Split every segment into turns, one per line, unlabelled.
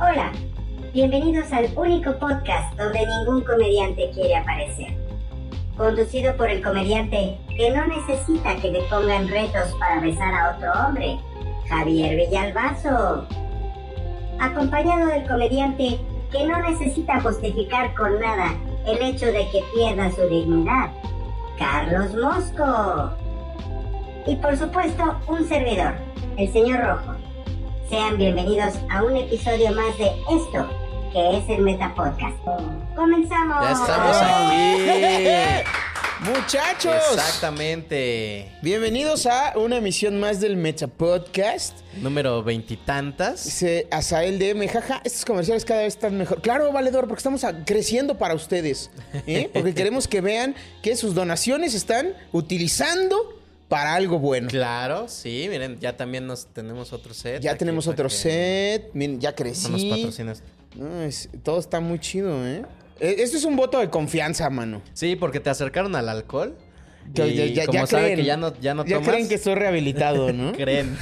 Hola, bienvenidos al único podcast donde ningún comediante quiere aparecer. Conducido por el comediante que no necesita que le pongan retos para besar a otro hombre, Javier Villalbazo. Acompañado del comediante que no necesita justificar con nada el hecho de que pierda su dignidad, Carlos Mosco. Y por supuesto, un servidor, el señor Rojo. Sean bienvenidos a un episodio más de esto, que es el Metapodcast. ¡Comenzamos!
Ya estamos aquí.
Muchachos,
Exactamente.
bienvenidos a una emisión más del Mecha Podcast.
Número veintitantas.
Dice Azael DM, jaja, estos comerciales cada vez están mejor. Claro, valedor, porque estamos a- creciendo para ustedes. ¿eh? Porque queremos que vean que sus donaciones están utilizando para algo bueno.
Claro, sí. Miren, ya también nos tenemos otro set.
Ya
aquí
tenemos
para
otro
que
set, miren, ya crecí.
No nos patrocinas.
No, es- todo está muy chido, ¿eh? E- Esto es un voto de confianza, mano.
Sí, porque te acercaron al alcohol.
Ya-
y
ya- ya-
como
ya
saben
creen.
que ya no, ya no
Ya
tomas,
creen que estoy rehabilitado, ¿no?
creen.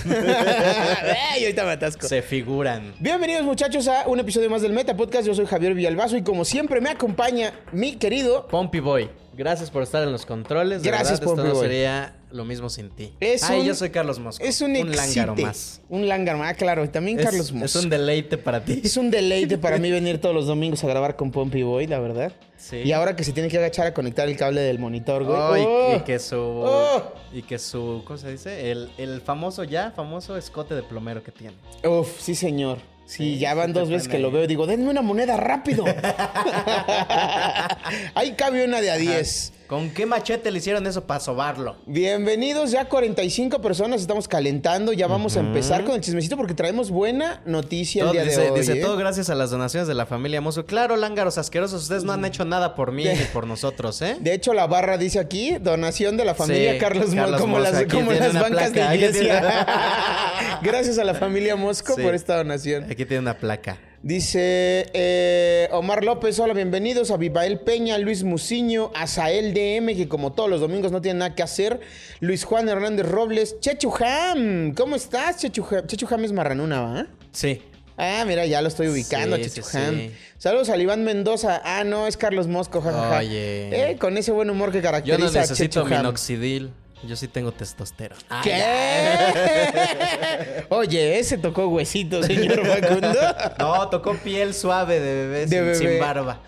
Ey, ahorita me atasco.
se figuran.
Bienvenidos muchachos a un episodio más del Meta Podcast. Yo soy Javier Villalbazo y como siempre me acompaña mi querido.
Pompey Boy, gracias por estar en los controles. De
Gracias,
verdad,
Pompey
Esto no
Boy.
sería lo mismo sin ti.
Es
Ay,
un-
yo soy Carlos Mosco.
Es un,
Un lángaro
excite.
más.
Un lángaro más, ah, claro. Y también
Es-
Carlos Mosco.
Es un deleite para ti.
Es un deleite para mí venir todos los domingos a grabar con Pompey Boy, la verdad.
Sí.
Y ahora que se tiene que agachar a conectar el cable del monitor, güey.
Oh, y- y,
¡Oh!
que su.
¡Oh!
Y que su. ¿Cómo se dice? El, el famoso ya, famoso escote de plomero que tiene.
Uf, sí, señor. Sí,
Sí,
ya
sí
van
te
dos veces que
prende
lo
ahí.
veo y digo, denme una moneda rápido. Ahí cabe una de a 10.
¿Con qué machete le hicieron eso para sobarlo?
Bienvenidos ya 45 personas, estamos calentando, ya vamos a empezar con el chismecito porque traemos buena noticia
Todo-
el día
dice
de hoy.
dice,
¿eh?
todo gracias a las donaciones de la familia Mozo. Claro, lángaros asquerosos, ustedes no han hecho nada por mí ni por nosotros, ¿eh?
De hecho, la barra dice aquí, donación de la familia
Sí,
Carlos, Mo-
Carlos
como
Mosco,
las,
aquí
como
tiene
las
una
bancas
placa,
de
aquí
iglesia. gracias a la familia Mosco
Sí. Eh,
por esta donación.
Aquí tiene una placa.
Dice eh, Omar López, hola, bienvenidos a Vivael Peña, Luis Muciño, Azael DM, que como todos los domingos no tiene nada que hacer, Luis Juan Hernández Robles, Chechuham, ¿cómo estás, Chechuham? Chechuham es marranuna, ¿va?
Sí.
Ah, mira, ya lo estoy ubicando,
Sí, sí,
Chichuhan.
sí.
Saludos a Iván Mendoza. Ah, no, es Carlos Mosco, jajaja.
Oye.
Eh, con ese buen humor que
Yo
caracteriza
no
a
necesito
Chechuhan.
minoxidil. Yo sí tengo testosterona. Ay,
¿Qué? Oye, ese tocó huesito, señor Facundo.
No, tocó piel suave de bebé,
De
sin,
bebé.
sin barba.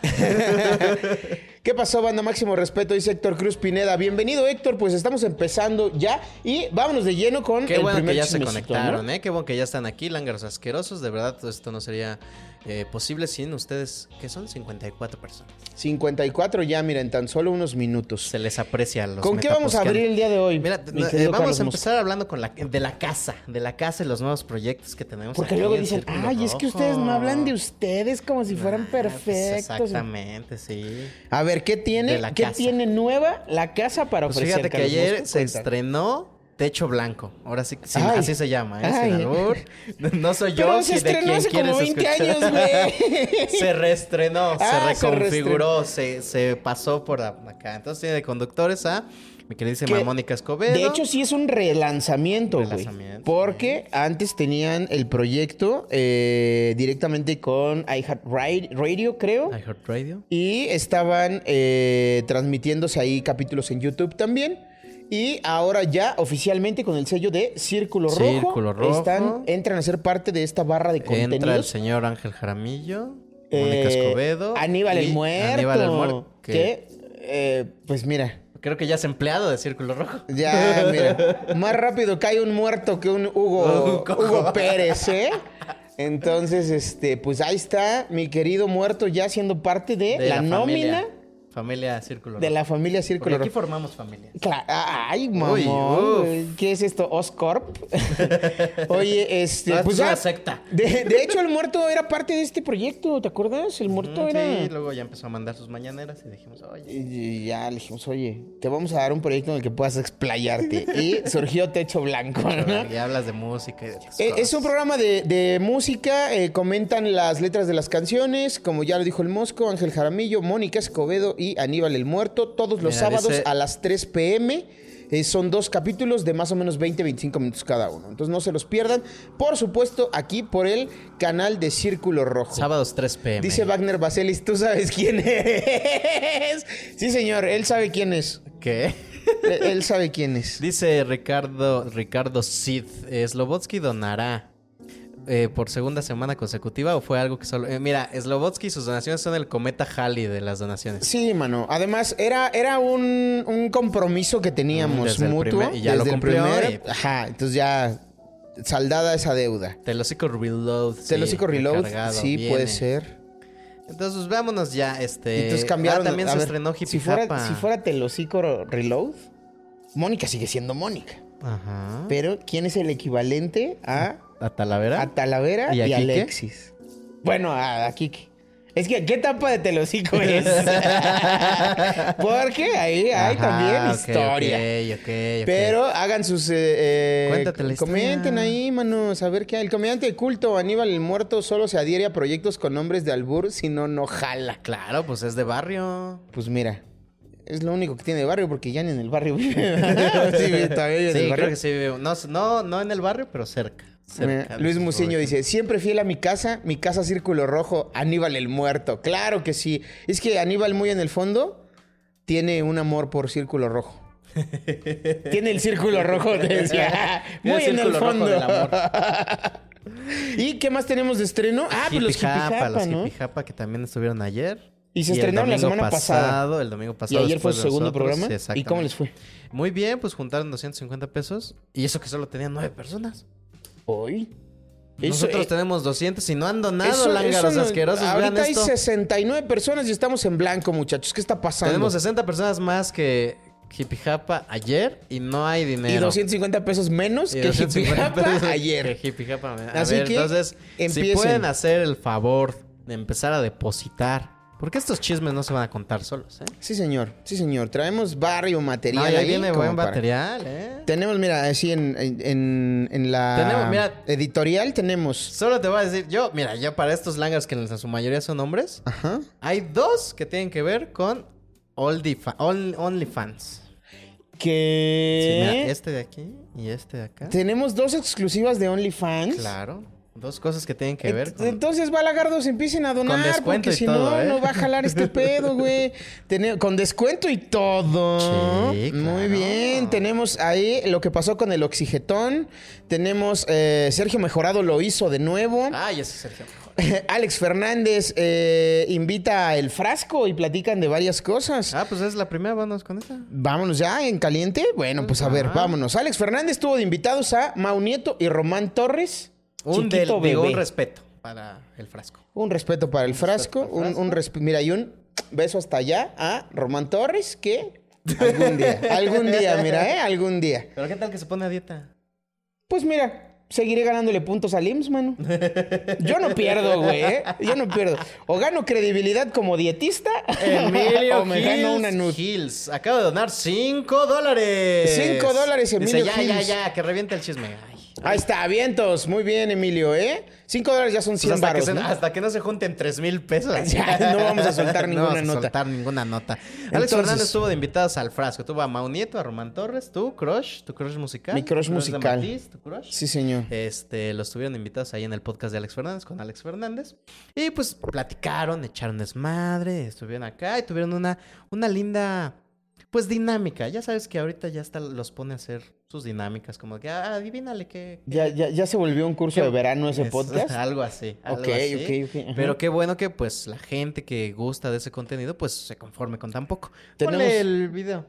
¿Qué pasó, banda? Máximo respeto, dice Héctor Cruz Pineda. Bienvenido, Héctor. Pues estamos empezando ya y vámonos de lleno con
Qué
el
bueno
primer
que ya se
chismecito,
conectaron,
¿no?
¿eh? Qué bueno que ya están aquí, lángaros asquerosos. De verdad, todo esto no sería eh, posible sin ustedes, que son 54 personas.
54 ya, mira, en tan solo unos minutos.
Se les aprecia a los
¿Con qué vamos a
metaposcan-
abrir el día de hoy?
Mira,
mi
no, eh,
querido
vamos
Carlos
a
Mosco?
empezar hablando con la, de la casa, de la casa y los nuevos proyectos que tenemos.
Porque
aquí
luego
en
dicen,
Círculo
ay, es que
Rojo".
ustedes no hablan de ustedes como si fueran
Ah, pues,
perfectos.
exactamente, sí.
A ver, ¿qué
De
tiene,
la
¿qué
casa.
tiene nueva la casa para
Pues
ofrecer?
fíjate que
Carlos
ayer
Mosco?
se
Cuenta.
estrenó Techo Blanco. Ahora sí, sí,
Ay.
así se llama, ¿eh?
Ay.
Sin albur. No soy yo.
Pero se
si de
estrenó
quien
hace como
quieres
20
escuchar.
años, güey.
se reestrenó,
Ah, se
se reconfiguró, se, se pasó por acá. Entonces tiene de conductores a mi queridísima
Que,
Mónica Escobedo.
De hecho, sí es un relanzamiento, güey.
Relanzamiento,
Porque antes tenían el proyecto eh, directamente con iHeartRadio, creo.
iHeartRadio.
Y estaban eh, transmitiéndose ahí capítulos en YouTube también. Y ahora ya oficialmente con el sello de Círculo Rojo.
Círculo Rojo.
Están, entran a ser parte de esta barra de contenidos.
Entra el señor Ángel Jaramillo,
Eh,
Mónica Escobedo.
Aníbal
y
el Muerto.
Aníbal el Muerto.
Que,
Que
eh, pues mira.
Creo que ya es empleado de Círculo Rojo.
Ya, mira. Más rápido cae un muerto que un Hugo,
Hugo.
Hugo Pérez, ¿eh? Entonces, este, pues ahí está mi querido muerto ya siendo parte de,
De
la,
familia.
nómina
Familia Círculo.
De
Rojo.
la familia
Porque
Círculo
aquí
Rojo.
formamos familia.
Cla- ay,
Uy,
mamón.
uf.
güey. ¿Qué es esto? ¿Oscorp? Oye, este.
Ah,
pues
es una
ya-
secta.
De, de hecho, el muerto era parte de este proyecto, ¿te acuerdas? El muerto era.
Sí, luego ya empezó a mandar sus mañaneras y dijimos, oye.
Y ya le dijimos, oye, te vamos a dar un proyecto en el que puedas explayarte. Y surgió Techo Blanco, ¿no?
Y hablas de música y de otras
Eh,
cosas.
Es un programa de, de música, eh, comentan las letras de las canciones, como ya lo dijo el Mosco, Ángel Jaramillo, Mónica Escobedo y Aníbal el Muerto, todos los
Mira,
sábados
dice-
a las 3 pm. Eh, son dos capítulos de más o menos 20-25 minutos cada uno. Entonces no se los pierdan. Por supuesto, aquí por el canal de Círculo Rojo.
Sábados 3 pm.
Dice Wagner Baselis, ¿tú sabes quién es? Sí, señor, él sabe quién es.
¿Qué?
Eh, Él sabe quién es.
Dice Ricardo, Ricardo Sid, eh, Slobotsky donará eh, por segunda semana consecutiva o fue algo que solo... eh, mira, Slobotsky y sus donaciones son el cometa Halley de las donaciones.
Sí, mano. Además, era, era un, un compromiso que teníamos
Desde el
mutuo.
primer- y ya lo
desde el
cumplió,
primer-
y- pues
Ajá, entonces ya saldada esa deuda.
Telosico Reload. sí,
Telosico Reload,
recargado,
sí,
viene.
puede ser.
Entonces, pues, vámonos ya, este...
Y entonces cambiaron.
Ah, también
a
se
ver,
estrenó
si fuera, si fuera Telosico Reload, Mónica sigue siendo Mónica.
Ajá.
Pero, ¿quién es el equivalente a,
¿A Talavera?
a Talavera
¿Ah? ¿Y
y,
a Quique?
Alexis? Bueno, a, a Quique. Es que, ¿qué tapa de Telosico es? Porque ahí hay
Ajá,
también
ok,
historia.
ok, ok, ok.
Pero hagan sus. eh, eh,
Cuéntate la historia.
comenten ahí, manos, a ver qué hay. El comediante de culto Aníbal el Muerto solo se adhiere a proyectos con nombres de albur, si no, no jala.
Claro, pues es de barrio.
Pues mira, es lo único que tiene de barrio, porque ya ni en el barrio vive. Ah, sí, vive- todavía vive en
Sí,
el barrio.
creo que sí. vive- No, no, no en el barrio, pero cerca.
Mira,
cerca de
Luis
sus
Muciño
orígenes.
dice, siempre fiel a mi casa, mi casa círculo rojo, Aníbal el muerto. Claro que sí. Es que Aníbal muy en el fondo tiene un amor por círculo rojo. tiene el círculo rojo, te decía.
Tiene
Muy
el
en el
círculo rojo
fondo.
del amor.
¿Y qué más tenemos de estreno? Ah, pues los
Jipijapa,
Jipijapa,
los
¿no?
Jipijapa que también estuvieron ayer.
Y se
el
estrenaron la
domingo
semana pasada.
pasado, El domingo
Y
pasado.
ayer fue
después
su
de
segundo
pues nosotros,
programa.
sí,
¿Y
exactamente.
cómo les fue?
Muy bien, pues juntaron 250 pesos. Y eso que solo tenían nueve personas.
Hoy.
Nosotros
eh,
tenemos 200 y no han donado,
eso-
lángaros
eso no-
asquerosos. Vean
Ahorita hay
esto.
69 personas y estamos en blanco, muchachos. ¿Qué está pasando?
Tenemos 60 personas más que Jipijapa ayer y no hay dinero.
Y 250 pesos menos
Y
que
250
Jipijapa
pesos
ayer.
que Jipijapa. A
Así
ver,
que
entonces, si
empiecen.
pueden hacer el favor de empezar a depositar. Porque estos chismes no se van a contar solos, ¿eh?
Sí, señor. Sí, señor. Traemos barrio,
No,
material.
y ahí
ahí
viene
como
buen
para-
material, ¿eh?
Tenemos, mira, así en, en- en- en la
Tenemos, mira.
editorial tenemos.
Solo te voy a decir, yo, mira, yo para estos langers que en su mayoría son hombres,
Ajá.
hay dos que tienen que ver con OnlyFans. OnlyFans. Sí, mira,
Que
este de aquí y este de acá.
tenemos dos exclusivas de OnlyFans.
Claro. Dos cosas que tienen que
Ent-
ver con...
Entonces, balagardos, empiecen a donar.
Con descuento
porque
y
si
todo,
no,
¿eh?
no va a jalar este pedo, güey. Tene- con descuento y todo. Muy
Sí, claro.
bien. Tenemos ahí lo que pasó con el oxigetón. Tenemos eh, Sergio Mejorado lo hizo de nuevo.
Ay, ese Ah, Sergio. mejor.
Alex Fernández eh, invita a El Frasco y platican de varias cosas.
Ah, pues es la primera, vámonos con esta.
Vámonos ya en caliente. Bueno, pues a
Ah.
ver, vámonos. Alex Fernández tuvo de invitados a Mau Nieto y Román Torres.
Un, del,
Chiquito
digo, un
bebé.
respeto para el frasco.
Un respeto para el frasco, un, un resp- mira, y un beso hasta allá a Román Torres, que algún día, algún día, mira, ¿eh? Algún día.
Pero ¿qué tal que se pone a dieta?
Pues mira, seguiré ganándole puntos al IMSS, mano. Yo no pierdo, güey, ¿eh? Yo no pierdo. O gano credibilidad como dietista, o me gano una nut.
Hills. Acaba de donar 5 dólares.
Cinco dólares,
Dice,
Emilio
ya, ya,
Hills".
ya, que reviente el chisme. Ay. Pues
Ahí está, vientos. Muy bien, Emilio, ¿eh? Cinco dólares ya son
Pues
100
hasta, que
baros,
se-
¿no?
hasta que no se junten 3 mil pesos.
Ya, no vamos a soltar ninguna
no vamos a
nota.
soltar ninguna nota. Alex
Entonces-
Fernández estuvo de invitados al frasco. Tuvo a Mau Nieto, a Román Torres, tu crush, tu crush musical.
Mi crush
de
musical.
Matiz, tu crush.
Sí, señor.
Este, los tuvieron invitados ahí en el podcast de Alex Fernández con Alex Fernández. Y pues platicaron, echaron desmadre, estuvieron acá y tuvieron una, una linda, pues dinámica. Ya sabes que ahorita ya hasta los pone a hacer sus dinámicas, como que ah, adivínale qué. qué-
Ya, ya, ya se volvió un curso de verano ese
es-
podcast.
Algo así. algo
Ok,
así.
ok, ok, ajá.
Pero qué bueno que pues la gente que gusta de ese contenido pues se conforme con tan poco.
Tenemos-
Ponle el video.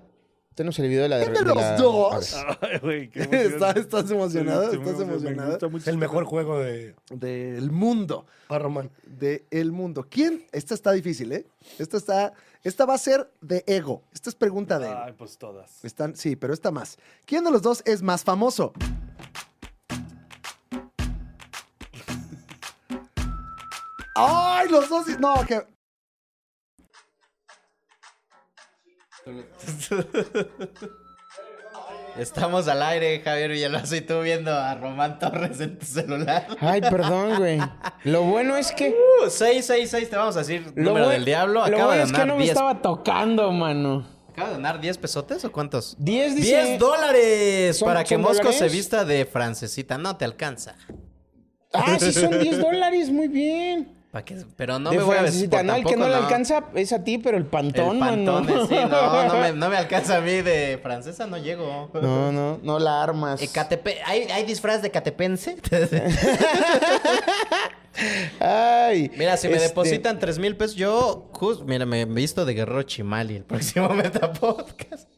Tenemos el video de la de, de
los
la-
dos.
a ver.
Ay, güey, qué emoción.
¿Estás emocionado?
Estoy muy emocionado, me
¿Estás emocionado?
gusta mucho
El
este
mejor juego de- del mundo.
Ah, Román.
De el mundo. ¿Quién? Esta está difícil, ¿eh? Esta está
Esta va a ser de ego. Esta es pregunta de
Ay,
ego.
pues todas.
Están, sí, pero esta más. ¿Quién de los dos es más famoso? ¡Ay, los dos! No, que...
Estamos al aire, Javier Villalbazo, y tú viendo a Román Torres en tu celular.
Ay, perdón, güey. Lo bueno es que.
Uh, 666, te vamos a decir
Lo
número
buen-
del diablo.
Lo
Acaba
bueno
de
es que
ganar
no me
10.
estaba tocando, mano.
¿Acaba de ganar 10 pesotes o cuántos?
10 dice.
10 dólares
¿Son-
para que
son
Mosco se
dólares?
vista de francesita. No te alcanza.
Ah, sí, son 10 dólares, muy bien.
Pa' que- Pero no
De
me voy a vestir.
Francesita, ¿no? El que no,
tampoco,
le alcanza es a ti, pero el pantón,
El
mano.
pantone, sí, no, no me, no me alcanza a mí de francesa, no llego.
No, no, no la armas.
Ecatepe- ¿Hay, hay disfraz de catepense?
Ay.
Mira, si me
este,
depositan 3 mil pesos, yo, jus- mira, me visto de Guerrero Chimali el próximo Metapodcast.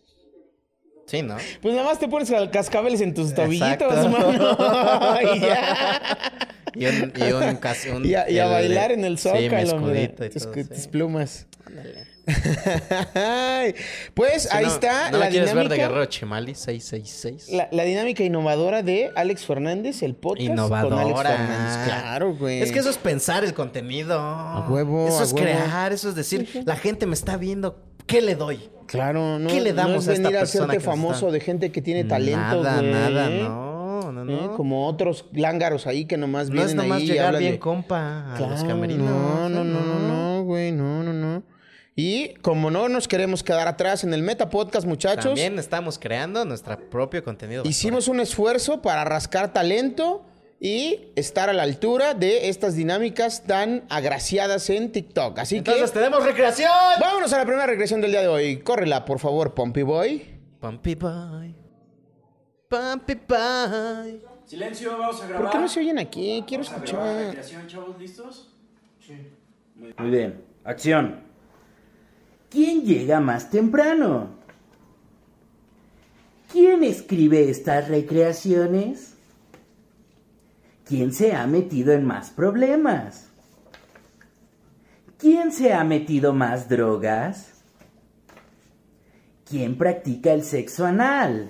Sí, ¿no?
Pues nada más te pones al- cascabeles en tus tobillitos,
Exacto.
mano. y ya.
Y un, y un, cas- un-
Y a, y a
el-
bailar en el
sí,
zócalo,
mi
mira,
escudito y
tus,
todo,
cu-
sí.
tus plumas. Ay, pues
Si
ahí
no-
está
no
la
me quieres ver de Guerrero
dinámica.
Chimali 666?
La, la dinámica innovadora de Alex Fernández, el podcast con Alex
Innovadora.
Fernández. Claro, güey.
Es que eso es pensar el contenido. A
huevo,
Eso
a
es
huevo.
crear, eso es decir, la gente me está viendo, ¿qué le doy?
Claro, no,
¿Qué le
no
damos
es
a esta
venir a
persona
hacerte
que nos
famoso
está-
de gente que tiene talento,
nada,
güey,
nada,
¿eh?
no, no,
¿Eh?
no.
Como otros lángaros ahí que nomás
no
vienen
es nomás
ahí y
llegar
hablan
bien
de-
compa a los
Claro,
camerinos.
No,
o sea,
no, no, no, no, güey, no, no, no. Y como no nos queremos quedar atrás en el Meta Podcast, muchachos,
También estamos creando nuestro propio contenido.
hicimos un esfuerzo para rascar talento y estar a la altura de estas dinámicas tan agraciadas en TikTok. Así
Entonces
que
tenemos recreación.
vámonos a la primera regresión del día de hoy. Córrela, por favor, Pompey Boy.
Pumpy Pie. Pumpy Pie.
Silencio, vamos a grabar.
¿Por qué no se oyen aquí? Quiero escuchar.
Acción, chavos, ¿listos? Sí. Muy bien. Acción. ¿Quién llega más temprano? ¿Quién escribe estas recreaciones? ¿Quién se ha metido en más problemas? ¿Quién se ha metido más drogas? ¿Quién practica el sexo anal?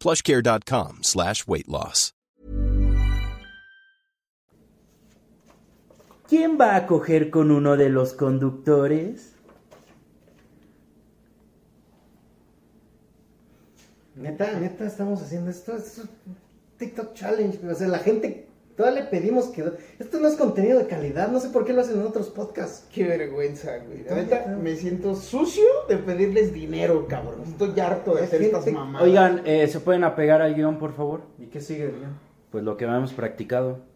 plushcare.com slash weight loss.
¿Quién va a coger con uno de los conductores?
Neta, neta, estamos haciendo esto. Esto es un TikTok Challenge. güey. O sea, la gente, todavía le pedimos que. Esto no es contenido de calidad. No sé por qué lo hacen en otros podcasts.
Qué vergüenza, güey. La neta, me siento sucio de pedirles dinero, cabrón. Estoy harto de hacer estas mamadas.
Oigan, eh, ¿se pueden apegar al guión, por favor? ¿Y qué sigue el guión? Pues lo que habíamos practicado.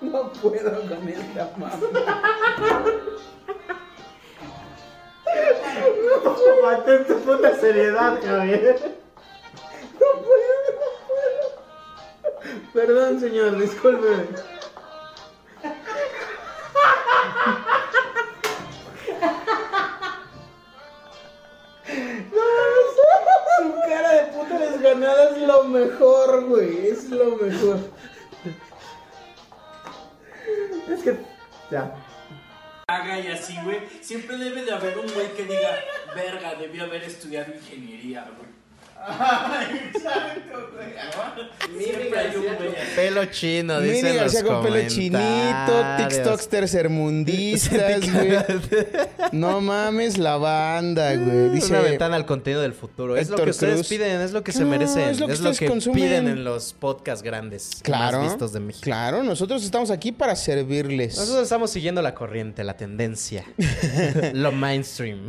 No puedo con esta mamá.
Mantén tu puta seriedad, Javier.
No
Perdón, señor, disculpe. No, su cara de puta desganada es lo mejor, güey. Es lo mejor. Es que. Ya.
Haga y así, güey. Siempre debe de haber un güey que diga, verga, debí haber estudiado ingeniería, güey.
Exacto, güey.
Siempre hay un güey.
Pelo chino,
Mini
dicen los
García con pelo chinito,
comentarios.
TikToks tercermundistas, güey. No mames la banda, güey. Dice
una ventana al contenido del futuro. Es lo
Héctor
que ustedes
Cruz.
piden, es lo que se
Claro,
merecen.
es lo que ustedes consumen.
piden en los podcasts grandes.
Claro.
Más vistos de México.
Claro, nosotros estamos aquí para servirles.
Nosotros estamos siguiendo la corriente, la tendencia. lo mainstream.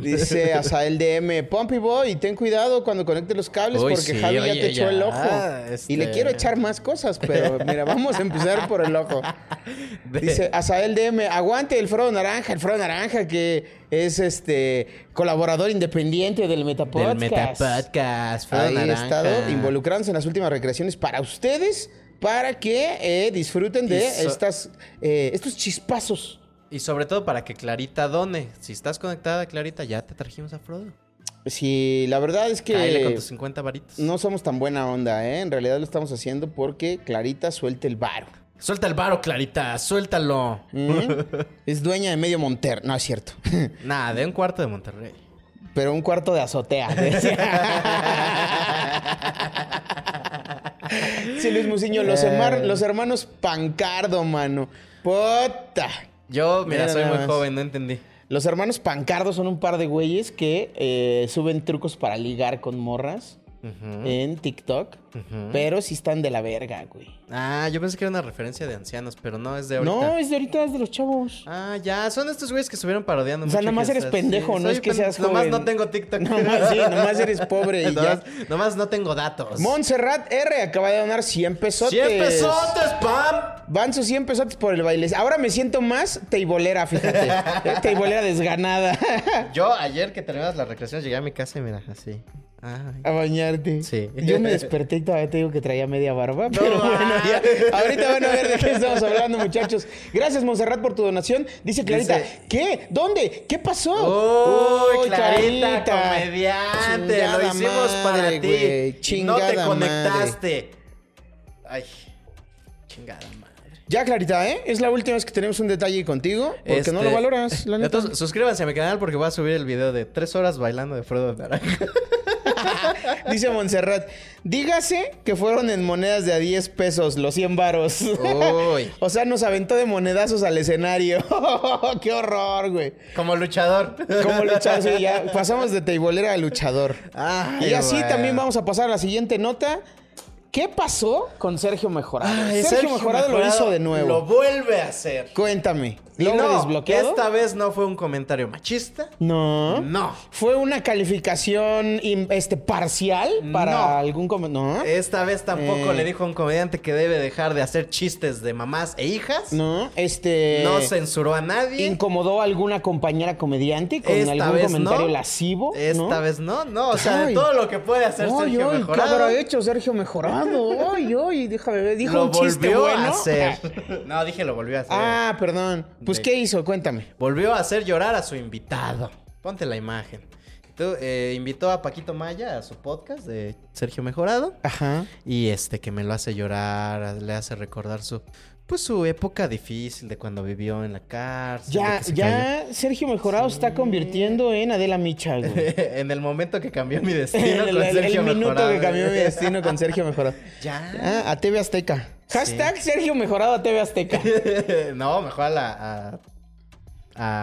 Dice Azael DM, Pompey Boy, ten cuidado cuando conectes los cables
Uy,
porque
sí,
Javi ya
oye,
te echó
ya,
el ojo.
este-
Y le quiero echar más cosas, pero mira, vamos a empezar por el ojo. Dice Azael DM, aguante el Frodo Naranja, el Frodo Naranja que es este colaborador independiente del
Del
Metapodcast.
Metapodcast. Frodo
Ahí he
Naranja.
estado involucrándose en las últimas recreaciones para ustedes, para que eh, disfruten de
Y so-
estas, eh, estos chispazos.
Y sobre todo para que Clarita done. Si estás conectada, Clarita, ya te trajimos a Frodo.
Sí, la verdad es que...
Cáele con tus 50 varitos.
No somos tan buena onda, ¿eh? En realidad lo estamos haciendo porque Clarita suelta el varo. ¿eh?
Suelta el varo, Clarita, suéltalo.
Es dueña de medio Monter, no es cierto.
Nada, de un cuarto de Monterrey.
Pero un cuarto de azotea. decía. sí, Luis Muciño, los, hermar-
Eh.
los hermanos Pancardo, mano. Puta.
Yo, mira, soy
nada
muy
más.
joven, no entendí.
Los hermanos Pancardo son un par de güeyes que eh, suben trucos para ligar con morras en TikTok.
Ujú.
Pero sí están de la verga, güey.
Ah, yo pensé que era una referencia de ancianos, pero no, es de ahorita.
No, es de ahorita, es de los chavos.
Ah, ya, son estos güeyes que estuvieron parodiando
O sea,
mucho
nomás
que
eres
se-
pendejo,
sí,
no
soy
es que
pen-
seas
Nomás
joven.
no tengo TikTok.
Nomás, sí, nomás eres pobre y ya.
nomás, nomás no tengo datos.
Montserrat R acaba de donar 100 pesos.
¡Cien pesotes, pam!
Van sus 100 pesos por el baile. Ahora me siento más teibolera, fíjate. teibolera desganada.
Yo ayer que terminamos las recreaciones llegué a mi casa y mira, así. Ay.
A bañarte.
Sí.
Yo me desperté y todavía te digo que traía media barba. pero bueno, ya. Ahorita van a ver de qué estamos hablando, muchachos. Gracias, Montserrat, por tu donación. Dice Clarita,
Dice-
¿qué? ¿Dónde? ¿Qué pasó?
Uy, Clarita, comediante, lo
Oh. Chingada
hicimos para
madre,
ti.
güey,
y no te
chingada
conectaste. Ay, chingada madre.
Ya, Clarita, ¿eh? Es la última vez que tenemos un detalle contigo porque no
Este,
lo valoras, la neta.
Entonces, suscríbanse a mi canal porque voy a subir el video de tres horas bailando de Frodo Naranja.
Dice Montserrat, dígase que fueron en monedas de a 10 pesos, los 100 varos.
Uy.
o sea, nos aventó de monedazos al escenario. ¡Qué horror, güey!
Como luchador.
Como luchador, sí, ya pasamos de teibolera a luchador.
Ay,
y así
bueno.
también vamos a pasar a la siguiente nota. ¿Qué pasó con Sergio Mejorado?
Ay,
Sergio, Mejorado, lo hizo de nuevo.
Lo vuelve a hacer.
Cuéntame,
Y
¿lo
no,
desbloqueado?
Esta vez no fue un comentario machista.
No.
No.
¿Fue una calificación im- este, parcial para
No.
algún comentario? No.
Esta vez tampoco
¿Ah? Eh.
le dijo a un comediante que debe dejar de hacer chistes de mamás e hijas.
No, este.
No censuró a nadie.
¿Incomodó a alguna compañera comediante con
Esta
algún
vez
comentario
no.
lascivo?
Esta
¿no?
vez no, no. O sea, de
Ay.
todo lo que puede hacer
Ay,
Sergio
ay, ¿qué
Mejorado.
habrá hecho Sergio Mejorado? Ay, ay, déjame ver. Dijo
lo
un chiste
volvió
bueno.
a hacer. No, dije lo volvió a hacer.
Ah, perdón. Pues,
De-
¿qué hizo? Cuéntame.
Volvió a hacer llorar a su invitado. Ponte la imagen. Tú, eh, invitó a Paquito Maya a su podcast de Sergio Mejorado.
Ajá.
Y este que me lo hace llorar, le hace recordar su pues su época difícil de cuando vivió en la cárcel. de
Ya,
que se
ya Sergio Mejorado está convirtiendo en Adela Micha,
cayó.
güey.
en el momento que cambió mi destino
El,
con
el- el
Sergio
minuto
Mejorado.
que cambió mi destino con Sergio Mejorado.
Ya.
Ah, a TV Azteca. Hashtag Sergio Mejorado a TV Azteca.
no, mejor a la a,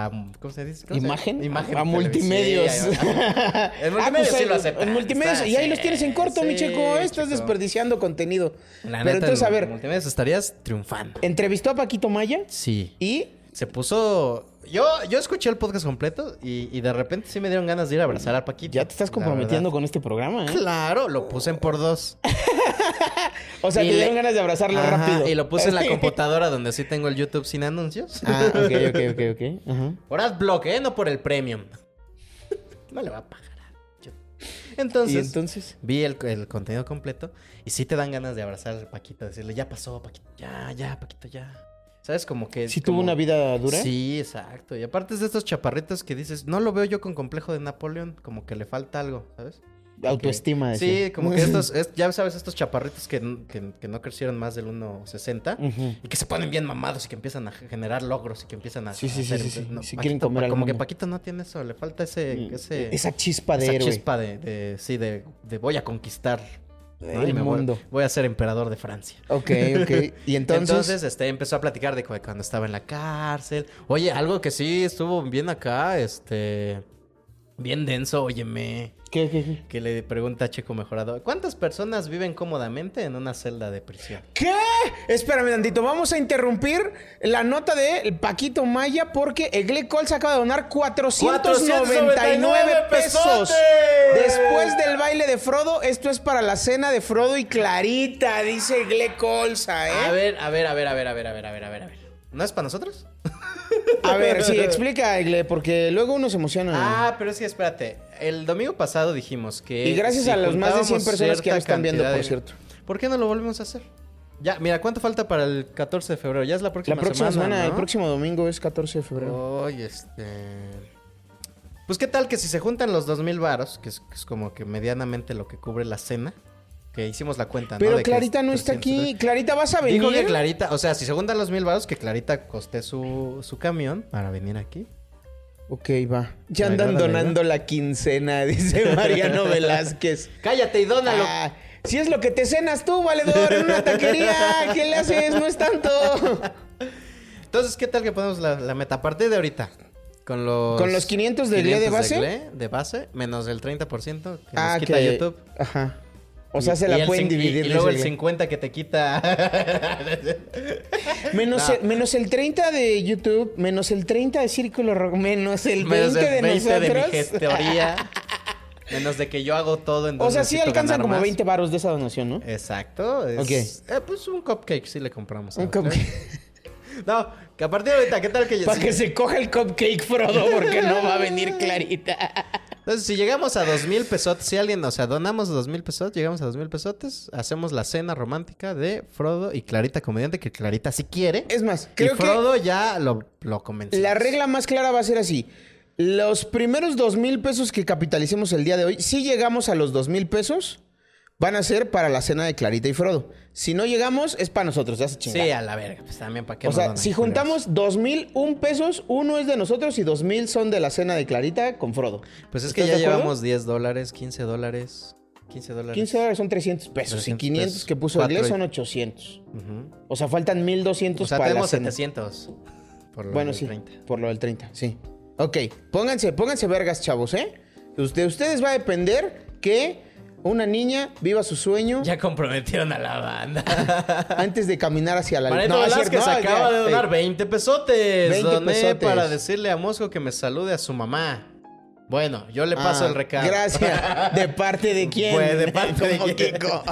a- ¿cómo se dice? ¿Cómo se-
¿Imagen?
Imagen.
A, a multimedios.
Sí, a-
Ah,
en multimedios
pues
sí
ahí-
lo aceptan.
En multimedios.
Está-
y ahí
sí,
los tienes en corto, mi
sí,
checo. Estás
chico.
desperdiciando contenido.
La
Pero
neta,
entonces,
en
a ver,
multimedios estarías triunfando.
entrevistó a Paquito Maya
Sí.
y
se puso. Yo, yo escuché el podcast completo y, y de repente sí me dieron ganas de ir a abrazar a Paquito.
ya te estás
la
comprometiendo
verdad.
con este programa, ¿eh?
Claro, lo puse en por dos.
O sea,
Y
te
le-
dieron ganas de abrazarlo
Ajá,
rápido.
Y lo puse en la computadora donde sí tengo el YouTube sin anuncios.
Ah, ok, ok, ok, ok. Ajá.
Por AdBlock, ¿eh? No por el Premium. No le va a pagar. a YouTube. Entonces,
¿Y entonces?
vi el, el contenido completo y sí te dan ganas de abrazar a Paquito, decirle, ya pasó, Paquito, ya, ya, Paquito, ya. ¿Sabes? Como que...
¿Sí
como-
tuvo una vida dura?
Sí, exacto. Y aparte es de estos chaparritos que dices, no lo veo yo con complejo de Napoleón, como que le falta algo, ¿sabes?
Autoestima,
Como que-
decía.
Sí, como que estos, es- ya sabes, estos chaparritos que, n- que- que no crecieron más del 1,60
Ujú.
y que se ponen bien mamados y que empiezan a generar logros y que empiezan a.
Sí, sí,
a
sí,
hacer-
sí, sí.
no,
Sí
Paquito-
quieren comer al
Como que
mundo. Mm,
Paquito no tiene eso, le falta ese. ese-
esa chispa de
esa
héroe.
chispa de, de- sí, de, de voy a conquistar. ¿no?
El
Y me voy-
mundo.
Voy, a ser emperador de Francia.
Ok, ok. ¿Y entonces?
Entonces, este, empezó a platicar de cu- cuando estaba en la cárcel. Oye, algo que sí estuvo bien acá, este. Bien denso, óyeme.
¿Qué, qué, qué?
Que le pregunta a Checo Mejorado, ¿cuántas personas viven cómodamente en una celda de prisión?
¿Qué? Espérame tantito, vamos a interrumpir la nota de Paquito Maya porque Egle Col se acaba de donar 499
499
pesos.
pesotes.
Después del baile de Frodo, esto es para la cena de Frodo y Clarita, dice Egle Colsa, ¿eh?
A ver, a ver, a ver, a ver, a ver, a ver, a ver, a ver, a ver. ¿No es para nosotros?
A ver, sí, explica, Egle, porque luego uno se emociona.
Ah, pero es que espérate. El domingo pasado dijimos que.
Y gracias
si
a los más de 100
juntábamos
personas que ya lo
cierta
están viendo,
cantidad
por
de-
cierto.
¿Por qué no lo volvemos a hacer? Ya, mira, ¿cuánto falta para el 14 de febrero? Ya es la próxima
La
semana.
próxima semana,
¿no?
el próximo domingo es 14 de febrero.
Hoy, este. Pues qué tal que si se juntan los 2000 varos, que es, que es como que medianamente lo que cubre la cena, que hicimos la cuenta, ¿no?
Pero
De que
Clarita no está
300.
aquí. Clarita, ¿vas a venir?
Dijo que Clarita, o sea, si se juntan los 1000 varos, que Clarita costé su, su camión para venir aquí.
Ok, va. Ya
Me
andan
agrada la
donando la quincena, dice Mariano Velázquez.
Cállate y dónalo.
Ah, si es lo que te cenas tú, valedor, en una taquería, ¿qué le haces? No es tanto.
Entonces, ¿qué tal que ponemos la, la meta? A partir de ahorita. Con los,
¿Con los 500 de Gle de base?
Gle de base, menos el 30% que
Ah,
nos quita
que-
YouTube.
Ajá.
Y-
O sea, se
y
la
el
pueden
cin- y-
dividir.
Y, luego el
dice
50 que te quita.
Gle. menos,
No.
el, menos el 30 de YouTube, menos el 30 de Círculo Rojo, menos el 20
menos el
de
20 de, mi
nosotros.
gestoría. menos de que yo hago todo en
o sea, sí
necesito
alcanzan
ganar
como
más. Eh,
20 varos de esa donación, ¿no?
Exacto. es-
Ok.
eh, pues un cupcake sí le compramos. a
Un
Gle. No, que a partir de ahorita, ¿qué tal que ya-
Para
si-
que se coja el cupcake, Frodo, porque no va a venir Clarita.
Entonces, si llegamos a dos mil pesotes, si alguien, o sea, donamos dos mil pesotes, llegamos a dos mil pesotes, hacemos la cena romántica de Frodo y Clarita Comediante, que Clarita sí quiere.
Es más,
y
creo que...
Frodo ya lo, lo convenció.
La regla más clara va a ser así. Los primeros dos mil pesos que capitalicemos el día de hoy, si llegamos a los dos mil pesos, van a ser para la cena de Clarita y Frodo. Si no llegamos, es para nosotros, ya se
Sí,
chingada.
a la verga, pues también para qué
o
nos
sea,
donan,
si
culeros?
juntamos dos mil un pesos, uno es de nosotros y dos mil son de la cena de Clarita con Frodo.
Pues es que ya
¿Estás de acuerdo?
llevamos 10 dólares, 15 dólares, 15 dólares.
15 dólares son 300 pesos y
300
500 que puso
pesos,
Eglés
cuatro
son
y-
800.
Ujú.
O sea, faltan 1200
O sea,
para
tenemos
la cena.
700. Por lo
Bueno,
del
sí.
30.
Por lo del 30, sí. Ok, pónganse, pónganse vergas, chavos, ¿eh? Us- De ustedes va a depender que una niña viva su sueño
Ya comprometieron a la banda.
antes de caminar hacia la
Marito
es
Velázquez
cierto, no,
acaba
ya,
de donar 20 pesotes.
20
Doné
pesotes.
para decirle a Mosco que me salude a su mamá. Bueno, yo le
Ah,
paso el recado.
Gracias. ¿De parte de quién?
Pues, de parte de
Como
quién.
que co-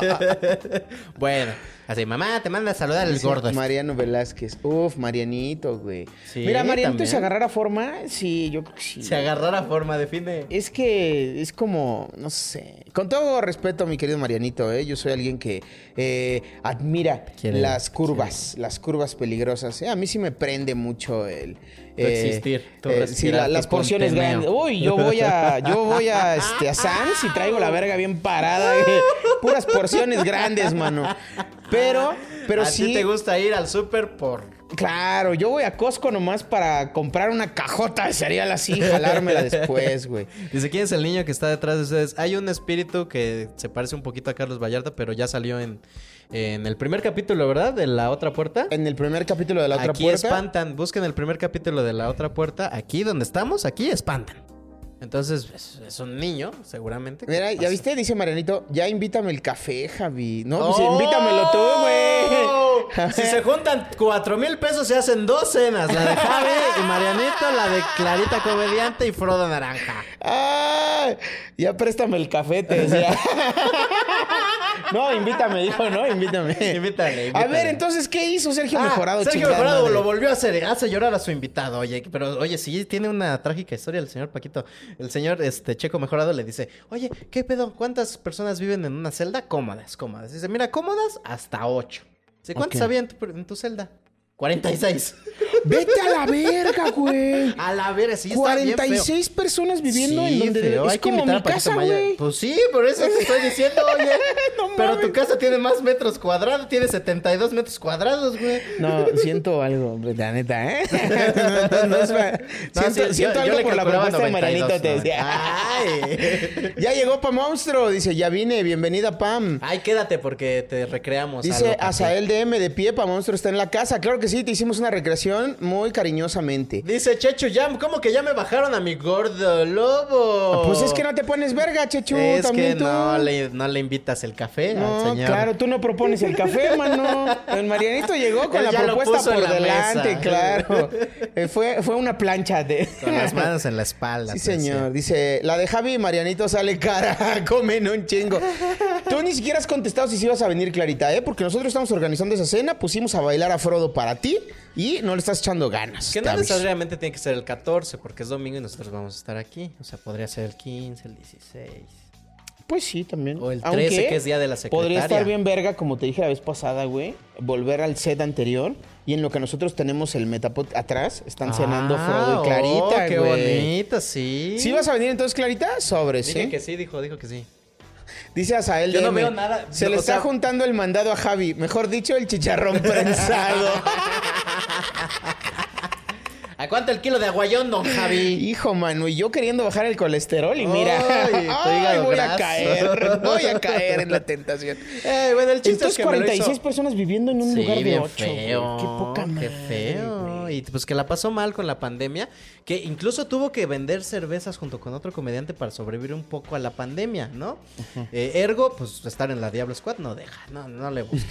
bueno, así, mamá, te manda a saludar el
Dice
gordo. este.
Mariano Velázquez. Uf, Marianito, güey.
Sí,
Mira, Marianito, si
también.
agarrara forma, sí, yo creo que sí.
Se agarrara forma, define.
Es que es como, no sé. Con todo respeto, mi querido Marianito, ¿eh? yo soy alguien que eh, admira
Quiere,
las curvas, las curvas peligrosas. ¿eh? A mí sí me prende mucho el eh,
Tu existir, tu
sí,
respirar,
la-
tu
las porciones
conteneo.
grandes. Uy, yo voy a, yo voy a, este, a Sans y traigo la verga bien parada. güey. Puras porciones grandes, mano. Pero, pero
¿A ti
sí.
te gusta ir al súper por.
Claro, yo voy a Costco nomás para comprar una cajota de cereal así y jalármela después, güey.
Dice, ¿quién es el niño que está detrás de ustedes? Hay un espíritu que se parece un poquito a Carlos Vallarta, pero ya salió en, en el primer capítulo, ¿verdad? De la otra puerta.
En el primer capítulo de la otra
aquí
puerta.
espantan. Busquen el primer capítulo de la otra puerta. Aquí donde estamos, aquí espantan. Entonces, es, es un niño, seguramente. que
Mira, ¿ya
pasa.
viste? Dice Marianito, ya invítame el café, Javi. No,
¡Oh!
pues invítamelo tú, güey.
Si se juntan cuatro mil pesos, se hacen dos cenas. La de Javi y Marianito, la de Clarita Comediante y Frodo Naranja.
Ah, ya préstame el café, te decía. No, invítame, dijo, ¿no? Invítame.
invítale,
A ver,
invítale.
entonces, ¿qué hizo Sergio
Ah,
Mejorado?
Sergio
chingada
Mejorado
madre?
lo volvió a hacer, hace llorar a su invitado, oye, pero oye, sí tiene una trágica historia el señor Paquito. El señor este Checo Mejorado le dice, "Oye, ¿qué pedo? ¿Cuántas personas viven en una celda cómodas, cómodas?" Dice, "Mira, cómodas hasta ocho. Dice, ¿cuántas
Ok.
había en tu, en tu celda?" 46.
Vete a la verga, güey.
A la verga, Ah, sí, está bien feo.
46 personas viviendo
Sí,
en donde
feo,
es
hay que
como
invitar
mi
a Paquito
casa,
Maya.
güey.
Pues sí, por eso te estoy diciendo, oye. pero tu casa tiene más metros cuadrados, tiene 72 metros cuadrados, güey.
No, siento algo, la neta, ¿eh? No, no, es fa-
No,
siento
sí,
siento
yo-
algo
yo le
por la
calculaba
propuesta de Marianita.
92,
te decía.
Ay. Ah,
Ya llegó Pam Monstruo, dice, ya vine, bienvenida Pam.
Ay, quédate porque te recreamos.
Dice
algo, Paco.
Azael DM de pie, Pam Monstruo está en la casa. Claro que sí, te hicimos una recreación muy cariñosamente.
Dice Checho, ya, ¿cómo que ya me bajaron a mi gordo lobo?
Pues es que no te pones verga, Chechu,
Es
también
que
tú.
no le, no le invitas el café al
No,
señor.
claro, tú no propones el café, mano. El Marianito llegó con
Él
la
ya lo
propuesta
puso en
por
la
delante,
mesa.
claro. Eh, fue, fue una plancha de...
Con las manos en la espalda. pues,
Sí,
te decía.
señor. Dice, la de Javi y Marianito sale cara. Comen un chingo. Tú ni siquiera has contestado si sí ibas a venir, Clarita, ¿eh? Porque nosotros estamos organizando esa cena, pusimos a bailar a Frodo para ti y no le estás echando ganas.
Que
te
no
aviso.
necesariamente tiene que ser el 14, porque es domingo y nosotros vamos a estar aquí. O sea, podría ser el 15, el 16.
Pues sí, también.
O el 13,
Aunque
que es día de la secretaria.
Podría estar bien verga, como te dije la vez pasada, güey, volver al set anterior y en lo que nosotros tenemos el metapod atrás, están cenando
Ah,
Frodo y Clarita,
oh, qué
güey.
bonito, sí.
¿Sí vas a venir entonces, Clarita? Sobre,
Dije
¿sí?
que sí, dijo, dijo que sí.
Dice Azael
Yo no
DM,
veo nada,
Se
no,
le
o
está
sea-
juntando el mandado a Javi. Mejor dicho, el chicharrón prensado.
¿A cuánto el kilo de aguayón, don Javi?
Hijo, mano, y yo queriendo bajar el colesterol y mira.
Ay, tu
ay,
hígado
voy a
graso.
caer. Voy a caer en la tentación.
Eh, bueno, el chiste
Entonces,
es que
46
me lo hizo-
personas viviendo en un
Sí,
lugar de
bien
8.
feo,
Qué poca
qué
madre,
feo. Y pues que la pasó mal con la pandemia, que incluso tuvo que vender cervezas junto con otro comediante para sobrevivir un poco a la pandemia, ¿no? Eh, ergo, pues estar en la Diablo Squad no deja, no, no le busca.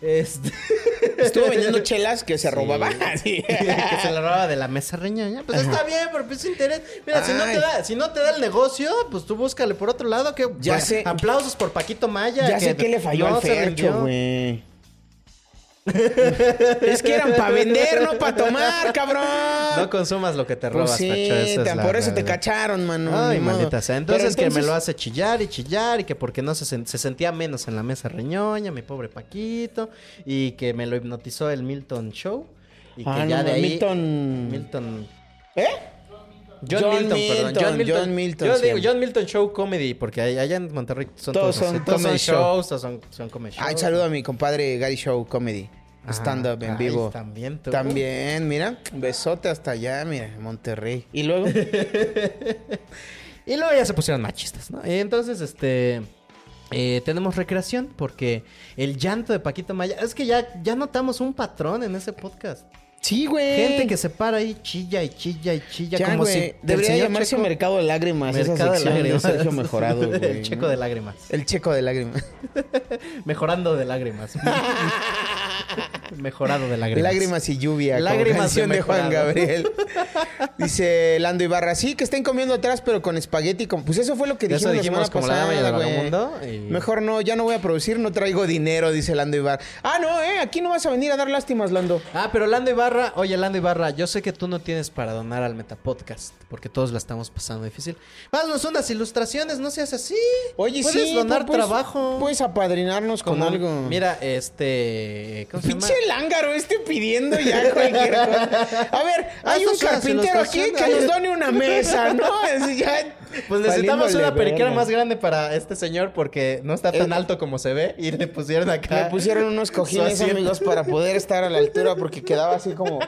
Este...
Estuvo vendiendo chelas que se
Sí.
robaba. Sí.
que se la robaba de la mesa reñoña. Pues está bien, pero pues interés. Mira, si no,
Ay.
te da, si no te da el negocio, pues tú búscale por otro lado. Que
Ya
bueno,
sé.
Aplausos por Paquito Maya.
Ya sé que le falló
no
al
se
Fercho,
rindió.
güey. es que eran para vender, no para tomar, cabrón.
No consumas lo que te
Pues
robas,
sí,
Fercho, esa es
tan-
la
por eso te
realidad.
cacharon, mano.
Ay,
ni modo.
maldita sea. Entonces,
Pero
que me lo hace chillar y chillar y que porque no se, sen- se sentía menos en la mesa reñoña, mi pobre Paquito, y que me lo hipnotizó el Milton Show y que
Ah,
ya
no,
de ahí
Milton-
Milton
¿Eh?
John,
John
Milton, perdón.
Milton,
John Milton.
John Milton
Yo digo
siempre.
John Milton Show Comedy, porque ahí- allá en Monterrey son
Todos
todos,
son
así, todos
comedy show.
shows, todos son, son comedy shows.
Ay, saludo a mi compadre Gary Show Comedy.
Ajá.
Stand-up en
Ay,
vivo.
Ah, también tú.
También, mira. Besote hasta allá, mira, Monterrey. Y luego.
Y luego ya se pusieron machistas, ¿no? Y entonces, este. eh, tenemos recreación porque el llanto de Paquito Maya. Es que ya, ya notamos un patrón en ese podcast.
sí, güey.
Gente que se para ahí, chilla y chilla y chilla.
Ya,
como
güey.
si.
Debería
el señor
llamarse
Checo-
Mercado de Lágrimas. esa
Mercado de
sección de
Lágrimas.
Sergio Mejorado, güey.
El checo
¿no?
de lágrimas.
El checo de lágrimas.
Mejorando de lágrimas. Mejorado de lágrimas.
Lágrimas y lluvia. como
Lágrimas de
canción de, Juan
Mejorado.
Gabriel. Dice Lando Ibarra, sí, que estén comiendo atrás, pero con espagueti. con- Pues eso fue lo que
Ya
dijimos,
eso dijimos
la
como
semana
la dama y el
pasada, güey.
vagabundo. y-
Mejor no, ya no voy a producir, no traigo dinero, dice Lando Ibarra. Ah, no, eh, aquí no vas a venir a dar lástimas, Lando.
Ah, pero Lando Ibarra, oye Lando Ibarra, yo sé que tú no tienes para donar al Metapodcast, porque todos la estamos pasando difícil. Haznos unas ilustraciones, no seas así.
Oye,
Puedes
sí,
donar
puedes-
trabajo.
Puedes apadrinarnos con
Como-
algo.
Mira, este. ¿Cómo se llama?
Pinche lángaro este pidiendo ya cualquier cosa. A ver, hay un
Haznos unas
carpintero aquí que
ilustraciones.
nos done una mesa, ¿no? Es ya-
Pues necesitamos
Valiéndole
una periquera
verga. Eh,
más grande para este señor porque no está tan alto como se ve y le pusieron acá. Eh,
Le pusieron unos
su
cojines,
asiento.
amigos, para poder estar a la altura porque quedaba así como...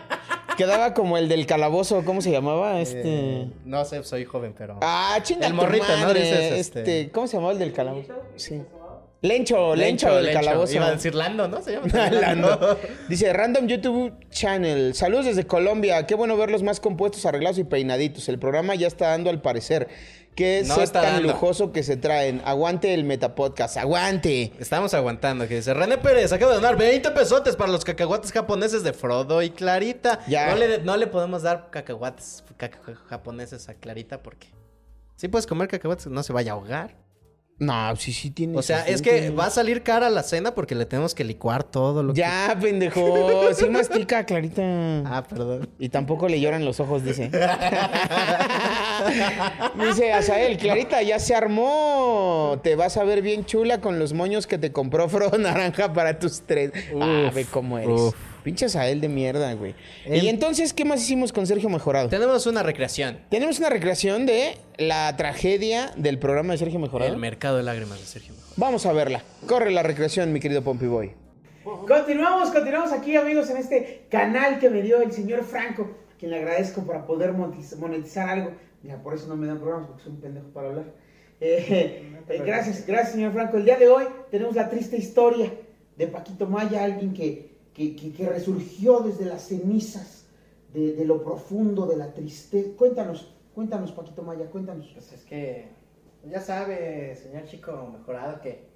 Quedaba como el del calabozo, ¿cómo se llamaba? Este...
Eh, no sé, soy joven, pero.
Ah, chinga
El
tu
morrito, ¿no?
madre,
Dices,
este...
este-
¿Cómo se llamaba el del calabozo? Sí. Lencho, Lencho, del calabozo.
Iba a decir Lando, ¿no? Se llama.
Lando. Dice Random YouTube Channel. Saludos desde Colombia. Qué bueno verlos más compuestos, arreglados y peinaditos. El programa ya está dando al parecer. Que es
No
tan
está dando.
lujoso que se traen. Aguante el Metapodcast. Aguante.
Estamos aguantando, que dice René Pérez, acaba de donar 20 pesotes para los cacahuates japoneses de Frodo y Clarita.
Ya.
No, le, no le podemos dar cacahuates caca- japoneses a Clarita porque... Sí puedes comer cacahuates, no se vaya a ahogar.
No, sí, sí tiene.
O sea,
sí
es que
tiene.
va a salir cara la cena porque le tenemos que licuar todo lo que...
Ya, pendejo. Sí mastica, Clarita.
Ah, perdón.
Y tampoco le lloran los ojos, dice. dice Azael, Clarita, ya se armó. Te vas a ver bien chula con los moños que te compró Fro Naranja para tus tres. ah,
Uf,
ve cómo eres.
uf.
Pinche Azael de mierda, güey.
Em-
Y entonces, ¿qué más hicimos con Sergio Mejorado?
Tenemos una recreación.
Tenemos una recreación de la tragedia del programa de Sergio Mejorado.
El mercado de lágrimas de Sergio Mejorado.
Vamos a verla. Corre la recreación, mi querido Pompey Boy.
Continuamos, continuamos aquí, amigos, en este canal que me dio el señor Franco, a quien le agradezco para poder monetiz- monetizar algo. Mira, por eso no me dan programas, porque soy un pendejo para hablar. Eh, eh, gracias, gracias, señor Franco. El día de hoy tenemos la triste historia de Paquito Maya, alguien que, que, que- que resurgió desde las cenizas, de, de lo profundo, de la tristeza. Cuéntanos, cuéntanos, Paquito Maya, cuéntanos.
Pues Es que ya sabe, señor chico mejorado, que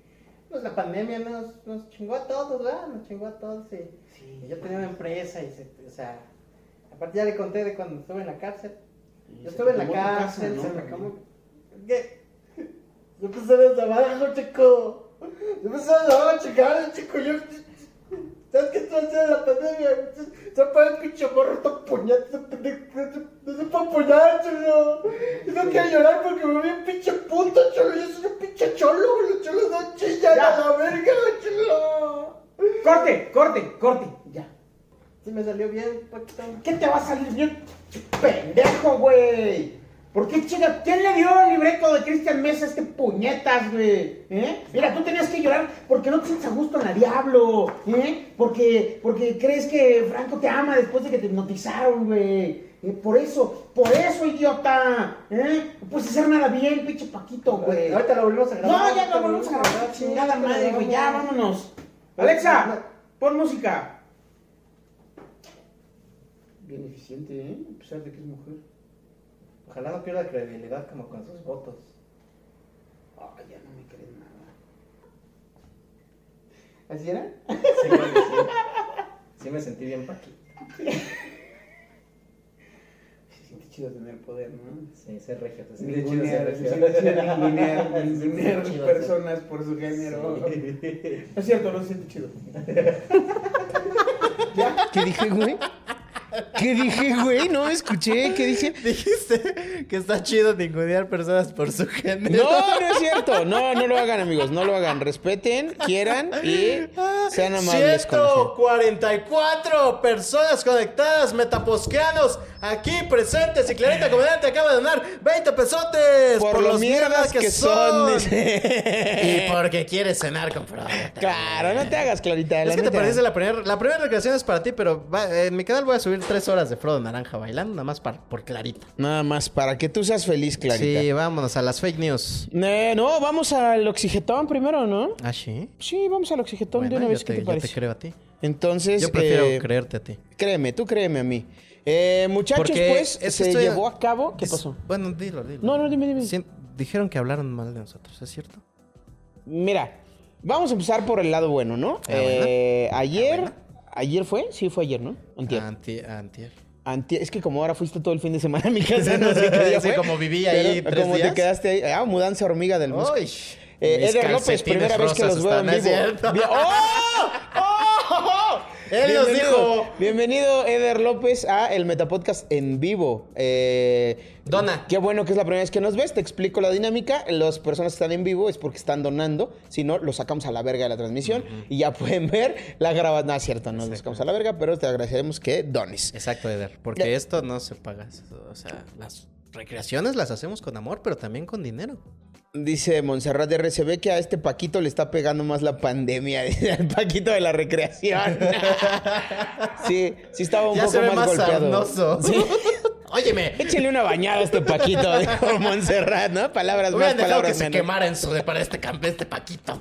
pues, la pandemia nos, nos chingó a todos, ¿verdad? Nos chingó a todos. Y, y yo tenía una empresa y, se- o sea, aparte ya le conté de cuando estuve en la cárcel. Yo
se te
estuve en la
quemó tu casa,
cárcel,
¿no,
se me
también?
acabó. ¿Qué? Yo empecé desde abajo, chico. Yo empecé desde abajo, chingada, chico. Yo, ¿Sabes qué estoy haciendo en la pandemia? Se apaga el pinche morro, está puñal, ese pendejo, no se puede apuñalar, chulo. Yo no quiero llorar porque me vi un pinche puto, chulo. Yo soy un pinche cholo, güey, los cholos no chillan a la verga, chulo.
Corte, corte, corte.
Sí me salió bien, Paquito.
¿Qué te va a salir bien? ¡Pendejo, güey! ¿Por qué chinga? ¿Quién le dio el libreto de Cristian Mesa a este puñetas, güey? ¿Eh? Mira, tú tenías que llorar porque no te sientes a gusto en la diablo, ¿eh? Porque, porque crees que Franco te ama después de que te hipnotizaron, güey. Eh, por eso, por eso, idiota. ¿Eh? No puedes hacer nada bien, pinche Paquito, güey.
Ahorita lo volvemos a grabar.
No, ya lo volvemos a grabar. Chingada madre, güey. Ya, vámonos. Alexa, pon música. Bien eficiente, ¿eh? A pesar de que es mujer.
Ojalá no pierda credibilidad como con sus votos.
Ah, ya no me creen nada. ¿Así era?
Sí, güey, sí. Sí me sentí bien, Paquito.
Se siente chido tener poder, ¿no?
Sí, ser regio. Se siente chido
Ningunear,
ser regio.
se siente chido ningunear,
Se
ningunear
siente chido ser-
personas por su género.
Sí.
No es cierto, no se siente chido.
¿Qué dije, güey? ¿Qué dije, güey? No escuché. ¿Qué dije?
Dijiste que está chido ningunear personas por su género.
No, no es cierto. No, no lo hagan, amigos. No lo hagan. Respeten, quieran y sean amables con la gente.
144 personas conectadas, metaposqueanos, aquí presentes. Y Clarita Comediante acaba de donar 20 pesotes
Por lo
los
mierdas que son, dice.
y porque quiere cenar con Frodo.
Claro, no te hagas, Clarita.
Es
la
que te
neta.
parece la primera la primera recreación es para ti, pero va- eh, en mi canal voy a subir 3 horas de Frodo Naranja bailando, nada más para, por Clarita.
Nada más, para que tú seas feliz, Clarita.
Sí, vámonos a las fake news.
Eh, no, vamos al oxigetón primero, ¿no?
¿Ah, sí?
Sí, vamos al oxigetón de una
Bueno, yo
vez.
te-
¿Qué te
yo
parece?
te creo a ti.
Entonces,
Yo prefiero
eh,
creerte a ti.
créeme, tú créeme a mí. Eh, muchachos,
Porque
pues,
es que
se
estoy-
llevó a cabo. ¿Qué
Es-
pasó?
Bueno, dilo, dilo.
No, no, dime, dime.
Sien- Dijeron que hablaron mal de nosotros, ¿es cierto?
Mira, vamos a empezar por el lado bueno,
Ah,
¿no? Eh, ayer, ayer fue, sí fue ayer, ¿no? Antier.
Antier. antier.
Antier- es que como ahora fuiste todo el fin de semana a mi casa, no sé qué día
Sí,
fue,
como viví ahí tres
como
días.
te quedaste ahí, ah, mudanza hormiga del bosque.
Uy,
Eh,
mis
Edgar López,
calcetines
primera vez que
rosas
los veo en
están,
vivo.
¿es cierto?
Bien- ¡Oh! ¡Oh!
Él nos
Bienvenido.
dijo.
Bienvenido, Eder López, a el Metapodcast en vivo. Eh,
Dona.
Qué bueno que es la primera vez que nos ves. Te explico la dinámica. Las personas que están en vivo es porque están donando. Si no, lo sacamos a la verga de la transmisión y ya pueden ver la grabación. No, es cierto, no lo sacamos a la verga, pero te agradeceremos que dones.
Exacto, Eder. Porque
Ya.
esto no se paga. O sea, las recreaciones las hacemos con amor, pero también con dinero.
Dice Montserrat de RCB que a este Paquito le está pegando más la pandemia. Dice el Paquito de la recreación. Sí, sí estaba un
Ya
poco
se ve
más,
más
golpeado.
sarnoso.
Sí.
Óyeme.
Échale una bañada a este Paquito, dijo Montserrat, ¿no? Palabras más,
Hubieran dejado que
palabras
se
menos.
quemara en su para este campeón, este Paquito.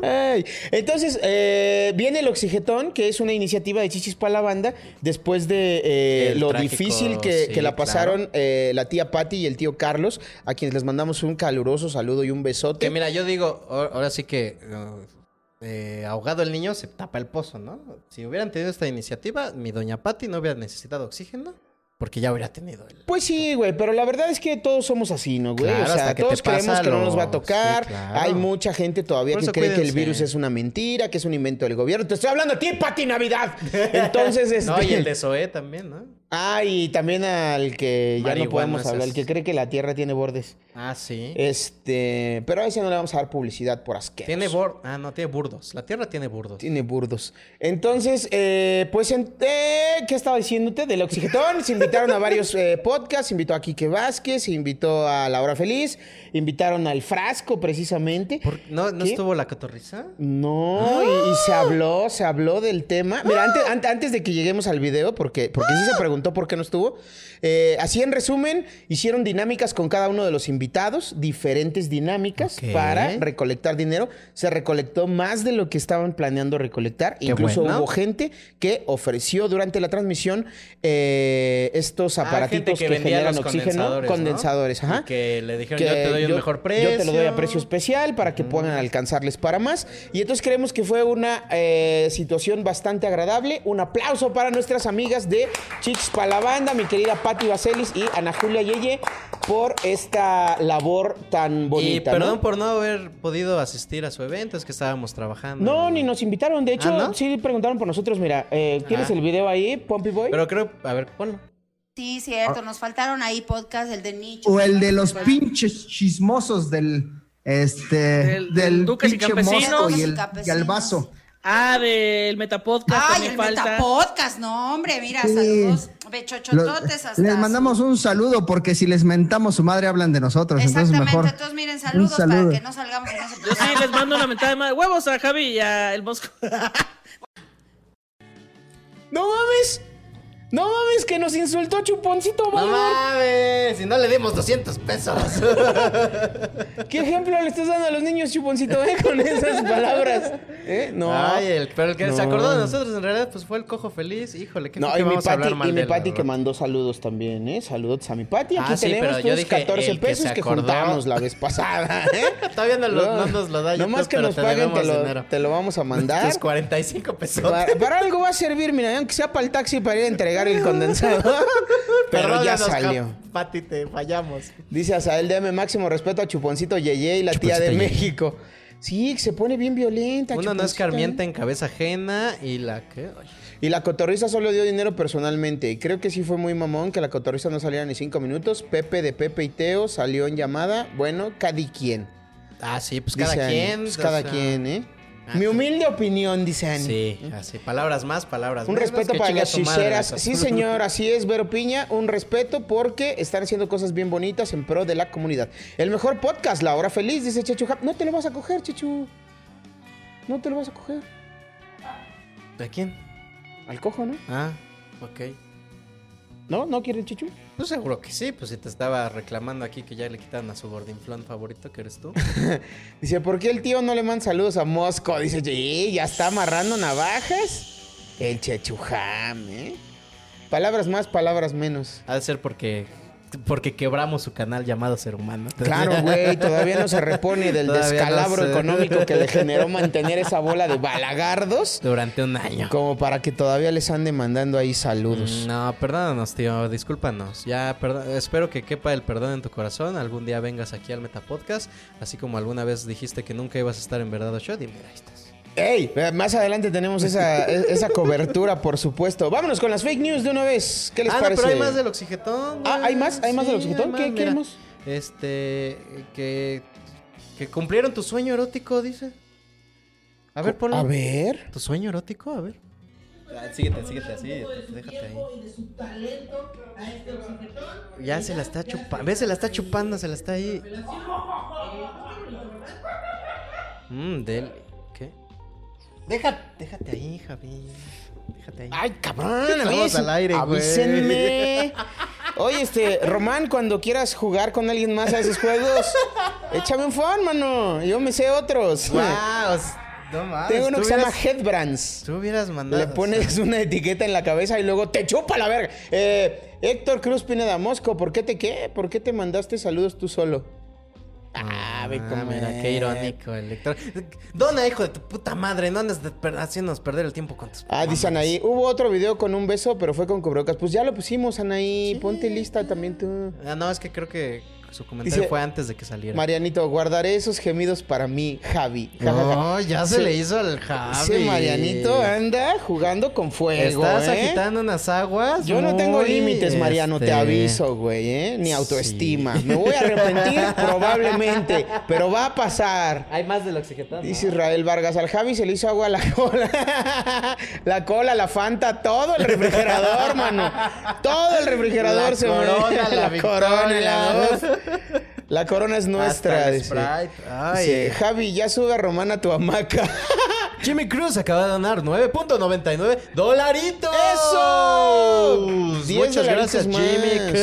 Ay, Entonces, eh, viene el Oxigetón, que es una iniciativa de Chichis para la banda, después de eh,
El
lo
trágico,
difícil que,
sí,
que la
claro.
pasaron eh, la tía Patti y el tío Carlos, a quienes les mandamos un caluroso saludo y un besote.
Que mira, yo digo, ahora ahora sí que eh, eh, ahogado el niño se tapa el pozo, ¿no? Si hubieran tenido esta iniciativa, mi doña Patti no hubiera necesitado oxígeno Porque ya hubiera tenido el...
Pues sí, güey, pero la verdad es que todos somos así, ¿no, güey?
Claro,
o sea,
hasta que te
todos creemos
pasa
que no
lo-
nos va a tocar.
Sí, claro.
Hay mucha gente todavía
Por
que
eso
cree que el
cuídense.
virus es una mentira, que es un invento del gobierno. Te estoy hablando a ti, Pati Navidad. Entonces, este...
No, y el de Zoé también, ¿no?
Ah, y también al que ya no
Marihuana,
podemos hablar,
esas.
el que cree que la Tierra tiene bordes.
Ah, sí.
Eh, Este, pero a ese no le vamos a dar publicidad por asqueroso.
Tiene bor... Ah, no, tiene burdos. La tierra tiene burdos.
Tiene burdos. Entonces, eh, pues, en- eh, ¿qué estaba diciéndote? Del Oxigetón. Se invitaron a varios eh, podcasts. Invitó a Quique Vázquez, invitó a La Hora Feliz, invitaron al Frasco, precisamente.
¿No, no
¿Qué?
estuvo la cotorriza?
No, y, y
¡Ah!
se habló, se habló del tema. Mira, antes, ante- antes de que lleguemos al video, porque, porque
¡Ah!
sí se preguntó por qué no estuvo. eh, así en resumen, hicieron dinámicas con cada uno de los invitados, diferentes dinámicas para recolectar dinero. Se recolectó más de lo que estaban planeando recolectar.
Qué
Incluso
bueno.
hubo gente que ofreció durante la transmisión eh, estos
Ah, gente
aparatitos que,
vendía
generan
los
oxígeno,
condensadores,
condensadores,
¿no?
ajá
Y que le dijeron, yo te doy un mejor precio. Mm.
yo te lo doy a precio especial para que puedan alcanzarles para más. Y entonces creemos que fue una eh, situación bastante agradable. Un aplauso para nuestras amigas de Chicks para la Banda, mi querida Patti Vaselis y Ana Julia Yeye, por esta labor tan
Y
bonita.
perdón
¿no?
por no haber podido asistir a su evento, es que estábamos trabajando.
No, ni nos invitaron. De hecho,
¿Ah, no?
sí preguntaron por nosotros. Mira, eh, ¿tienes
Ah.
el video ahí, Pompey Boy?
Pero creo, a ver, ponlo.
Sí, cierto, nos faltaron ahí podcasts, el de Nicho.
Ah. O el de los
Pero-
pinches chismosos del este del,
Duques y
pinche
Campesinos.
mosco y el,
Duques y
y el vaso.
Ah, del Metapodcast.
Ay,
también
el
falta.
Metapodcast, no, hombre, mira,
Sí.
saludos.
Lo-
Bechochototes hasta.
les mandamos un saludo porque si les mentamos su madre hablan de nosotros, entonces
Exactamente,
mejor.
entonces miren, saludos
saludo.
para que no salgamos con ese
Yo sí les mando una mentada de madre. Huevos a Javi y a El Mosco.
¡No mames! ¡No mames! ¡Que nos insultó Chuponcito
¡No
Bárbaro!
mames! Si no le dimos 200 pesos.
¿Qué ejemplo le estás dando a los niños, Chuponcito, eh, con esas palabras? ¿Eh? No.
Ay, el, pero el que se
No.
acordó de nosotros en realidad pues fue el cojo feliz. Híjole, ¿qué
No,
fue
y
que
mi
vamos a
Pati,
hablar mal
y mi
de él,
Pati
la
que
verdad?
mandó saludos también, ¿eh? Saludos a mi Pati. Aquí
Ah, sí,
tenemos
pero yo
tus
dije
14
el que
pesos
se
que,
acordó.
juntamos la vez pasada, ¿eh?
Todavía no, lo- no nos lo da YouTube,
Nomás que
pero
nos
te
paguen, te
debemos
lo,
dinero.
te lo vamos a mandar.
Tus 45 pesos.
Para, para algo va a servir, mira, aunque sea para el taxi para ir a entregar el condensado. Pero ya
Perdónanos,
salió.
Cap- Pati, te fallamos.
Dice Azael DM, máximo respeto a Chuponcito Yeye y la tía de
Chuponcito Yeye.
México. Sí, que se pone bien violenta.
Uno no es
Chuponcito,
carmienta
¿eh?
en cabeza ajena y la que... ay,
Y la cotorriza solo dio dinero personalmente. Y creo que sí fue muy mamón que la cotorriza no saliera ni cinco minutos. Pepe de Pepe y Teo salió en llamada. Bueno, cada quien.
Ah, sí, pues
Dice
cada
Ani.
quien.
Pues
o
cada
sea, ah,
quien, ¿eh? Mi humilde opinión, dice Ani. ¿Eh?
Sí, así. Palabras más, palabras
Un
menos,
respeto
que
para
chingue
las
a su madre,
chicheras.
esas.
Sí, señor, así es, Vero Piña. Un respeto porque están haciendo cosas bien bonitas en pro de la comunidad. El mejor podcast, La Hora Feliz, dice Chechu. Hub. No te lo vas a coger, Chechu. No te lo vas a coger.
¿De quién?
Al cojo, ¿no?
Ah, ok.
¿No? ¿No quiere el Chechu?
Pues seguro que sí, pues si te estaba reclamando aquí que ya le quitan a su gordinflón favorito, que eres tú.
Dice, ¿por qué el tío no le manda saludos a Mosco? Dice, "Sí, ya está amarrando navajas. El chechujam, ¿eh? Palabras más, palabras menos.
Ha de ser porque, porque quebramos su canal llamado Ser Humano.
Claro, güey, todavía no se repone del
Todavía no
descalabro
sé.
económico que le generó mantener esa bola de balagardos.
Durante un año. Mm,
Como para que todavía les ande mandando ahí saludos.
No, perdónanos, tío, discúlpanos. Ya, perdón- espero que quepa el perdón en tu corazón. Algún día vengas aquí al Metapodcast, así como alguna vez dijiste que nunca ibas a estar en verdad o shot y mira, ahí estás.
¡Ey! eh, Más adelante tenemos esa, e- esa cobertura, por supuesto. Vámonos con las fake news de una vez. ¿Qué les
ah,
parece?
no, pero hay más del oxigetón.
Ah,
güey.
¿hay más? ¿Hay más del oxigetón? ¿Qué
mira.
queremos?
Este, que, que cumplieron tu sueño erótico, dice. A ver, ponlo.
A ver.
¿Tu sueño erótico? A ver. Ah, Síguete, síguete así, déjate ahí. Ya se la está chupando. ¿Ves? Se la está chupando, se la está ahí. Mmm, del. ¿Qué? Deja, déjate ahí, Javi. Déjate ahí.
Ay, cabrón,
Estamos
avisen-
al aire, güey.
avísenme. Oye, este, Román, cuando quieras jugar con alguien más a esos juegos, échame un phone, mano. Yo me sé otros.
Guau, no mames,
Tengo uno
tú
que se llama
hubieras-
Headbrands.
Tú hubieras mandado.
Le pones una etiqueta en la cabeza y luego te chupa la verga. Eh, Héctor Cruz Pineda Mosco, ¿por qué te qué? ¿Por qué te mandaste saludos tú solo? sabe
Ah,
comer.
mira, qué irónico el lector. Dona, hijo de tu puta madre, no andes de- per- haciéndonos perder el tiempo con tus.
Ah, dice Anaí, hubo otro video con un beso, pero fue con cubrebocas. Pues ya lo pusimos, Anaí. Ponte lista también tú.
Ah, no, es que creo que su comentario
Dice-
fue antes de que saliera.
Marianito, guardaré esos gemidos para mí, Javi. Ja, ja, ja.
No, ya se
Sí.
le hizo al Javi.
Sí, Marianito ah, anda jugando con fuego.
Estás
¿eh?
agitando unas aguas.
Yo no tengo
muy,
límites, Mariano, te
este,
aviso, güey, ¿eh? Ni autoestima. Me voy a arrepentir probablemente, pero va a pasar.
Hay más de lo exigentado.
Dice Israel Vargas, al Javi se le hizo agua a la cola. la cola, la Fanta, todo el refrigerador, mano. Todo el refrigerador
La
se me-
corona, la
corona,
Victoria.
la voz. La corona es nuestra.
Hasta el
dice.
Sprite. Ay.
Dice, eh, Javi, ya sube a Romana tu hamaca.
Jimmy Cruz acaba de donar 9.99 dolaritos.
¡Eso! Diez
Muchas
dolaritos
gracias,
más.
Jimmy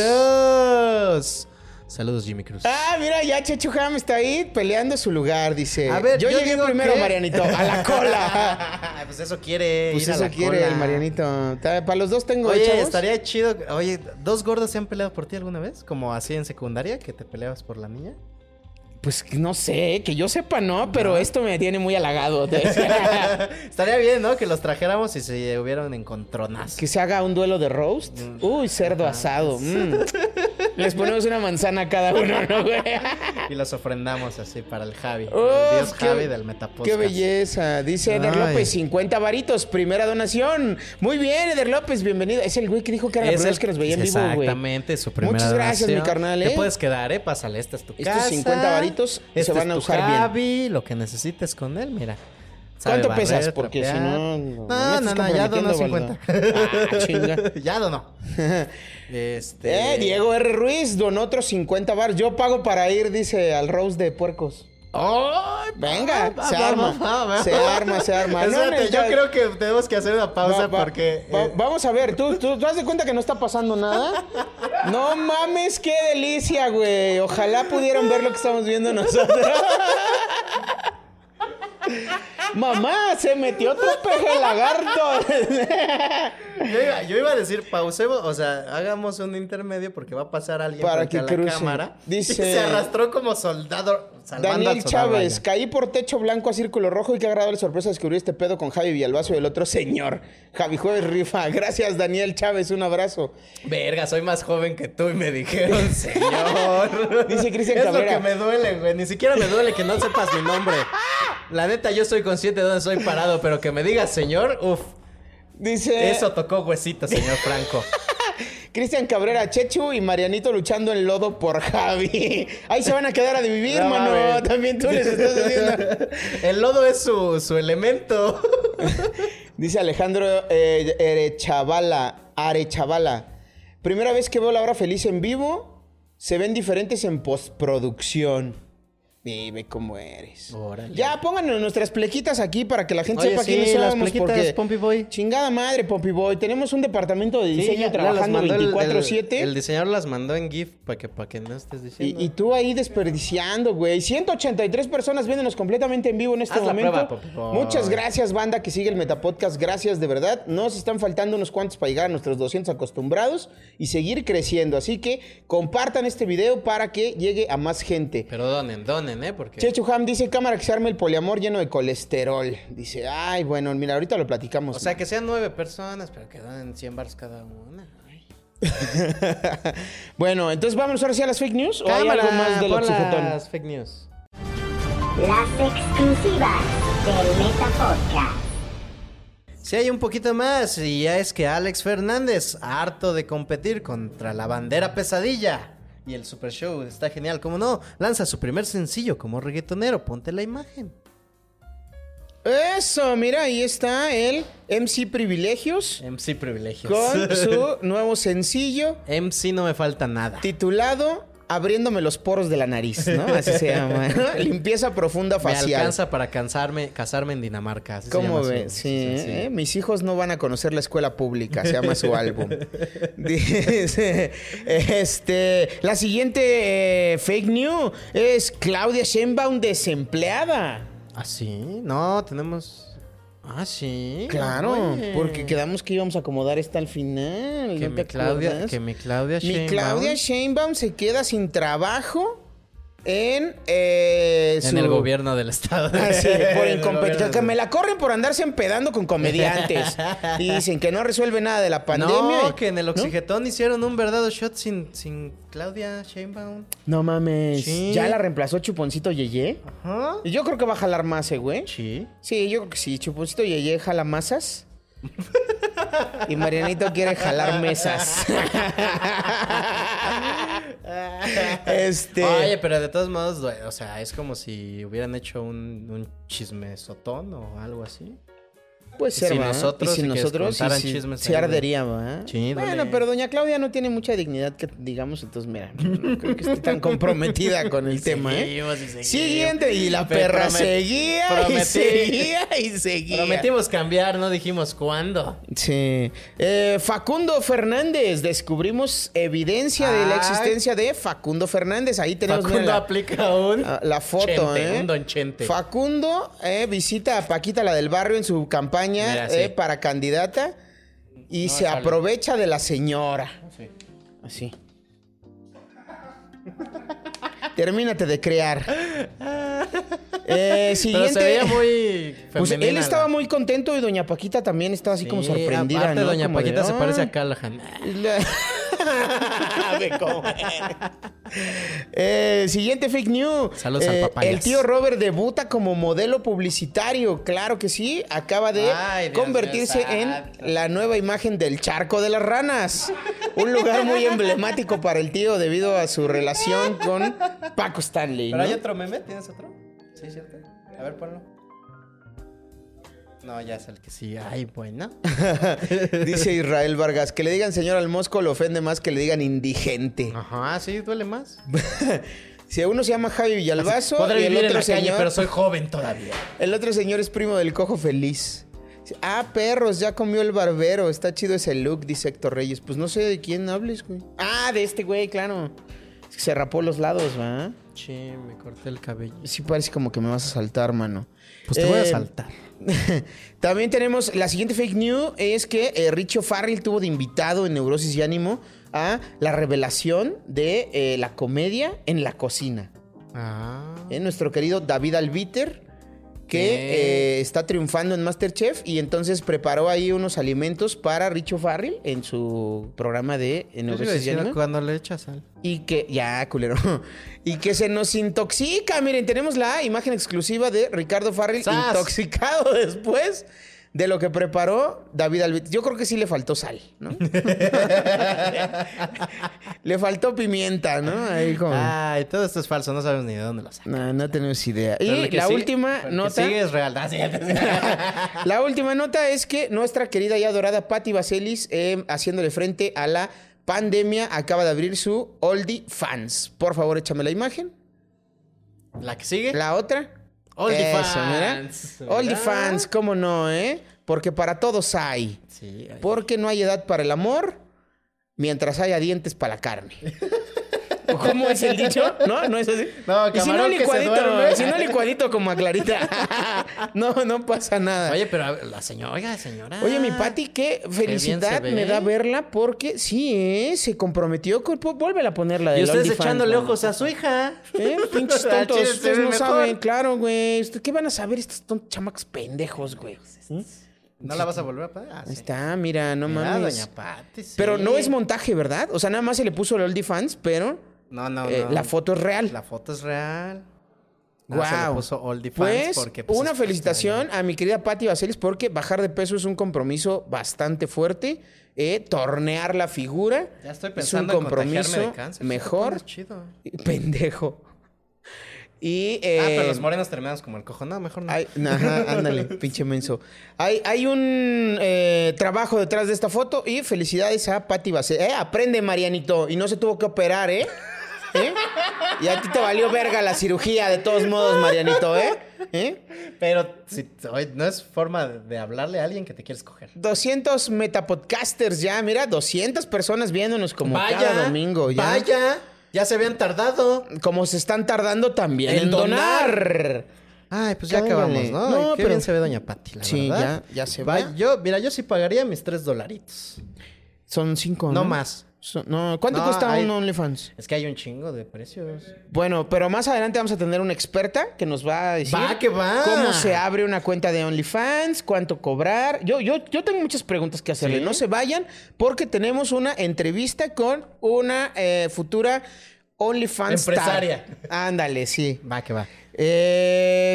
Cruz. Saludos, Jimmy Cruz.
Ah, mira, ya Chechuham está ahí peleando su lugar, dice.
A ver,
yo,
yo
llegué
digo
primero,
que-
Marianito, a la cola.
Ah, pues eso quiere.
Pues
ir a
eso
la
quiere
cola.
el Marianito. Ta- Para los dos tengo
Oye,
eh, chavos.
estaría chido. Oye, ¿dos gordos se han peleado por ti alguna vez? Como así en secundaria, que te peleabas por la niña.
Pues no sé, que yo sepa no, pero esto me tiene muy halagado. te decía.
Estaría bien, ¿no? Que los trajéramos y se hubieran encontronazos.
que se haga un duelo de roast.
Mm.
Uy, cerdo asado. mm. Les ponemos una manzana a cada uno, ¿no, güey?
Y los ofrendamos así para el Javi.
Uf,
el Dios
Oh, qué-
Javi del Metapodcast.
Qué belleza. Dice Eder
Ay.
López, 50 varitos, primera donación. Muy bien, Eder López, bienvenido. Es el güey que dijo que era la
Es
primera vez
el-
que nos veía en vivo, güey.
Exactamente, su primera
Muchas gracias,
donación.
mi carnal, ¿eh?
Te puedes quedar, ¿eh? Pásale, esta es tu
Estos
casa.
50 varitos se
Este
van
es
a
tu
usar bien.
Javi, lo que necesites con él, mira. Sabe
¿Cuánto
barrer,
pesas? Porque si
trapear.
no.
No, no, no, ya donó 50.
Ah, chinga.
ya donó. Este.
Eh, Diego R. Ruiz donó otros 50 bar. Yo pago para ir, dice, al Rose de Puercos.
¡Ay!
Venga,
va,
se
va,
arma.
va, va, va.
Se arma, se arma. No
Espérate, yo
necesitas-
creo que tenemos que hacer una pausa
Va, va,
porque.
va-
eh,
vamos a ver, ¿tú, tú, tú haz de cuenta que no está pasando nada? No mames, qué delicia, güey. Ojalá pudieran ver lo que estamos viendo nosotros. Mamá, se metió otro peje lagarto.
Yo iba, yo iba a decir, pausemos, o sea, hagamos un intermedio porque va a pasar alguien
Para
frente
que
a la
cruce.
cámara.
Dice-
Y se arrastró como soldado. salvando
Daniel
al soldado
Chávez,
allá.
caí por techo blanco a círculo rojo y qué agradable sorpresa descubrir este pedo con Javi Villalbazo y el otro señor. Javi Jueves Rifa. Gracias, Daniel Chávez, un abrazo.
Verga, soy más joven que tú y me dijeron, señor.
Dice Cristian
Es
Cabrera.
lo que me duele, güey. Ni siquiera me duele que no sepas mi nombre. La neta, yo soy consciente de dónde soy parado, pero que me digas, señor, uff.
Dice
Eso tocó huesito, señor Franco.
Cristian Cabrera, Chechu y Marianito luchando en lodo por Javi. Ahí se van a quedar a vivir,
No
mano.
mames.
También tú les estás haciendo.
El lodo es su, su elemento.
Dice Alejandro eh, Erechavala, Arechavala. Primera vez que veo la hora feliz en vivo, se ven diferentes en postproducción. Vive como eres. Ya pónganos nuestras plequitas aquí para que la gente
Oye,
sepa
sí,
quiénes
las
somos.
plequitas,
porque
Pompey Boy.
Chingada madre, Pompey Boy. Tenemos un departamento de
Sí,
diseño
ya- ya
trabajando
las mandó el- el-
24-7.
El, diseñador las mandó en GIF para que, para que no estés
Y,
diciendo.
y tú ahí desperdiciando, güey. 183 personas viéndonos completamente en vivo en este
Haz la
momento.
prueba, por favor.
Muchas gracias, banda que sigue el Metapodcast. Gracias, de verdad. Nos están faltando unos cuantos para llegar a nuestros 200 acostumbrados y seguir creciendo. Así que compartan este video para que llegue a más gente.
Pero donen, donen, ¿eh? Porque.
Chechu Ham dice, cámara que se arme el poliamor lleno de colesterol. Dice, ay, bueno, mira, ahorita lo platicamos.
o sea, que sean nueve personas, pero que donen 100 bars cada una.
Bueno, entonces vamos ahora sí a las fake news o hay algo más de lo
pon
sujetón?
las fake news.
Las exclusivas del Meta Podcast.
Sí, hay un poquito más, y ya es que Alex Fernández, harto de competir contra la bandera pesadilla. Y el Super Show está genial, como no, lanza su primer sencillo como reggaetonero, ponte la imagen.
Eso, mira, ahí está el MC Privilegios
MC Privilegios.
con su nuevo sencillo
MC no me falta nada.
titulado Abriéndome los poros de la nariz, ¿no? Así se llama. ¿no? Limpieza profunda
Me
facial.
alcanza para cansarme, casarme en Dinamarca. así se
¿Cómo
llama su-
ves?
su
Sí,
sencillo.
¿eh? mis hijos no van a conocer la escuela pública, se llama su álbum. Dice, este, la siguiente eh, fake news es Claudia Sheinbaum desempleada.
¿Ah, sí? No, tenemos. Ah, sí.
Claro,
Oye.
porque quedamos que íbamos a acomodar esta al final.
Que
¿no
mi
te
Claudia,
acuerdas?
que mi Claudia
Mi
Sheinbaum-
Claudia Sheinbaum se queda sin trabajo en eh, Ah,
En el gobierno del estado.
Sí, por
En el
incompetencia.
gobierno
Que
del-
me la corren por andarse empedando con comediantes. Y dicen que no resuelve nada de la pandemia.
No,
y-
que en el oxigetón hicieron un verdadero shot sin, sin Claudia Sheinbaum.
No mames.
Sí.
¿Ya la reemplazó Chuponcito Yeye?
Ajá.
Y Yo creo que va a jalar más, eh, güey.
Sí.
Sí, yo creo que sí. Chuponcito Yeye jala masas. y Marianito quiere jalar mesas. este.
Oye, pero de todos modos, due- o sea, es como si hubieran hecho un, un chisme sotón o algo así.
Puede
Y
ser,
si
¿va?
nosotros,
Y si
que
nosotros, sí,
contaran
sí,
chismes
se
ahí, güey.
ardería, ¿va?
Sí, duele.
Bueno, pero doña Claudia no tiene mucha dignidad que digamos, entonces mira, no creo que esté tan comprometida con el tema, ¿eh?
Seguimos y seguimos.
Siguiente, y la
Pe-
perra
promet-
seguía y
prometí-
seguía y seguía.
Prometimos cambiar, no dijimos cuándo.
Sí. Eh, Facundo Fernández, descubrimos evidencia de la
Ay.
existencia de Facundo Fernández. Ahí tenemos mira,
Facundo
la- Ah,
aplica un
la, la foto,
chente,
¿eh?
un don chente.
Facundo eh, visita a Paquita, la del barrio, en su campaña
Mira,
eh,
sí.
para candidata y
No,
se
chale.
aprovecha de la señora.
Sí.
Así. Termínate de crear. Eh, siguiente.
Pero se veía muy
Pues él
femenina
estaba
la-
muy contento y Doña Paquita también estaba así como
Sí,
sorprendida.
aparte,
¿no?
doña
Como de,
Paquita se
"Ah".
parece a Callahan.
Ve cómo es. Eh, siguiente fake news.
Saludos
Eh,
al papayas.
El tío Robert debuta como modelo publicitario. Claro que sí. Acaba de
Ay, Dios
convertirse
mío, santo.
en la nueva imagen del charco de las ranas. Un lugar muy emblemático para el tío debido a su relación con Paco Stanley.
¿Pero hay
¿no?
otro meme? ¿Tienes otro? Sí, cierto. A ver, ponlo. No, ya es el que sí. Ay, bueno.
Dice Israel Vargas, que le digan señor al mosco le ofende más que le digan indigente.
Ajá, sí, duele más.
Si uno se llama Javi Villalbazo
Podré
y el
vivir en
otro
la
señor...
calle, pero soy joven todavía.
El otro señor es primo del cojo feliz. Dice, Ah, perros, ya comió el barbero. Está chido ese look, dice Héctor Reyes. Pues no sé de quién hables, güey. Ah, de este güey, claro. Es que se rapó los lados, ¿va?
Che, me corté el cabello.
Sí parece como que me vas a saltar, mano.
Pues te voy a
Eh,
saltar.
También tenemos la siguiente fake news es que eh, Richo Farrell tuvo de invitado en Neurosis y Ánimo a la revelación de eh, la comedia en la cocina.
Ah.
Eh, nuestro querido David Albiter, que
¿Qué?
eh, está triunfando en Masterchef y entonces preparó ahí unos alimentos para Richo Farrell en su programa de en
Yo te
Neurosis
iba a
y
decir
Ánimo.
cuando le echas sal.
Y que, ya, culero. Y que se nos intoxica. Miren, tenemos la imagen exclusiva de Ricardo Farrell
¡Sas!
intoxicado después de lo que preparó David Albit. Yo creo que sí le faltó sal, ¿no? le faltó pimienta, ¿no? Ahí como-
Ay, todo esto es falso, no sabemos ni de dónde lo sacan.
No, no tenemos idea.
Pero
Y
el que
la
sigue-
última
el que
nota.
sigue es real. Ah, sí.
La última nota es que nuestra querida y adorada Patti Vaselis, eh, haciéndole frente a la pandemia, acaba de abrir su Oldie Fans. Por favor, échame la imagen.
La que sigue.
La otra.
OnlyFans,
Eso, mira.
¿verdad?
OnlyFans, cómo no, ¿eh? Porque para todos hay.
Sí, ay.
Porque no hay edad para el amor mientras haya dientes para la carne. ¿O ¿Cómo es el dicho? No, no es así.
No,
Y si no
camarón que se
licuadito,
duerme.
si no licuadito como a Clarita. No, no pasa nada.
Oye, pero a ver, la señora, oiga, señora.
Oye, mi Pati, qué felicidad
ve.
me da verla porque sí, ¿eh? se comprometió. con- pu- Vuélvela a ponerla de
Y ustedes
OnlyFans,
echándole
mano.
ojos a su hija.
¿Eh? Pinches
Al
tontos.
chile se
Ustedes
ve
no
mejor.
saben, claro, güey. Ustedes, ¿Qué van a saber estos tontos chamacos pendejos, güey? ¿Eh?
¿No la vas a volver a pagar? Ah,
Ahí
sí.
está, mira, no
Mira,
mames.
doña Pati, sí.
Pero no es montaje, ¿verdad? O sea, nada más se le puso el OnlyFans, pero
No, no,
eh,
no.
la foto es real.
La foto es real.
Wow.
Wow. Se le puso OnlyFans
pues,
porque, pues,
una
es- pues,
felicitación a mi querida Patti Vaselis porque bajar de peso es un compromiso bastante fuerte. eh, tornear la figura
Ya estoy
es un
pensando en
compromiso
contagiarme de cáncer.
mejor.
Está chido.
Pendejo. Y,
Ah,
eh,
pero los morenos terminamos como el cojón. No, mejor no.
hay- ajá, ándale, pinche menso. Hay, hay un eh, trabajo detrás de esta foto y felicidades a Patti Baselis. Eh, aprende, Marianito. Y no se tuvo que operar, ¿eh? ¿Eh? Y a ti te valió verga la cirugía, de todos modos, Marianito, ¿eh? ¿Eh?
Pero si, oye, no es forma de, de hablarle a alguien que te quieres coger.
200 metapodcasters ya, mira, 200 personas viéndonos como cada domingo. Ya.
Vaya. Ya se habían tardado.
Como se están tardando también en,
En
donar.
Ay, pues ya
Cángale.
acabamos, ¿no?
No,
Ay, Qué
pero-
bien se ve Doña Pati, la
Sí,
verdad.
ya- ya se
Va-
va.
Yo, mira, yo sí pagaría mis tres dolaritos.
Son cinco,
No más.
So- No, ¿cuánto
No,
cuesta
hay-
un OnlyFans?
Es que hay un chingo de precios.
Bueno, pero más adelante vamos a tener una experta que nos va a decir
Va, que va.
cómo se abre una cuenta de OnlyFans, cuánto cobrar. Yo, yo, yo tengo muchas preguntas que hacerle.
¿Sí?
No se vayan porque tenemos una entrevista con una eh, futura OnlyFans star.
Empresaria.
Ándale, sí. Eh,
Va, que va.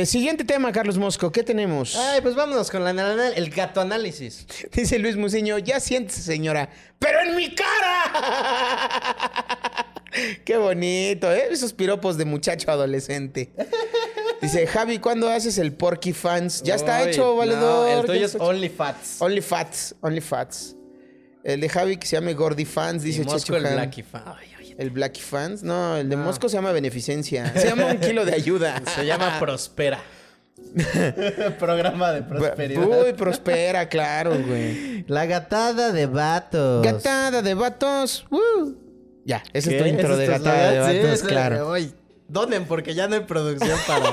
siguiente tema, Carlos Mosco. ¿Qué tenemos?
Ay, pues vámonos con la, na- na- el gato análisis.
Dice Luis Muciño, ya siéntese, señora. ¡Pero en mi cara! Qué bonito, ¿eh? Esos piropos de muchacho adolescente. Dice, Javi, ¿cuándo haces el Porky Fans? Ya está
Ay,
hecho,
no,
valedor.
el tuyo
Ya
es
está hecho.
Only Fats.
Only Fats, Only Fats. El de Javi que se llama Gordy Fans, dice
y Mosco
Checho
el
Han.
Blacky Ah. Fan. Ay,
El Blacky Fans. No, el de
No.
Mosco se llama Beneficencia. Se llama un kilo de ayuda.
Se llama Prospera. Programa de prosperidad.
Uy, prospera, claro, güey.
La gatada de vatos.
Gatada de vatos. Woo. Ya, ese es tu
¿Qué?
intro
¿Ese
de
es tu
gatada de
eslogan? Sí,
vatos,
ese-
claro.
Oye, donen porque ya no hay producción para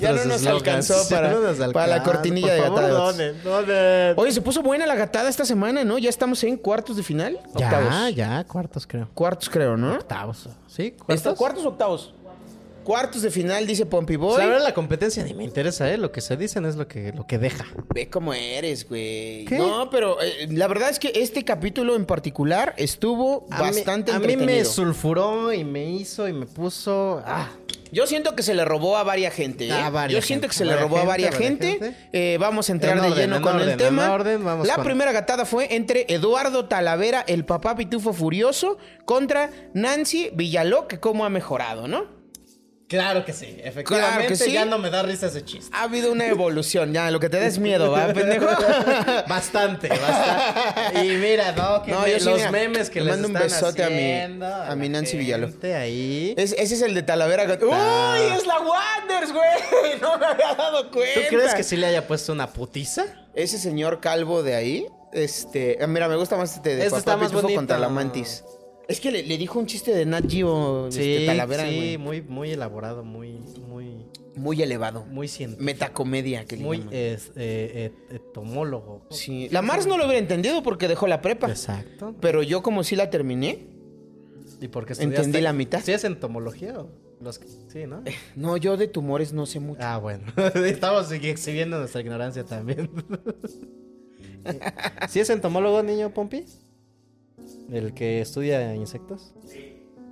Ya no nos
eslogans.
alcanzó para-
Ya no nos
para la cortinilla
Por
de
favor,
gatada de vatos.
donen, donen.
Oye, se puso buena la gatada esta semana, ¿no? Ya estamos en cuartos de final.
ya,
Octavos.
ya, cuartos creo.
Cuartos creo, ¿no?
Octavos. ¿Sí?
¿Está cuartos o octavos? Cuartos de final, dice Pompey
O
Boy.
sea, ahora la competencia ni me interesa, ¿eh? Lo que se dicen es lo que, lo que deja.
Ve cómo eres, güey.
¿Qué?
No, pero eh, la verdad es que este capítulo en particular estuvo
A mí-
bastante
a mí,
entretenido.
me sulfuró y me hizo y me puso. Ah,
Yo siento que se le robó a varias gente. ¿eh?
A varia
Yo siento
gente,
que se le
varia
robó a
gente,
varias
varia
gente.
gente.
Eh, vamos a entrar
En
de
orden,
lleno
en
con el
orden,
tema.
en orden, vamos
la
con-
primera gatada fue entre Eduardo Talavera, el papá pitufo furioso, contra Nancy Villaló, que cómo ha mejorado, ¿no?
claro que sí, Ah, efectivamente.
Claro que sí.
Ya no me da risa ese chiste.
Ha habido una evolución, ya, lo que te des miedo, ¿va, pendejo?
Bastante, bastante. Y mira, no, que
No,
me-
yo sí,
los
mira,
memes que
le
les
mando un
están
besote a mi-
haciendo,
a mi
la
Nancy
gente
Villaló.
ahí.
Es- ese es el de Talavera. con- ¡Uy! ¡Es la Wanders, güey! No me había dado cuenta.
Ah. ¿Tú crees que sí le haya puesto una putiza?
Ese señor calvo de ahí, este. ah, Mira, me gusta más este de
Este
Papá
está más
Pitufo
bonito.
contra la mantis. Es que le, le dijo un chiste de Nat Geo este, Talavera,
sí,
güey.
muy, muy elaborado, muy, muy,
Muy elevado.
muy científico.
Metacomedia que le
Muy
llaman.
es, eh, et- etomólogo.
Sí. La Mars no lo hubiera entendido porque dejó la prepa.
Exacto.
Pero yo, como sí la terminé,
¿Y por qué
Entendí
estudiaste-
la mitad.
¿Sí es entomología? o Los... Sí, ¿no?
no, yo de tumores no sé mucho.
Ah, bueno. Estamos exhibiendo nuestra ignorancia también. ¿Sí es entomólogo, niño Pompi? ¿El que estudia insectos? Sí.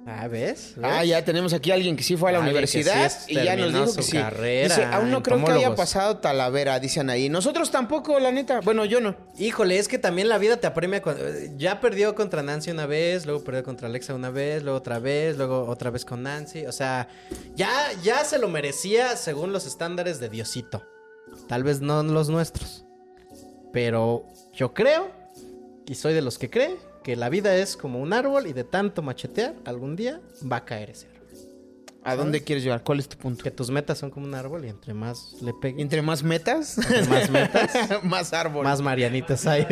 Ah, ¿ves? ¿Ves?
Ah, ya tenemos aquí a alguien que sí fue a la
Alguien que sí
universidad
es-
y ya nos
terminó
dijo que
su
sí.
carrera
Dice, aún no
en
creo que haya
tomólogos".
pasado Talavera, dicen ahí. Nosotros tampoco, la neta. Bueno, yo no.
Híjole, es que también la vida te apremia. cuando- Ya perdió contra Nancy una vez, luego perdió contra Alexa una vez, luego otra vez, luego otra vez con Nancy. O sea, ya, ya se lo merecía según los estándares de Diosito. Tal vez no los nuestros. Pero yo creo, y soy de los que cree, que la vida es como un árbol y de tanto machetear, algún día va a caer ese árbol.
¿A dónde quieres llevar? ¿Cuál es tu punto?
Que tus metas son como un árbol y entre más le peguen,
Entre más metas,
entre más metas,
más árbol.
más marianitas hay.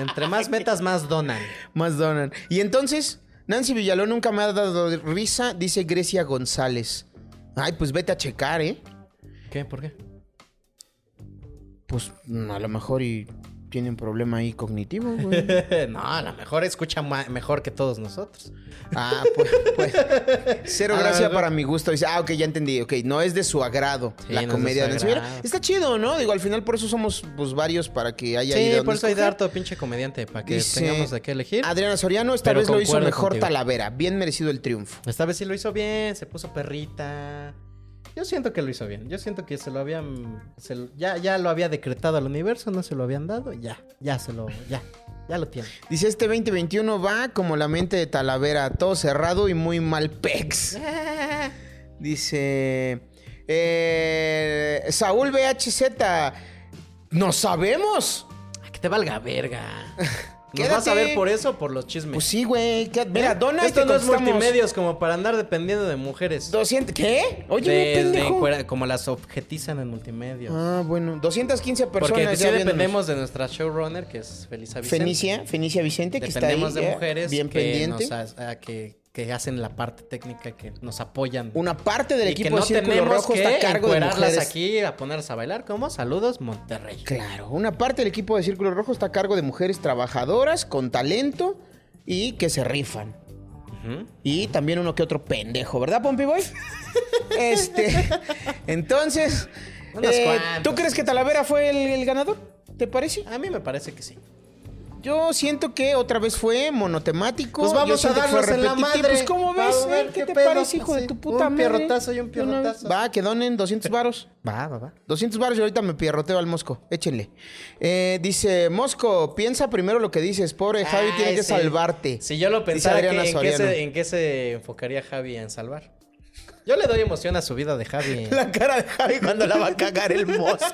Entre más metas, más donan.
Más donan. Y entonces, Nancy Villalón nunca me ha dado risa, dice Grecia González. Ay, pues vete a checar, ¿eh?
¿Qué? ¿Por qué?
Pues mm, a lo mejor y tiene un problema ahí cognitivo, güey.
no, a lo mejor escucha ma- mejor que todos nosotros.
Ah, pues, pues. Cero
A lo
gracia
mejor.
para mi gusto. Dice, ah, ok, ya entendí. Ok, no es de su agrado
Sí,
la
no es de
comedia
su
de Nancy Villalón.
agrado.
Está chido, ¿no? Digo, al final por eso somos pues varios para que haya ahí de
Sí,
dónde
por eso hay de
escoger.
harto pinche comediante, para que
Dice-
tengamos de qué elegir.
Adriana Soriano, esta
Pero
vez lo hizo
concuerdo
mejor
contigo.
Talavera. Bien merecido el triunfo.
Esta vez sí lo hizo bien, se puso perrita. Yo siento que lo hizo bien. Yo siento que se lo habían. se lo- ya, ya lo había decretado al universo, no se lo habían dado. Ya, ya se lo. Ya, ya lo tiene.
Dice, este 2021 va como la mente de Talavera, todo cerrado y muy mal pex. Dice, eh, Saúl BHZ, no sabemos.
Ay, que te valga verga. ¿Nos
Quédate.
vas a ver por eso o por los chismes?
Pues sí, güey. ¿qué- Mira,
¿Eh?
dona y
Esto
te
no es
contestamos.
multimedios como para andar dependiendo de mujeres.
200, ¿Qué? Oye,
De- de
pendejo.
encuera- como las objetizan en multimedios.
Ah, bueno. 215 personas.
Porque pues sí
ya viéndonos.
dependemos de nuestra showrunner, que es Felisa Vicente.
Fenicia, Fenicia Vicente, que está ahí.
Dependemos de
ya,
mujeres
bien
que,
pendiente.
nos ha- a que que hacen la parte técnica que nos apoyan.
Una parte del
Y que
equipo
no
de Círculo
tenemos
Rojo
que
está a cargo de
encuerarlas
mujeres.
aquí a ponerse a bailar. ¿Cómo? Saludos, Monterrey.
Claro, una parte del equipo de Círculo Rojo está a cargo de mujeres trabajadoras con talento y que se rifan. Y también uno que otro pendejo, ¿verdad, Pompey Boy? este. Entonces.
Unas
eh,
cuantas.
¿Tú crees que Talavera fue el, el ganador? ¿Te parece?
A mí me parece que sí.
Yo siento que otra vez fue monotemático.
Pues
Yo
vamos a
siento que fue
darnos en la
repetitivo.
madre.
Pues, ¿cómo ves?
Vamos a ver
eh? ¿Qué,
qué
te
pedo.
parece, hijo de
Así,
tu puta
un
madre?
pierrotazo y un
De una vez.
pierrotazo.
Va, que donen 200 varos.
Va, va, va.
200 baros y ahorita me pierroteo al Mosco. Échenle. Eh, dice, Mosco, piensa primero lo que dices. Pobre Javi
Ay,
tiene que
Ah, sí.
salvarte.
este, Si yo lo
Dice
pensara,
Adriana
que- en, qué
Soriano.
se, en qué se enfocaría Javi en salvar? Yo le doy emoción a su vida de Javi.
La cara de Javi cuando la va a cagar el Mosco.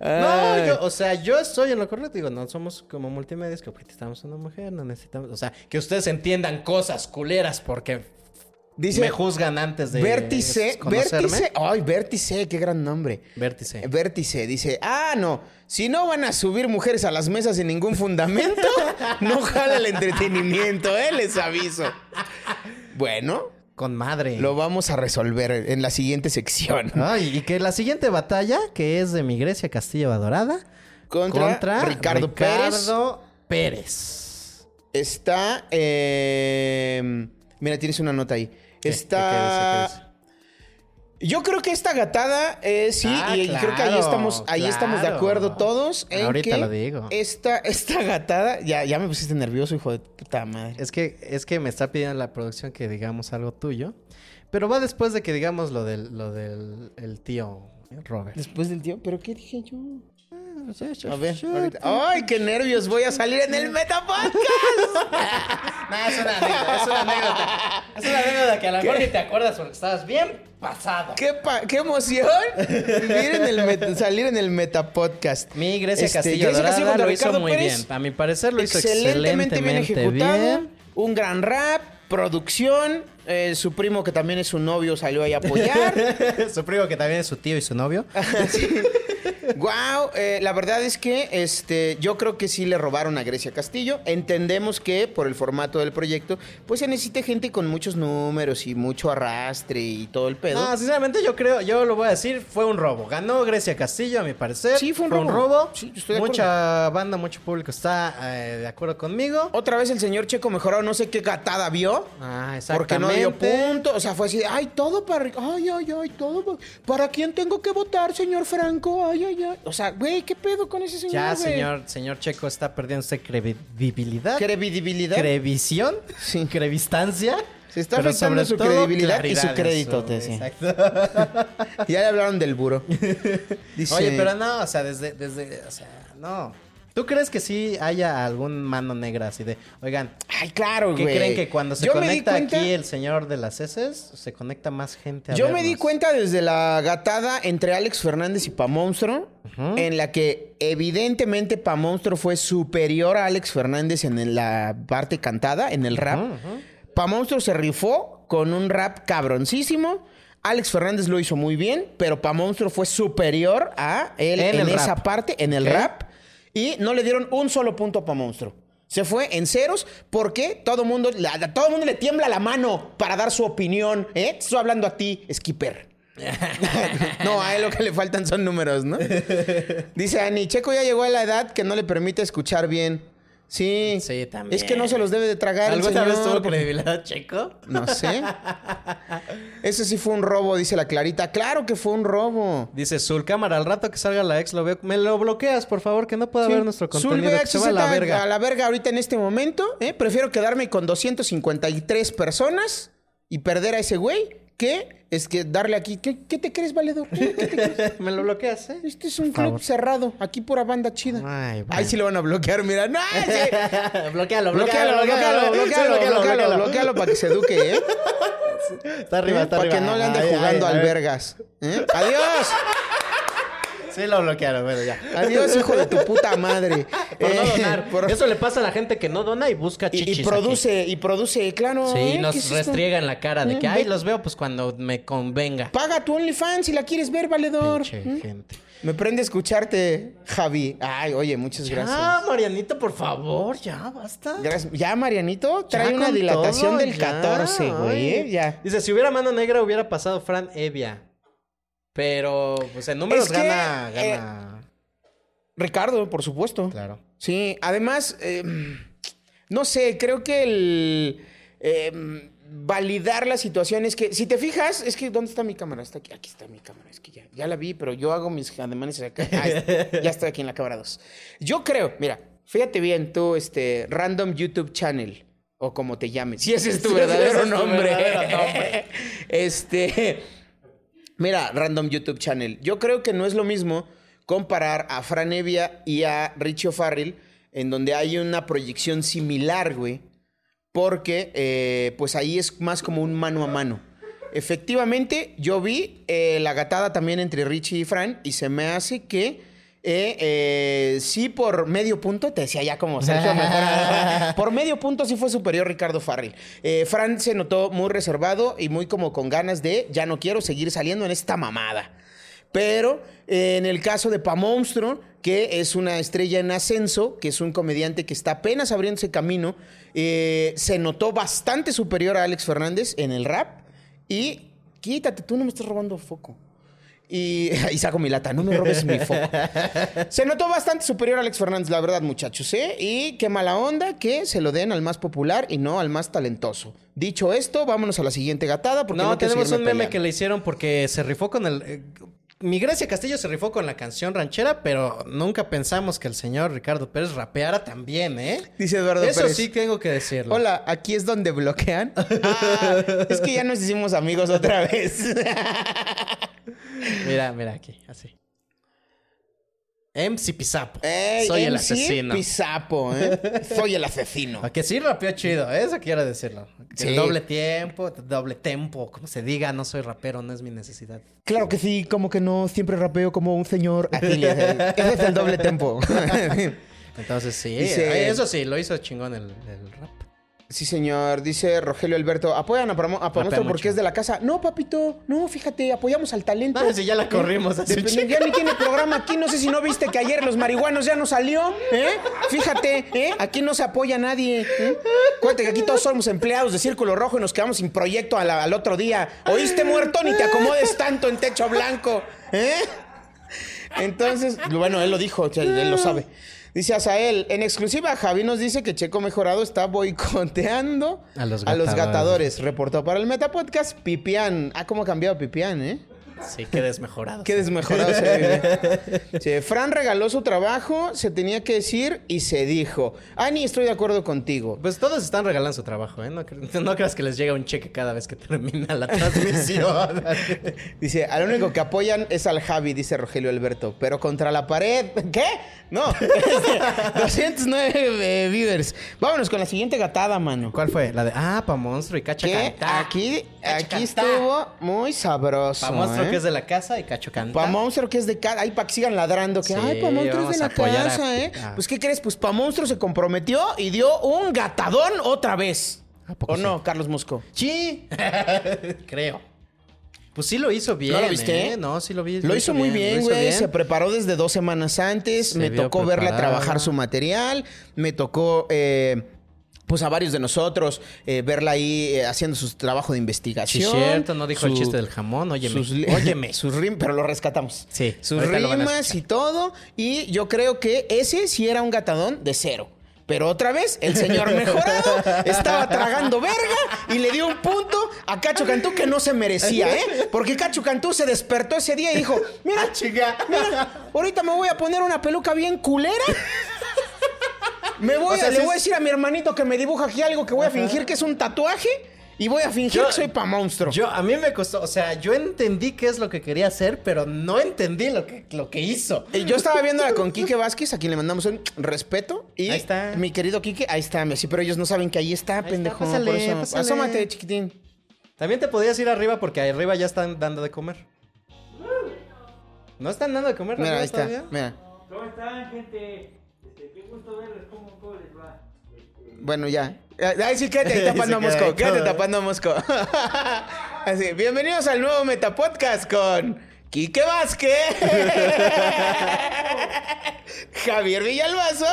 No, yo, Ah. o sea, yo estoy en lo correcto. Digo, no somos como multimedios que objetizamos a una mujer, no necesitamos. O sea, que ustedes entiendan cosas culeras porque
Dice-
me juzgan antes de.
Vértice,
conocerme.
vértice. Ay, vértice, qué gran nombre.
Vértice.
Vértice dice, ah, no, si no van a subir mujeres a las mesas sin ningún fundamento, no jala el entretenimiento, ¿eh? Les aviso. Bueno.
Con madre.
Lo vamos a resolver en la siguiente sección.
Ay, y que la siguiente batalla, que es de mi Grecia Castillo Adorada,
Contra, Ricardo,
Ricardo
Pérez. Está. eh, mira, tienes una nota ahí. Está. Yo creo que esta gatada, eh, sí,
Ah,
y creo que ahí
claro,
estamos, ahí estamos de
claro.
acuerdo todos. En
Ahorita
que
lo digo.
Esta, esta gatada, ya, ya me pusiste nervioso, hijo de puta madre.
Es que, es que me está pidiendo la producción que digamos algo tuyo. Pero va después de que digamos lo del, lo del el tío Robert.
Después del tío, ¿pero qué dije yo?
A
ver, ahorita. ¡Ay, qué nervios! Voy a salir en el Metapodcast.
es una anécdota, es una anécdota. Es una anécdota que a lo mejor ni te acuerdas porque estabas bien pasado.
¡Qué, pa- qué emoción! Vivir en el met- salir en el Metapodcast.
Mi Grecia
Este,
Castillo,
Grecia Castillo
Dorada
contra
lo hizo
Ricardo
muy
Pérez.
bien. A mi parecer lo hizo
excelentemente, bien ejecutado.
bien.
Un gran rap, producción. eh, su primo, que también es su novio, salió ahí a apoyar.
su primo que también es su tío y su novio.
wow, eh, la verdad es que este, yo creo que sí le robaron a Grecia Castillo. Entendemos que por el formato del proyecto, pues se necesita gente con muchos números y mucho arrastre y todo el pedo.
No, sinceramente yo creo, yo lo voy a decir, fue un robo. Ganó Grecia Castillo, a mi parecer.
Sí, fue un robo. Sí, yo estoy de
Mucha banda, mucho público está eh, de acuerdo conmigo.
Otra vez el señor Checo mejorado, no sé qué gatada vio.
Ah,
Porque no dio
exactamente.
punto. O sea, fue así, de, ay, todo para... Ay, ay, ay, todo pa- para... quién tengo que votar, señor Franco? Ay, ay, ay. O sea, güey, ¿qué pedo con ese señor,
Ya,
güey?
señor, señor Checo, está perdiendo usted credibilidad.
Credibilidad.
Crevisión. Crevistancia.
Se está
pero
afectando
sobre
su
todo
credibilidad y su
claridad,
crédito,
eso,
te decía.
Exacto.
Ya le hablaron del buro. Dice,
Oye, pero no, o sea, desde, desde, o sea, no. ¿Tú crees que sí haya algún mano negra así de, oigan,
Ay, claro,
¿qué
güey.
creen que cuando se
Yo me di
conecta
cuenta-
aquí el señor de las heces, se conecta más gente a
Yo me di
vernos?
cuenta desde la gatada entre Alex Fernández y Pa Monstruo, en la que evidentemente Pa Monstruo fue superior a Alex Fernández en la parte cantada, en el rap. Pa Monstruo se rifó con un rap cabroncísimo. Alex Fernández lo hizo muy bien, pero Pa Monstruo fue superior a él
En
en,
el
esa
rap.
parte, en el
Ok.
rap. Y no le dieron un solo punto a Pa Monstruo. Se fue en ceros porque todo mundo, la- todo mundo le tiembla la mano para dar su opinión. ¿eh? Te Estoy hablando a ti, Skipper. no, a él lo que le faltan son números, ¿no? Dice Ani, Checo ya llegó a la edad que no le permite escuchar bien. Sí,
Sí, también.
es que no se los debe de tragar. el
¿Alguna vez
señor,
tuvo
porque-
credibilidad, Checo?
No sé. Ese sí fue un robo, dice la Clarita. Claro que fue un robo.
Dice Zul, cámara, al rato que salga la ex, lo veo. Me lo bloqueas, por favor, que no pueda
Sí.
ver nuestro
Zul
contenido. que se va a la
VHZ
verga.
A la verga ahorita en este momento. ¿eh? Prefiero quedarme con 253 personas y perder a ese güey que es que darle aquí. ¿Qué, qué te crees, valedor? ¿Eh? ¿Qué te crees?
Me lo bloqueas, ¿eh?
Este es un
Por favor.
club cerrado. Aquí pura banda chida.
Ay,
Ahí sí lo van a bloquear, mira. ¡No! sí!
bloquealo,
Bloquealo,
eh.
bloquealo, bloquealo, bloquealo, bloquealo para que se eduque, ¿eh?
Está arriba, está
Para
arriba.
que no le ande
Ay,
jugando
ay,
al
ay.
vergas. ¿eh? ¡Adiós!
Sí, lo bloquearon, bueno, ya.
Adiós, hijo de tu puta madre.
Por no
Eh,
donar.
por-
Eso le pasa a la gente que no dona y busca
y-
chichis.
y,
aquí.
produce, y produce, claro.
Sí, Eh,
¿eh?
nos
¿Qué es esto?
restriega en la cara de que,
Mm,
ay,
ve-
los veo pues cuando me convenga.
Paga tu OnlyFans si la quieres ver, valedor.
Pinche
¿Mm?
gente.
Me prende escucharte, Javi. Ay, oye, muchas gracias.
Ah, Marianito, por favor, ya, basta.
Gracias. Ya, Marianito, trae
Ya
una
con
dilatación
todo,
del
ya,
14, güey.
ay.
¿eh? Ya.
Dice, si hubiera mano negra hubiera pasado Fran Evia. Pero, pues en números
Es que,
gana,
eh,
gana.
Ricardo, por supuesto.
Claro.
Sí, además, eh, no sé, creo que el eh, validar la situación es que, si te fijas, es que ¿dónde está mi cámara? Está aquí, aquí está mi cámara, es que ya, ya la vi, pero yo hago mis ademanes acá. Ah, está, ya estoy aquí en la cámara 2. Yo creo, mira, fíjate bien, tú, este, Random YouTube Channel, o como te llames, si ese es tu
Sí, ese
verdadero
es tu
nombre.
verdadero nombre.
este, mira, Random YouTube Channel, yo creo que no es lo mismo comparar a Fran Evia y a Richie O'Farrell, en donde hay una proyección similar, güey, porque eh, pues ahí es más como un mano a mano. Efectivamente, yo vi eh, la gatada también entre Richie y Fran y se me hace que eh, eh, sí por medio punto, te decía ya como Sergio mejor. por medio punto sí fue superior Ricardo Farrell. Eh, Fran se notó muy reservado y muy como con ganas de ya no quiero seguir saliendo en esta mamada. Pero eh, en el caso de Pa Monstruo, que es una estrella en ascenso, que es un comediante que está apenas abriéndose camino, eh, se notó bastante superior a Alex Fernández en el rap. Y quítate, tú no me estás robando foco. Y, y saco mi lata, no me robes mi foco. Se notó bastante superior a Alex Fernández, la verdad, muchachos, ¿eh? Y qué mala onda que se lo den al más popular y no al más talentoso. Dicho esto, vámonos a la siguiente gatada porque
No,
no, quiero
tenemos un
seguirme
meme
peleando.
que le hicieron porque se rifó con el... eh, mi Gracia Castillo se rifó con la canción ranchera, pero nunca pensamos que el señor Ricardo Pérez rapeara también, ¿eh?
Dice Eduardo
Eso
Pérez.
sí tengo que decirlo.
Hola, aquí es donde bloquean. Ah, es que ya nos hicimos amigos otra vez.
Mira, mira aquí, así. MC Pisapo.
Ey,
Soy el
MC
asesino.
Pisapo, ¿eh? Soy el asesino.
A que sí rapeó chido, ¿eh? eso quiero decirlo.
Sí.
El doble tiempo, doble tempo, como se diga, no soy rapero, no es mi necesidad.
Claro que sí, como que no, siempre rapeo como un señor. Así le- Ese es el doble tempo.
Entonces sí,
Dice-
eh, eso sí, lo hizo chingón el, el rap.
Sí, señor, dice Rogelio Alberto. ¿Apoyan a Pamo- a Pamonstro
mucho.
porque es de la casa? No, papito, no, fíjate, apoyamos al talento.
No, si ya la corrimos pues, hace un
Pues, Ya ni tiene programa aquí, no sé si no viste que ayer los marihuanos ya no salió, ¿eh? Fíjate, ¿eh? Aquí no se apoya nadie, ¿eh? Cuéntate que aquí todos somos empleados de Círculo Rojo y nos quedamos sin proyecto a la- al otro día. ¿Oíste, muerto? Ni te acomodes tanto en techo blanco, ¿eh? Entonces, bueno, él lo dijo, o sea, él lo sabe. Dice Azael, en exclusiva, Javi nos dice que Checo Mejorado está boicoteando
A los
gatadores. Reportó para el Meta Podcast Pipián. Ah, cómo ha cambiado Pipián, ¿eh?
Sí, qué desmejorado.
Qué desmejorado se ve. Sí, Fran regaló su trabajo, se tenía que decir y se dijo. Ani, estoy de acuerdo contigo.
Pues todos están regalando su trabajo, ¿eh? No, cre- no creas que les llega un cheque cada vez que termina la transmisión.
Dice, al único que apoyan es al Javi, dice Rogelio Alberto, pero contra la pared. ¿Qué? No. Este, 209 eh, viewers. Vámonos con la siguiente gatada, mano.
¿Cuál fue? La de, ah, pa' monstruo y cacha
Que
cantá.
aquí, aquí estuvo muy sabroso.
Ah, Pa' monstruo
¿eh?
que es de la casa y cacho canta.
Pa' monstruo que es de casa. Ay, pa' que sigan ladrando. Que,
Sí,
ay, pa' monstruo es
vamos
de
a
la
apoyar a-
casa, ¿eh?
Ah.
Pues, ¿qué crees? Pues, pa' monstruo se comprometió y dio un gatadón otra vez. ¿O no, Carlos Musco?
Sí. Creo. Pues sí lo hizo bien.
¿No lo viste?
¿eh? No, sí lo vi.
Lo hizo muy bien,
lo hizo
güey.
bien.
Se preparó desde dos semanas antes.
Se
me
vio
tocó verla
preparada.
trabajar su material. Me tocó, eh, pues a varios de nosotros, eh, verla ahí eh, haciendo su trabajo de
Ah, Sí,
investigación.
cierto, no dijo el
Su-
chiste del jamón. Óyeme.
Sus, li-
óyeme.
Sus rimas, pero lo rescatamos.
Sí,
Sus
ahorita lo van a
rimas y todo. Y yo creo que ese sí era un gatadón de cero. Pero otra vez, el señor mejorado estaba tragando verga y le dio un punto a Cacho Cantú que no se merecía, ¿eh? Porque Cacho Cantú se despertó ese día y dijo:
Ah,
Mira, chica, mira, ahorita me voy a poner una peluca bien culera. Me voy
O sea,
a, le
sí
voy a
es-
decir a mi hermanito que me dibuja aquí algo que voy a fingir que es un tatuaje y voy a fingir
Yo-
que soy pa' monstruo.
Yo, a mí me costó, o sea, yo entendí qué es lo que quería hacer, pero no entendí lo que, lo que hizo.
Eh, Yo estaba viéndola con Quique Vázquez, a quien le mandamos un respeto. Y
Ahí está.
mi querido Quique, ahí está, sí, pero ellos no saben que ahí está, pendejo.
pásale,
por eso.
pásale.
Asómate, chiquitín.
También te podías ir arriba porque arriba ya están dando de comer. ¿No están dando de comer?
Mira,
arriba
ahí está.
todavía?
Mira.
¿Cómo están, gente? Este, qué gusto verles, ¿cómo, cómo les va? Este,
Bueno, ya. Eh, Ay, sí, quédate ahí
Sí,
tapando a
se queda
Mosco.
ahí
Quédate
todo.
tapando a Mosco. Así, bienvenidos al nuevo Metapodcast con Quique Vázquez. Javier Villalbazo.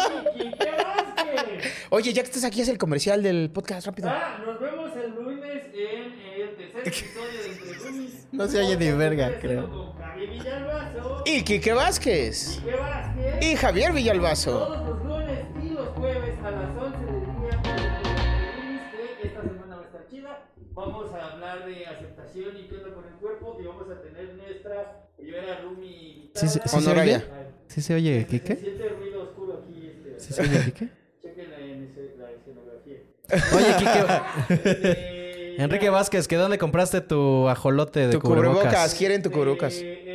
Oye, ya que estás aquí, haz el comercial del podcast rápido.
Ah, nos vemos el lunes en el tercer episodio de Entre Roomies.
No se oye ni verga, creo.
Con Javi Villalbazo.
Y Quique Vázquez.
Quique Vázquez.
Y Javier Villalbazo.
Todos los lunes y los jueves a las 11 del día. por el Entre Roomies, que Esta semana va a estar chida. Vamos a hablar de aceptación y qué onda con el cuerpo. Y vamos a tener nuestra primera roomie.
¿Sí, se- sí se
Honoraya.
oye? ¿Sí se oye, Quique?
Siente ruido oscuro aquí. Este,
¿Sí se oye, Quique?
Chequen la, ence- la escenografía.
Oye, Quique. Enrique Vázquez, ¿que dónde compraste tu ajolote de
Tu
cubrebocas?
cubrebocas, quieren tu cubrebocas.
Eh,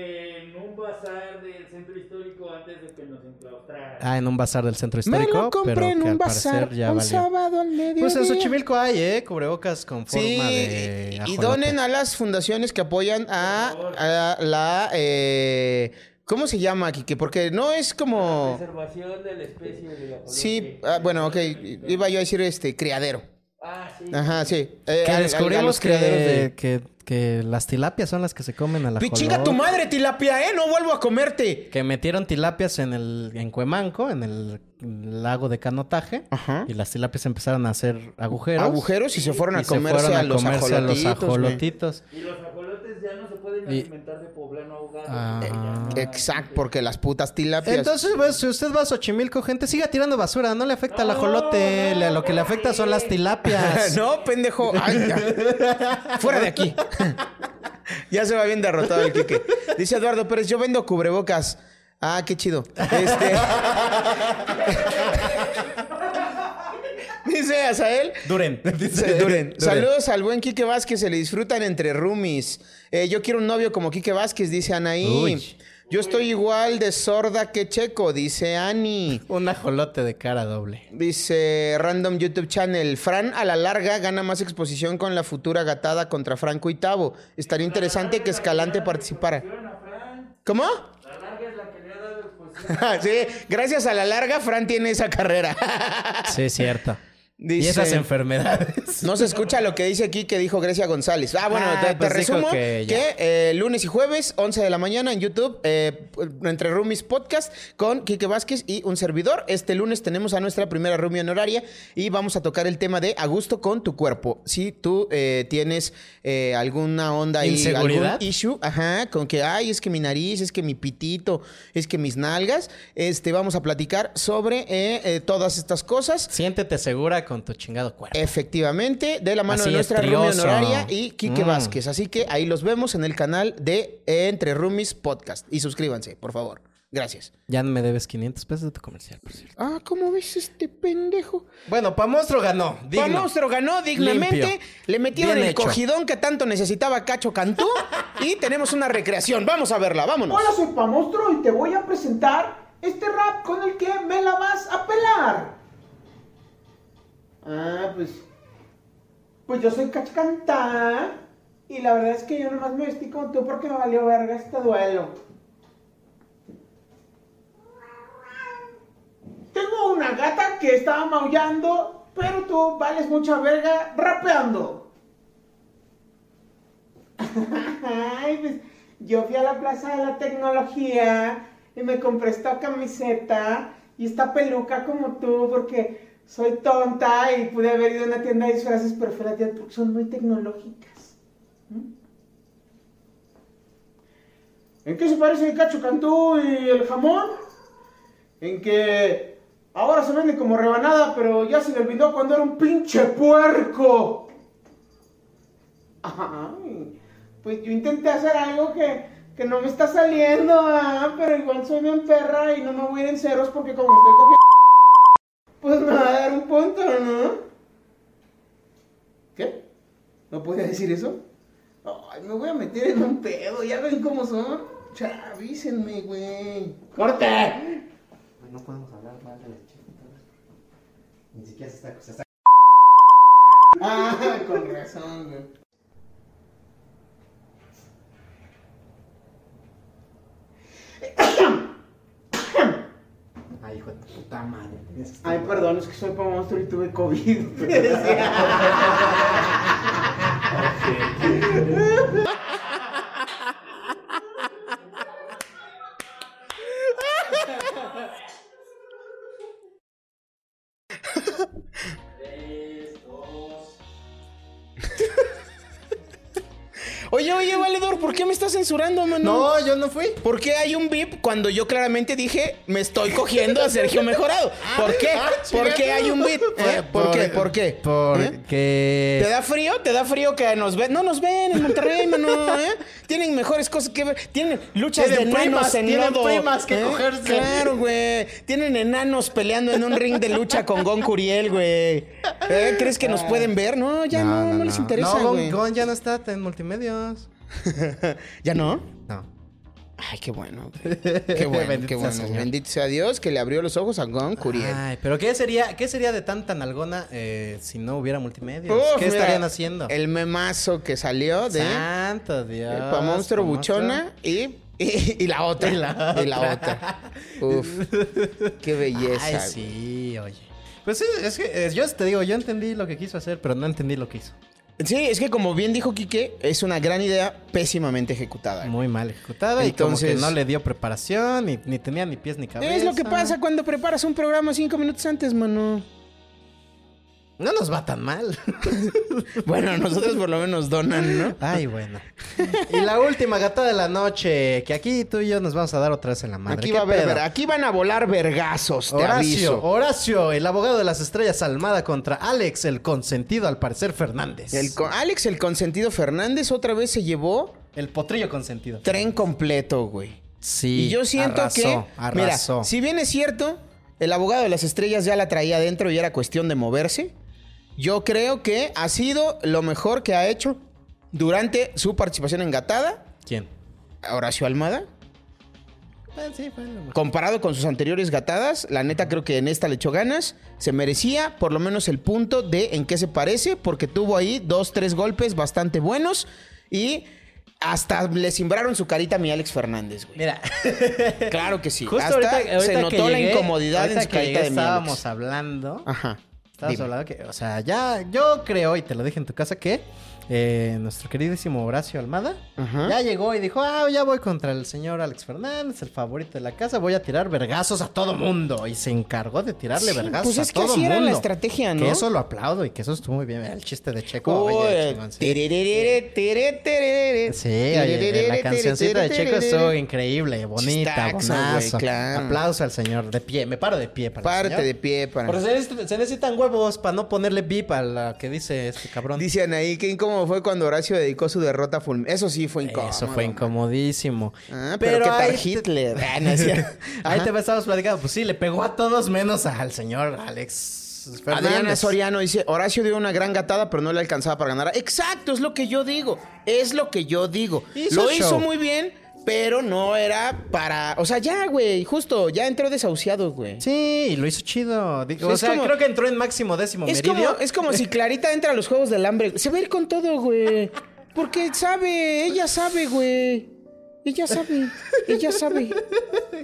En un bazar del centro histórico antes de que nos enclaustraran.
Ah, en un bazar del centro histórico.
Me lo
pero
compré en
que
un
al
bazar
parecer ya
un
valió.
sábado al mediodía.
Pues en Xochimilco hay, ¿eh? Cubrebocas con forma
Sí,
de.
y
ajolote.
donen a las fundaciones que apoyan a, a la... eh, ¿Cómo se llama, Quique? Porque no es como...
Conservación de la especie de la
Sí, ah, bueno, ok. Iba yo a decir este, criadero.
Ah, sí.
Ajá, sí. Eh,
Que
a- a- a
descubrimos
los
que,
criaderos de- Pues
que, que las tilapias son las que se comen a la
¡Chinga tu madre, tilapia, eh! ¡No vuelvo a comerte!
Que metieron tilapias en el en Cuemanco, en el lago de canotaje. Y las tilapias empezaron a hacer agujeros.
Agujeros y se fueron a comerse
fueron
a los
comerse a los
ajolotitos, güey.
ajolotitos.
Y los ajolotes ya no se pueden
Y-
alimentar de poblano ahogado.
Ah.
Exacto, porque las putas tilapias...
Entonces, pues, si usted va a Xochimilco, gente, siga tirando basura. No le afecta al ajolote. le- lo que le afecta son las tilapias.
no, pendejo. Ay, ya. Fuera de aquí. ya se va bien derrotado el Quique. Dice Eduardo Pérez, yo vendo cubrebocas. Ah, qué chido. Este... Dice Azael.
Duren.
Dice, Duren. Saludos al buen Quique Vázquez, se le disfrutan entre roomies. Eh, yo quiero un novio como Quique Vázquez, dice Anaí.
Uy.
Yo estoy igual de sorda que Checo, dice Ani.
Un ajolote de cara doble.
Dice Random YouTube Channel, Fran a la larga gana más exposición con la futura gatada contra Franco y Tavo. Estaría interesante que Escalante participara. ¿Cómo? sí, gracias a la larga Fran tiene esa carrera.
Sí, cierto.
Dice-
y esas enfermedades.
No se escucha lo que dice aquí que dijo Grecia González. Ah, bueno,
Ah,
te, te
pues dijo
resumo que,
que ya.
eh, lunes y jueves, 11 de la mañana en YouTube, eh, entre Roomies Podcast con Quique Vázquez y un servidor. Este lunes tenemos a nuestra primera roomie honoraria y vamos a tocar el tema de a gusto con tu cuerpo. Si tú eh, tienes eh, alguna onda ahí,
¿Inseguridad?
algún issue, ajá, con que, ay, es que mi nariz, es que mi pitito, es que mis nalgas, este, vamos a platicar sobre eh, eh, todas estas cosas.
Siéntete segura con tu chingado
Eh.
cuerpo.
Efectivamente, de la mano
Así
de
es,
nuestra roomie
trioso.
honoraria y Quique
Mm.
Vázquez. Así que ahí los vemos en el canal de Entre Roomies Podcast. Y suscríbanse, por favor. Gracias.
Ya me debes 500 pesos de tu comercial, por cierto.
Ah, ¿cómo ves este pendejo?
Bueno, Pa' Monstruo ganó.
Pa' Monstruo ganó dignamente.
Limpio.
Le metieron
Bien
el
hecho.
cogidón que tanto necesitaba Cacho Cantú. y tenemos una recreación. Vamos a verla, vámonos.
Hola, soy Monstruo y te voy a presentar este rap con el que me la vas a pelar. Ah, pues. Pues yo soy Cachcantá. Y la verdad es que yo nomás me vestí con tú porque me valió verga este duelo. Tengo una gata que estaba maullando, pero tú vales mucha verga rapeando. Ay, pues yo fui a la Plaza de la Tecnología y me compré esta camiseta y esta peluca como tú porque soy tonta y pude haber ido a una tienda de disfraces, pero fue la tienda porque son muy tecnológicas. ¿Mm? ¿En qué se parece el cacho cantú y el jamón? En que ahora se vende como rebanada, pero ya se le olvidó cuando era un pinche puerco. Ay. Pues yo intenté hacer algo que, que no me está saliendo, ah, pero igual soy bien perra y no me voy a ir en ceros porque como estoy cogiendo, pues me va a dar un punto, ¿no? ¿Qué? ¿No podía decir eso? Ay, me voy a meter en un pedo, ya ven cómo son. Cha, avísenme, güey. ¡Corte!
No podemos hablar mal de los chicos. Ni siquiera se está... Se está...
Ah, con razón, güey.
Ay, hijo de tu puta madre. Tienes que estar-
Ay, perdón, es que soy pa' monstruo y tuve COVID.
Oye, oye, Valedor, ¿por qué me estás censurando, mano?
No, yo no fui.
¿Por qué hay un VIP cuando yo claramente dije me estoy cogiendo a Sergio Mejorado? ¿Por qué?
Ah,
¿Por
chingada.
qué hay un VIP? Eh, ¿Por qué? ¿Por qué? ¿Eh?
Porque.
¿Te da frío? ¿Te da frío que nos ven? No nos ven en Monterrey, mano. ¿eh? Tienen mejores cosas que ver. Tienen luchas
Tienen
de enanos
primas,
en
tienen
lodo, ¿eh?
primas que cogerse.
Claro, güey. Tienen enanos peleando en un ring de lucha con Gon Curiel, güey. ¿Eh? ¿Crees que nos pueden ver? No, ya no, no, les interesa,
Ah. No,
güey.
Gon, Gon ya no está en multimedios.
¿Ya no?
No.
Ay, qué bueno. güey. Qué bueno,
Bendito
qué
sea
bueno.
Señor.
Bendito sea Dios que le abrió los ojos a Gon Curiel.
Ay, pero ¿qué sería, qué sería de tanta nalgona eh, si no hubiera multimedia?
Uf,
¿Qué
mira,
estarían haciendo?
El memazo que salió de...
Santo Dios.
Eh, pa' monstruo buchona y, y, y la otra.
Y la
Y la
otra.
otra. Uf. Qué belleza.
Ay,
güey.
sí, oye. Pues sí, es que eh, yo te digo, yo entendí lo que quiso hacer, pero no entendí lo que hizo.
Sí, es que como bien dijo Quique, es una gran idea pésimamente ejecutada. güey.
Muy mal ejecutada y
Entonces-
como que no le dio preparación, ni, ni tenía ni pies ni cabeza.
Es lo que pasa cuando preparas un programa cinco minutos antes, mano.
No nos va tan mal.
Bueno, a nosotros por lo menos donan, ¿no?
Ay, bueno. Y la última gata de la noche, que aquí tú y yo nos vamos a dar otra vez en la madre.
Aquí,
¿Qué
va a haber-
pedo?
aquí van a volar vergazos, te
Horacio,
aviso.
Horacio, el abogado de las estrellas Almada contra Alex, el consentido al parecer Fernández.
El co- Alex, el consentido Fernández, otra vez se llevó
El potrillo consentido.
tren completo, güey.
Sí.
y yo siento
arrasó,
que,
Arrasó.
mira, si bien es cierto, el abogado de las estrellas ya la traía adentro y era cuestión de moverse, yo creo que ha sido lo mejor que ha hecho durante su participación en Gatada,
¿Quién?
Horacio Almada.
Ah, sí, fue lo mejor.
Comparado con sus anteriores gatadas, la neta creo que en esta le echó ganas. Se merecía por lo menos el punto de en qué se parece, porque tuvo ahí dos, tres golpes bastante buenos y hasta le simbraron su carita a mi Alex Fernández, güey.
Mira,
Claro que sí.
justo
Hasta
ahorita, ahorita
se
que
notó la
llegué-
incomodidad
ahorita
en su
que
carita
llegué
de mi
Estábamos
Alex.
hablando.
Ajá.
Estabas
Dime.
hablando que, o sea, ya, yo creo, y te lo dije en tu casa, que eh, nuestro queridísimo Horacio Almada
Ajá.
ya llegó y dijo, ah, ya voy contra el señor Alex Fernández, el favorito de la casa, voy a tirar vergazos a todo mundo. Y se encargó de tirarle
Sí,
vergazos
pues
a
es que
todo
así
mundo.
era la estrategia, ¿no?
Que eso lo aplaudo y que eso estuvo muy bien. El chiste de Checo.
Uy,
oye, chingón, sí.
tererere, tererere, tererere.
Sí, oye, la cancioncita de Checo estuvo increíble, bonita,
Chistaxo, güey,
bonazo.
claro.
Aplauso al señor, de pie, me paro de pie para el
Parte
señor.
de pie para.
Porque se, neces- se necesitan huevos para no ponerle bip a la que dice este cabrón.
Dicen ahí que incómodo fue cuando Horacio dedicó su derrota a Fulmin. Eso sí fue incómodo.
Eso fue incomodísimo.
Ah, pero, qué tal
ahí te-
Hitler. Ah, no es cierto.
Ahí
Ajá.
te estábamos platicando. Pues sí, le pegó a todos menos al señor Alex Fernández.
Adriana Soriano dice, Horacio dio una gran gatada, pero no le alcanzaba para ganar. Exacto, es lo que yo digo. Es lo que yo digo.
Hizo
lo
show.
hizo muy bien, pero no era para... O sea, ya, güey, justo, ya entró desahuciado, güey.
Sí, y lo hizo chido. Digo, O
Es
sea,
como-
creo que entró en máximo décimo
Es como, eh,
meridio.
es como si Clarita entra a los Juegos del Hambre. Se va a ir con todo, güey. Porque sabe, ella sabe, güey. Ella sabe, ella sabe.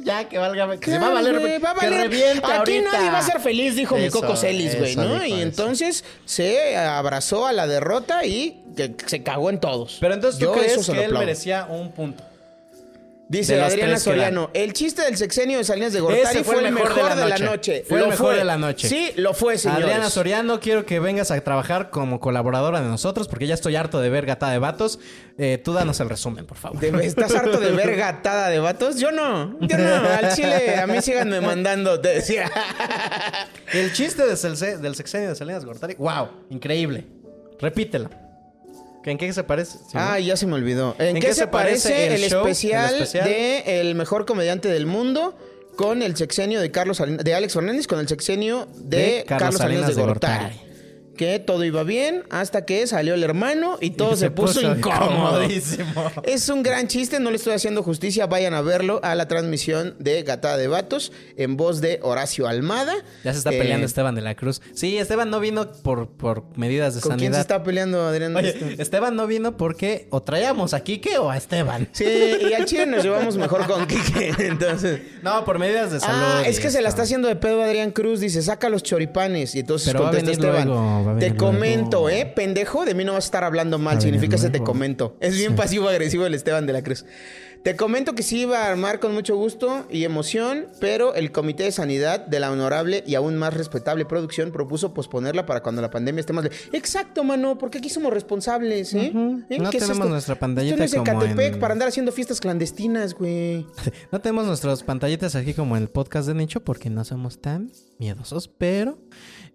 Ya, que valga. Que se
Claro,
va a valer.
güey, va a
que
valer.
reviente
Aquí
ahorita.
nadie va a ser feliz, dijo mi
Eso,
Coco Celis, güey,
eso
¿no?
dijo,
Y
eso.
entonces se abrazó a la derrota y que- que se cagó en todos.
Pero entonces tú
Yo eso
crees
se
que
lo
él
aplaudo.
merecía un punto.
Dice
de los
Adriana
tres que eran.
Soriano, el chiste del sexenio de Salinas de Gortari
Ese
fue, el mejor de la, noche.
Fue el
Lo
mejor de la noche.
Sí, lo fue, señores.
Adriana Soriano, quiero que vengas a trabajar como colaboradora de nosotros porque ya estoy harto de ver gata de vatos. Eh, tú danos el resumen, por favor.
De- ¿Estás harto de ver gatada de vatos? Yo no, yo no. Al chile, a mí síganme mandando, te decía.
El chiste de Celce- del sexenio de Salinas Gortari. ¡Wow! Increíble. Repítelo. ¿Que ¿En qué se parece? Sí,
Ah, ya se me olvidó. ¿En,
¿En
qué, se parece, el,
show, el
especial
especial?
de El mejor comediante del mundo con el sexenio de Carlos Salinas- de Alex Fernández con el sexenio de,
De
Carlos, Salinas, de Gortari?
Gortari.
Que todo iba bien hasta que salió el hermano y todo
Y
se, puso, incómodo.
incomodísimo.
Es un gran chiste, no le estoy haciendo justicia. Vayan a verlo a la transmisión de Gatada de Vatos en voz de Horacio Almada.
Ya se está
Eh,
peleando Esteban de la Cruz. Sí, Esteban no vino por, por medidas de
¿Con quién se
sanidad.
está peleando Adrián?
Oye, Esteban no vino porque o traíamos a Quique o a Esteban.
Sí, y al chile nos llevamos mejor con Quique, entonces.
No, por medidas de salud.
Ah,
y
es que se la
esto.
está haciendo de pedo Adrián Cruz, dice, saca los choripanes. Y entonces
Pero va a
contesta
venir
Esteban.
luego, va a va a venir
Te
luego.
comento, ¿eh? Pendejo, de mí no vas a estar hablando mal.
Está bien,
Significa se te
luego.
comento. Es bien
Sí.
pasivo-agresivo el Esteban de la Cruz. Te comento que sí iba a armar con mucho gusto y emoción, pero el Comité de Sanidad de la honorable y aún más respetable producción propuso posponerla para cuando la pandemia esté más... le- Exacto, mano, porque aquí somos responsables, ¿eh? ¿Eh?
No
¿Qué es
tenemos
esto? Esto
nuestra
no
pantallita
es de
como
Catepec
en-
para andar haciendo fiestas clandestinas, güey.
No tenemos nuestras pantallitas aquí como en el podcast de Nicho porque no somos tan miedosos, pero,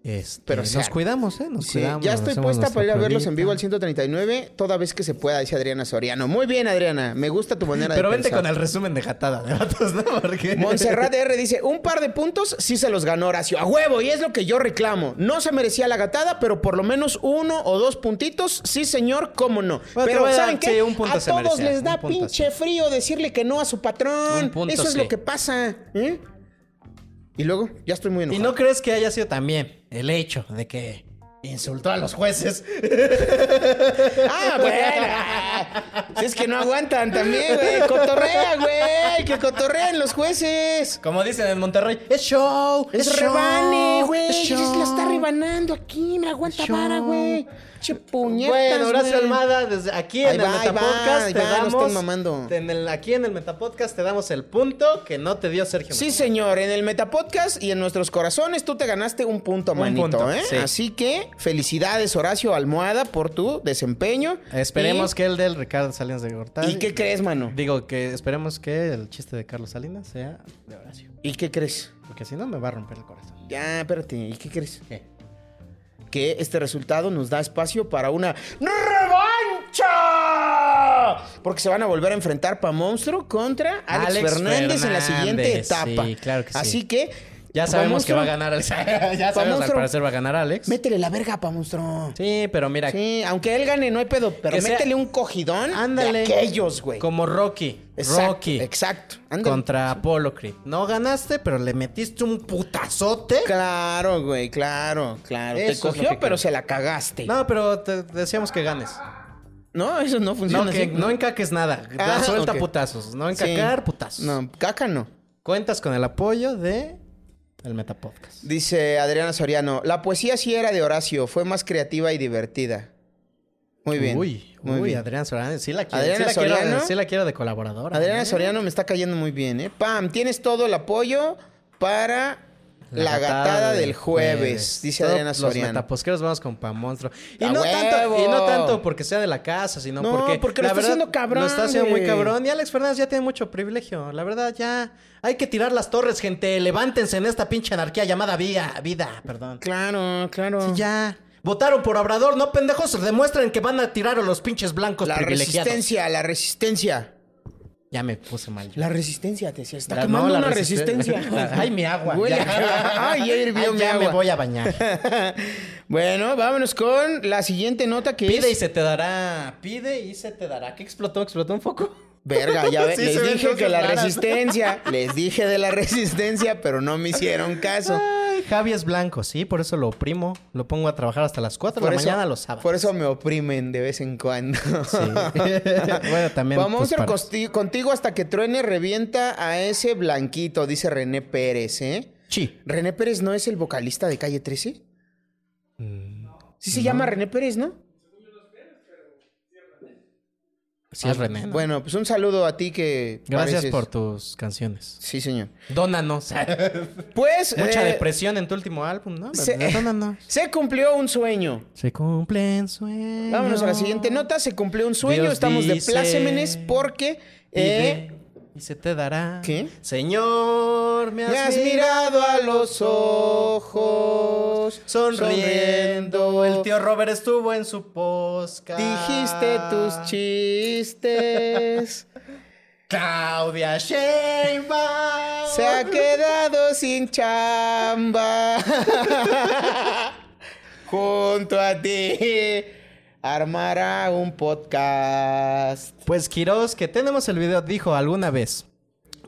este,
Pero se
nos
arma.
cuidamos, ¿eh? Nos
Sí,
cuidamos.
ya estoy
hacemos
puesta
nuestra
para ir a verlos en
pruebita.
vivo al 139 toda vez que se pueda, dice Adriana Soriano. Muy bien, Adriana. Me gusta tu manera
Pero
de
vente
pensar.
con el resumen de jatada de vatos, ¿no? Porque...
Montserrat R dice, un par de puntos sí se los ganó Horacio. A huevo, y es lo que yo reclamo. No se merecía la gatada, pero por lo menos uno o dos puntitos, sí señor, cómo no.
Bueno, te
pero
voy a dar-
¿saben qué?
sí, un punto
a
se
todos
merecía,
les da
un punto
pinche frío decirle que no a su patrón.
Un punto
Eso es
sí.
lo que pasa. ¿eh? Y luego, ya estoy muy
¿Y
enojado.
no crees que haya sido también el hecho de que insultó a los jueces?
Ah, bueno. ah. Si es que no aguantan también, güey. Cotorrea, güey. Que cotorrean los jueces.
Como dicen en Monterrey, es show,
Es,
show,
rebane, güey.
es show.
La está rebanando aquí. Me aguanta vara, güey. Che puñetas,
Bueno, Horacio
güey.
Almada, desde aquí
Ahí
en el
va, ahí va,
Metapodcast
ahí
te
va, no
damos.
estén mamando.
en el- aquí en el Metapodcast te damos el punto que no te dio Sergio.
Sí, señor. En el Metapodcast y en nuestros corazones tú te ganaste un punto,
Un
manito,
punto,
¿eh?
sí.
Así que felicidades, Horacio Almohada, por tu desempeño.
Esperemos
Y-
que el del Ricardo Salinas de Gortari.
¿Y qué crees, mano?
Digo que esperemos que el chiste de Carlos Salinas sea de Horacio.
¿Y qué crees?
Porque si no me va a romper el corazón.
Ya, espérate. ¿Y qué crees? Que este resultado nos da espacio para una revancha. Porque se van a volver a enfrentar para Monstruo contra Alex,
Alex
Fernández, en la siguiente
Fernández,
etapa.
sí, claro que sí.
Así que. Pues
Ya sabemos que
Monstruo.
va a ganar el. ya
Pa'
sabemos al
Monstruo.
parecer va a ganar Alex.
Métele la verga pa' monstruo.
Sí, pero mira.
Sí, aunque él gane, no hay pedo, pero
Que sea-
métele un cogidón
Ándale.
de aquellos, güey.
Como Rocky.
Exacto,
Rocky.
Exacto. Ándale.
Contra Apollo Creed. No ganaste, pero le metiste un putazote.
Claro, güey, claro, claro.
Eso es
Te
lo
cogió,
que
pero
creo.
se la cagaste. No,
No, pero te decíamos que ganes.
eso no funciona.
No, que
así.
no encaques nada.
Ah,
Suelta
ok.
putazos. No
Sí.
encacar putazos.
No, caca no.
Cuentas con el apoyo de el Metapodcast.
Dice Adriana Soriano, la poesía sí era de Horacio, fue más creativa y divertida. Muy bien.
Uy,
muy
uy,
bien.
Adrián Soriano. Sí la, quiero,
Adriana
sí la quiero-
Soriano.
sí la quiero de colaboradora.
Adriana
¿eh?
Soriano me está cayendo muy bien, ¿eh? Pam, tienes todo el apoyo para la, gatada, del jueves, dice
Todos
Adriana
Los
Soriano.
metapodqueros vamos con pan monstruo. Y
¡A
no, tanto, y no
huevo!
tanto porque sea de la casa, sino
No,
porque.
porque lo
la
está
verdad,
haciendo cabrón,
Lo está haciendo muy
güey.
cabrón. Y Alex Fernández ya tiene mucho privilegio. La verdad, ya. Hay que tirar las torres, gente. Levántense en esta pinche anarquía llamada vida. Vida, perdón.
Claro, claro.
Sí, ya. Votaron por Obrador, no pendejos. Demuestren que van a tirar a los pinches blancos
La
privilegiados.
resistencia, la resistencia.
Ya me puse mal. yo.
La resistencia, te decía. Está
La-
quemando
no, la
una
resisten-
resistencia.
La- ay, mi agua,
Huele
ya.
a- Ay, ya hirvió
Ay,
mi
ya
agua.
me voy a bañar.
Bueno, vámonos con la siguiente nota que
Pide y
es...
se te dará. Pide y se te dará. ¿Qué explotó? ¿Explotó un foco?
Verga, ya ve-
Sí, se
les
ven
dije que
cosas
la
raras.
resistencia, les dije de la resistencia, pero no me hicieron caso.
Ay, Javi es blanco, sí, por eso lo oprimo. Lo pongo a trabajar hasta las 4 de la mañana los sábados.
por eso me oprimen de vez en cuando.
bueno, también. pues,
Vamos
tus
a ir
partes.
conti- contigo hasta que truene revienta a ese blanquito, dice René Pérez, ¿eh?
Sí.
René Pérez no es el vocalista de Calle 13. Sí se
Mm, no.
llama René Pérez, ¿no?
Sí, es
Ah,
René. ¿no?
Bueno, pues un saludo a ti que.
Gracias
pareces-
por tus canciones.
Sí, señor.
Dónanos.
Pues.
Mucha
eh,
depresión en tu último álbum, ¿no?
Se-
Dónanos.
Se cumplió un sueño.
Se cumplen sueños.
Vámonos a la siguiente nota. Se cumplió un sueño.
Dios
Estamos de
dice-
plácemenes porque. eh,
Pide y se te dará.
¿Qué?
Señor, me has,
Me has
mirado
mirado a los ojos.
sonriendo. El tío Robert estuvo en su podcast.
Dijiste tus chistes.
Claudia Sheinbaum.
Se ha quedado sin chamba. Junto a ti. Armará un podcast.
Pues Quiroz, que tenemos el video, dijo alguna vez.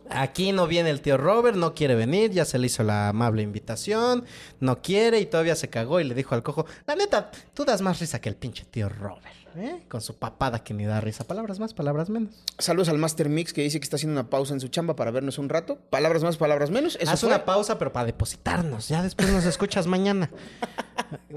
Aquí no viene el tío Robert, no quiere venir, ya se le hizo la amable invitación, no quiere y todavía se cagó y le dijo al cojo, la neta, tú das más risa que el pinche tío Robert, ¿eh? Con su papada que ni da risa, palabras más, palabras menos.
Saludos al Master Mix que dice que está haciendo una pausa en su chamba para vernos un rato. Palabras más, palabras menos. Eso
Haz
fue.
una pausa pero para depositarnos, ya después nos escuchas mañana.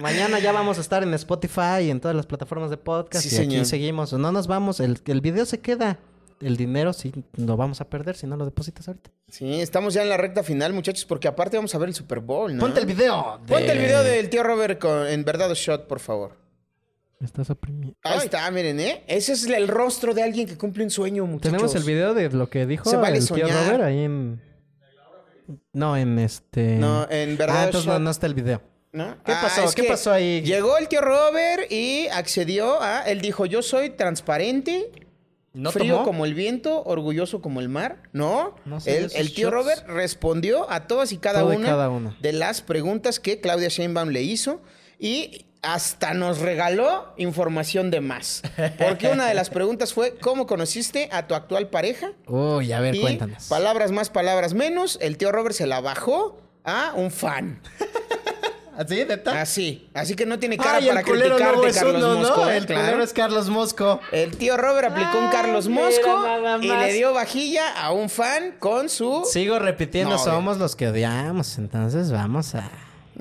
Mañana ya vamos a estar en Spotify y en todas las plataformas de podcast.
Sí,
y
señor.
aquí seguimos. No nos vamos. El, el video se queda. El dinero sí lo vamos a perder si no lo depositas ahorita.
Sí, estamos ya en la recta final, muchachos, porque aparte vamos a ver el Super Bowl, ¿no?
Ponte el video de-
Ponte el video del tío Robert con- en verdad o shot, por favor.
Me estás oprimiendo.
Ahí está, miren, ¿eh? Ese es el rostro de alguien que cumple un sueño, muchachos.
Tenemos el video de lo que dijo
Se vale
el tío
soñar.
Robert ahí en. No, en este.
No, en verdad
Ah, entonces no,
shot.
no está el video.
¿No? Ah,
¿Qué pasó?
es
¿Qué
que
pasó ahí?
Llegó el tío Robert y accedió a. Él dijo: Yo soy transparente, frío
tomó?
como el viento, orgulloso como el mar. No.
No sé,
el,
esos
el tío
shots.
Robert respondió a todas y cada
Todo y
una,
cada una.
de las preguntas que Claudia Sheinbaum le hizo y hasta nos regaló información de más. Porque una de las preguntas fue: ¿Cómo conociste a tu actual pareja?
Uy, a ver,
Y
cuéntanos.
Palabras más, palabras menos. El tío Robert se la bajó a un fan.
¿Así, ¿Ah, neta?
Así. Así que no tiene cara para criticarte, Carlos Mosco. ¿eh? Claro.
Carlos Mosco.
El tío Robert aplicó un Carlos
mira
Mosco
nada
y
más.
le dio vajilla a un fan con su
Sigo repitiendo,
No,
somos los que odiamos. Entonces vamos a.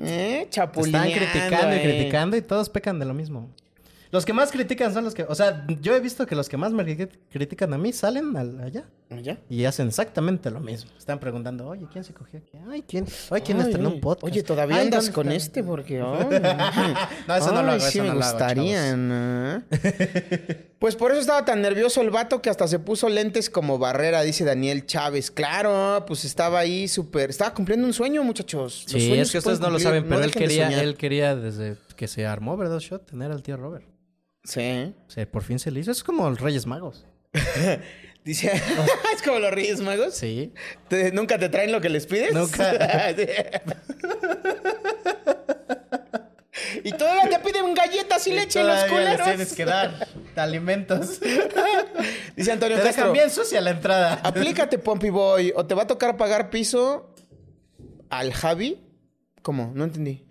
eh,
Te Están
chapulineando.
criticando y
eh.
criticando y todos pecan de lo mismo. Los que más critican son los que... O sea, yo he visto que los que más me cri- critican a mí salen al- allá
¿Ya?
y hacen exactamente lo mismo. Están preguntando, oye, ¿quién se cogió aquí? Ay, ¿quién, ay, ¿quién
Ay,
estrenó
ay.
un podcast?
Oye, todavía
Ay,
andas
¿dónde
con
está?
este porque.
No, eso no lo
Ay,
hago,
sí
eso
me
no lo hago,
gustaría,
chavos.
¿no? Pues por eso estaba tan nervioso el vato que hasta se puso lentes como barrera, dice Daniel Chávez. Claro, pues estaba ahí súper. Estaba cumpliendo un sueño, muchachos. Los
Sí,
sueños
es que
se
ustedes no
pueden
lo
cumplir,
saben, pero él
dejen de
quería,
soñar.
él quería desde que se armó, ¿verdad, Shot? Tener al tío Robert.
Sí.
Se- por fin se le hizo. Es como los Reyes Magos.
Dice, es como los Reyes Magos.
Sí.
Te- ¿Nunca te traen lo que les pides?
Nunca.
Sí. y todavía te piden galletas y, leche los
Todavía les
culeros.
tienes que dar alimentos.
Dice Antonio
Te
Castro.
dejan bien sucia la entrada.
Aplícate, Pompey Boy, o te va a tocar pagar piso al Javi. ¿Cómo? No entendí.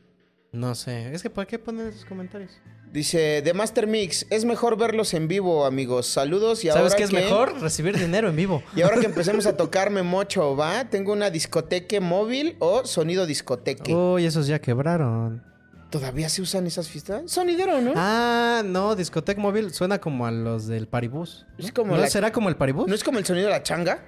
No sé, es que ¿para qué ponen esos comentarios?
Dice The Master Mix, es mejor verlos en vivo, amigos. Saludos y
¿Sabes
ahora
qué es mejor? Recibir dinero en vivo.
Y ahora que empecemos a tocarme mocho, ¿va? Tengo una discoteque móvil o sonido discoteque.
Uy, esos ya quebraron.
¿Todavía se usan esas fiestas? Sonidero, ¿no?
Ah, no, discotec móvil suena como a los del paribús. ¿no?
Es como
¿No
la-
será como el paribús?
¿No
No,
es como el sonido de la changa?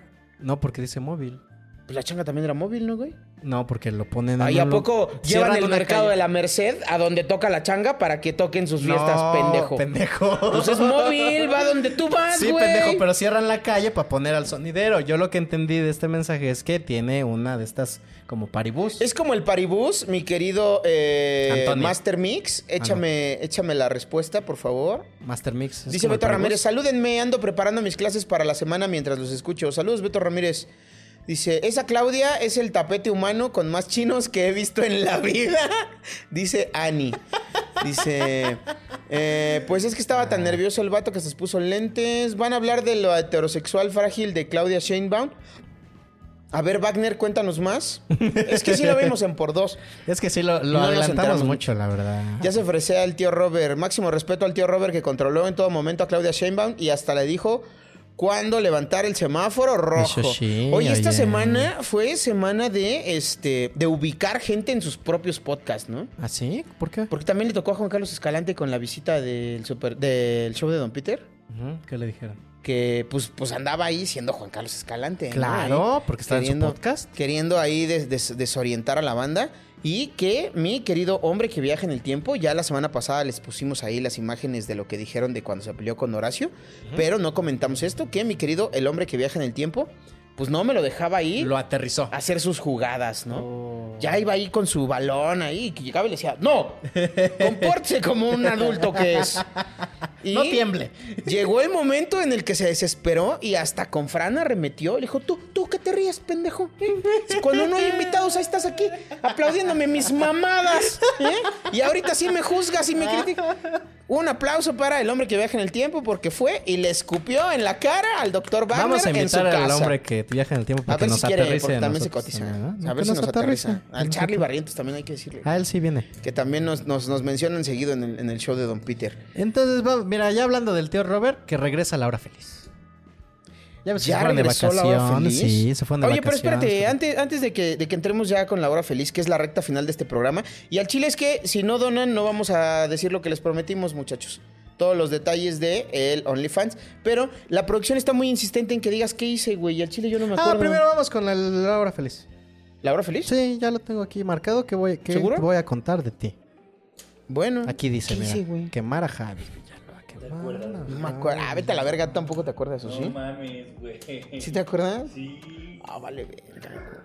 porque dice móvil.
Pues la changa también era móvil, ¿no, güey?
No, porque lo ponen
Ahí
en
a
un lu-
poco
Cierran
llevan el
una
mercado
calle.
de la Merced a donde toca la changa para que toquen sus fiestas,
No,
pendejo.
pendejo.
Pues es móvil, va donde tú vas,
Sí,
güey.
pendejo, pero cierran la calle para poner al sonidero. Yo lo que entendí de este mensaje es que tiene una de estas como paribús.
Es como el paribús, mi querido eh,
Antonio.
Master Mix. Échame, échame la respuesta, por favor.
Master Mix. es
Dice
como el
Beto
paribús.
Ramírez, salúdenme, ando preparando mis clases para la semana mientras los escucho. Saludos, Beto Ramírez. Dice, esa Claudia es el tapete humano con más chinos que he visto en la vida. Dice Ani. Dice, eh, pues es que estaba tan nervioso el vato que se puso lentes. Van a hablar de lo heterosexual frágil de Claudia Sheinbaum. A ver, Wagner, cuéntanos más. Es que sí lo vimos en por dos.
Es que sí, lo, lo
No nos
adelantamos
enteramos
mucho, la verdad.
Ya se ofrecía al tío Robert. Máximo respeto al tío Robert que controló en todo momento a Claudia Sheinbaum y hasta le dijo cuándo levantar el semáforo rojo.
Eso sí,
Oye, esta
oye.
semana fue semana de este de ubicar gente en sus propios podcasts, ¿no?
¿Ah, sí? ¿Por qué?
Porque también le tocó a Juan Carlos Escalante con la visita del super del show de Don Peter,
Ujú, ¿Qué le dijeron?
que pues pues andaba ahí siendo Juan Carlos Escalante. ¿no?
Claro,
Ahí
porque está en su
queriendo-
podcast.
queriendo ahí des- des- desorientar a la banda. Y que mi querido hombre que viaja en el tiempo, ya la semana pasada les pusimos ahí las imágenes de lo que dijeron de cuando se peleó con Horacio, pero no comentamos esto, que mi querido el hombre que viaja en el tiempo, pues no me lo dejaba ahí
Lo aterrizó.
hacer sus jugadas, ¿no?
Oh.
Ya iba ahí con su balón ahí, que llegaba y le decía, no, compórtese como un adulto que es. Y
No tiemble.
Llegó el momento en el que se desesperó y hasta con Fran arremetió. Le dijo, tú, tú, ¿qué te ríes, pendejo? ¿Eh? Si Cuando no hay invitados, ahí estás aquí aplaudiéndome mis mamadas. ¿eh? Y ahorita sí me juzgas y me criticas. Un aplauso para el hombre que viaja en el tiempo porque fue y le escupió en la cara al doctor Wagner
Vamos a
en su
invitar al
casa.
hombre que viaja en el tiempo para
A
que
ver
nos
si quiere,
aterrice.
porque
a
también se
nosotros
cotiza.
también, ¿no?
A
Que
ver si nos aterriza. Al Charlie Barrientos también hay que decirle.
A él sí viene.
Que también nos, nos, nos mencionan seguido en el, en el show de Don Peter.
Entonces, va- mira, ya hablando del tío Robert, que regresa a la hora feliz. Ya ves,
Ya
se fueron de
regresó la hora
vacaciones.
feliz.
Sí, se fueron de
Oye,
vacaciones.
pero espérate, antes, antes de, que, de que entremos ya con la hora feliz, que es la recta final de este programa, y al chile es que si no donan, no vamos a decir lo que les prometimos, muchachos. Todos los detalles de el OnlyFans, pero la producción está muy insistente en que digas qué hice, güey, y al chile yo no me acuerdo.
Ah, primero vamos con la, la hora feliz.
¿La hora feliz?
Sí, ya lo tengo aquí marcado que voy, que
¿Seguro?
voy a contar de ti.
Bueno.
Aquí dice,
¿Qué
mira,
hice, güey?
quemar a Javi.
No me acuerdo. Ah, vete a la verga, tampoco te acuerdas, ¿o
No
sí?
mames, güey.
¿Sí te acuerdas?
Sí.
Ah, vale, verga.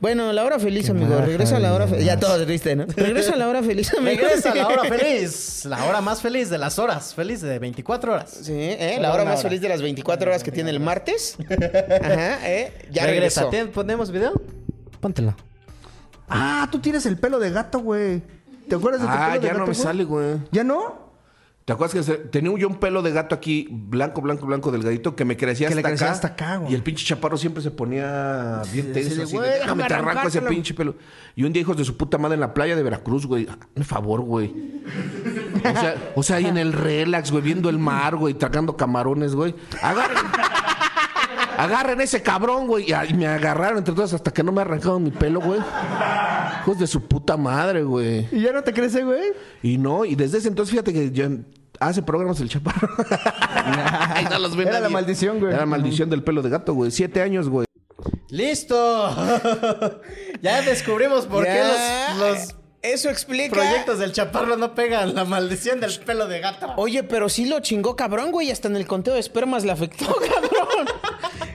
Bueno, la hora feliz, amigo.
mala
Regresa a la hora
vida.
feliz. Ya todo triste, ¿no? Regresa a la hora feliz, amigo.
Regresa a la hora feliz. La hora más feliz de las horas. Feliz de 24 horas.
Sí, ¿eh?
Solo
La hora
una
más
hora.
feliz de las 24 horas que tiene el martes. Ajá, ¿eh? Ya regresó.
¿Te- ¿Ponemos video? Póntelo.
Ah, tú tienes el pelo de gato, güey. ¿Te acuerdas de tu
Ah,
pelo de
ya
gato?
no me
güey?
sale, güey.
¿Ya no?
¿Te acuerdas que se- tenía yo un pelo de gato aquí, blanco, blanco, blanco, delgadito, que me crecía,
Que le
hasta,
crecía
acá,
hasta acá, güey.
Y el pinche chaparro siempre se ponía bien
así
tenso.
de,
así de,
"Güey,
déjame,
déjame
te arranco ese
arrancártelo".
pinche pelo. Y un día, hijos de su puta madre, en la playa de Veracruz, güey. Hazme favor, güey. O sea, o sea, ahí en el relax, güey, viendo el mar, güey, tragando camarones, güey. Agarren. Agarren ese cabrón, güey. Y ahí me agarraron entre todas hasta que no me arrancaron mi pelo, güey. Hijos de su puta madre, güey.
¿Y ya no te crece, güey?
Y no, y desde ese entonces, fíjate que yo hace programas el chaparro. Ay, no los ve
Era la
nadie.
maldición, güey.
Era la maldición del pelo de gato, güey. Siete años, güey.
¡Listo! ya descubrimos por
Ya.
qué los, los
Eso explica.
proyectos del chaparro no pegan. La maldición del pelo de gato.
Oye, pero sí lo chingó, cabrón, güey. Hasta en el conteo de espermas le afectó, cabrón.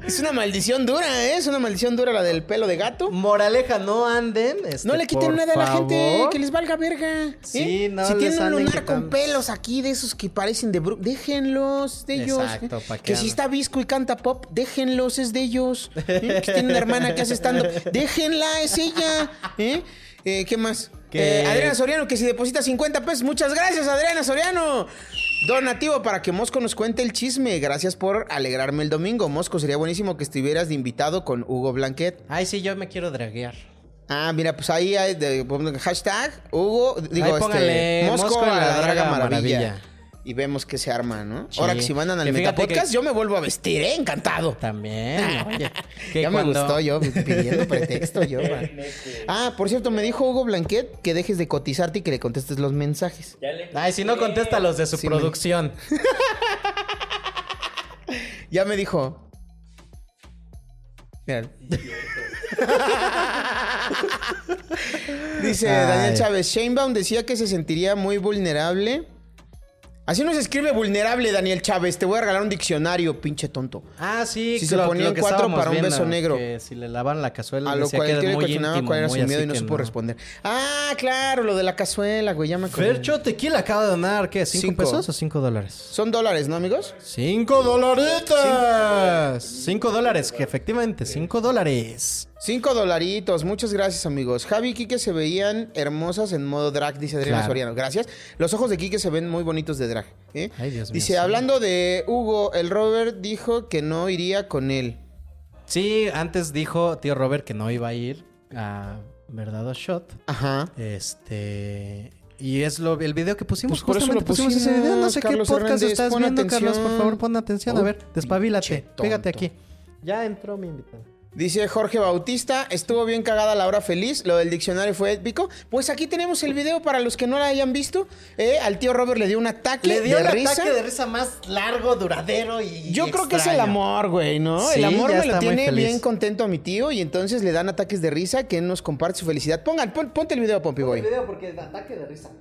es una maldición dura, ¿eh? Es una maldición dura la del pelo de gato.
Moraleja, no anden. este,
No le quiten
por
nada a la gente,
favor.
que les valga verga. ¿eh?
Sí, no
si
les
tienen un
anden
lunar con
quitando.
pelos aquí de esos que parecen de Bru, déjenlos, de ellos.
Exacto,
¿eh?
pa'
que
que
si
anden.
está visco y canta pop, déjenlos, es de ellos. ¿eh? Que tiene una hermana que hace estando, déjenla, es ella. ¿eh? Eh, ¿Qué más?
Que-
Eh, Adriana Soriano, que si deposita 50 pesos, muchas gracias, Adriana Soriano. Donativo para que Mosco nos cuente el chisme. Gracias por alegrarme el domingo. Mosco, sería buenísimo que estuvieras de invitado con Hugo Blanquet.
Ay, sí, yo me quiero draguear.
Ah, mira, pues ahí hay de, pongan hashtag Hugo, digo,
Ahí
este,
póngale
Mosco, a la, Draga maravilla.
Maravilla.
Y vemos qué se arma, ¿no?
Sí.
Ahora que si mandan al
Que fíjate
Metapodcast,
que-
yo me vuelvo a vestir, ¿eh? Encantado.
También. oye, que
Ah, Ya me
cuando-
gustó yo pidiendo pretexto yo. man. Ah, por cierto, me dijo Hugo Blanquet que dejes de cotizarte y que le contestes los mensajes.
Ay, si no contesta los de su
Sí, me-
producción.
Ya me dijo. Mira. Dice
Ay.
Daniel Chávez, Shanebaum decía que se sentiría muy vulnerable. Así no se escribe vulnerable, Daniel Chávez. Te voy a regalar un diccionario, pinche tonto.
Ah, sí.
Si se ponía en cuatro
estábamos
para un beso negro.
que si le lavan la cazuela,
A lo
decía
cual
que
el tío
era
le
muy
cuestionaba
íntimo,
cuál era
muy
su miedo y
así
no
que
supo responder. Ah, claro, lo de la cazuela, güey, ya me acordé.
Fercho Tequila acaba de donar, ¿qué? ¿Cinco,
Cinco.
pesos o cinco dólares?
Son dólares, ¿no, amigos?
¡Cinco dolaritas! Cinco dólares, que efectivamente, cinco dólares.
Cinco dolaritos, muchas gracias amigos. Javi y Kike se veían hermosas en modo drag, dice Adriana
Claro.
Soriano. Gracias. Los ojos de Kike se ven muy bonitos de drag. ¿eh?
Ay, Dios mío,
dice,
sí.
hablando de Hugo, el Robert dijo que no iría con él.
Sí, antes dijo tío Robert que no iba a ir a Verdad o Shot.
Ajá.
Este. Y es lo, el video que pusimos.
Pues por eso
justamente
lo
pusimos ese video. No sé
pusimos, Carlos
qué podcast
Hernández,
estás
pon
viendo, Carlos.
atención.
Por favor, pon atención.
Uy,
a ver, despabilate.
pinche
Pégate
tonto.
aquí. Ya entró mi invitado.
Dice Jorge Bautista, estuvo bien cagada la hora feliz, lo del diccionario fue épico. Pues aquí tenemos el video para los que no la hayan visto. ¿eh? Al tío Robert le dio un ataque
Le dio
de
el
risa.
ataque de risa más largo, duradero y.
Yo creo que es el
extraño.
amor, güey, ¿no?
Sí,
el amor
ya
me lo
está muy
tiene
feliz.
bien contento a mi tío y entonces le dan ataques de risa que él nos comparte su felicidad. Pongan, pon- ponte el video, Pompi Boy.
porque el ataque de risa.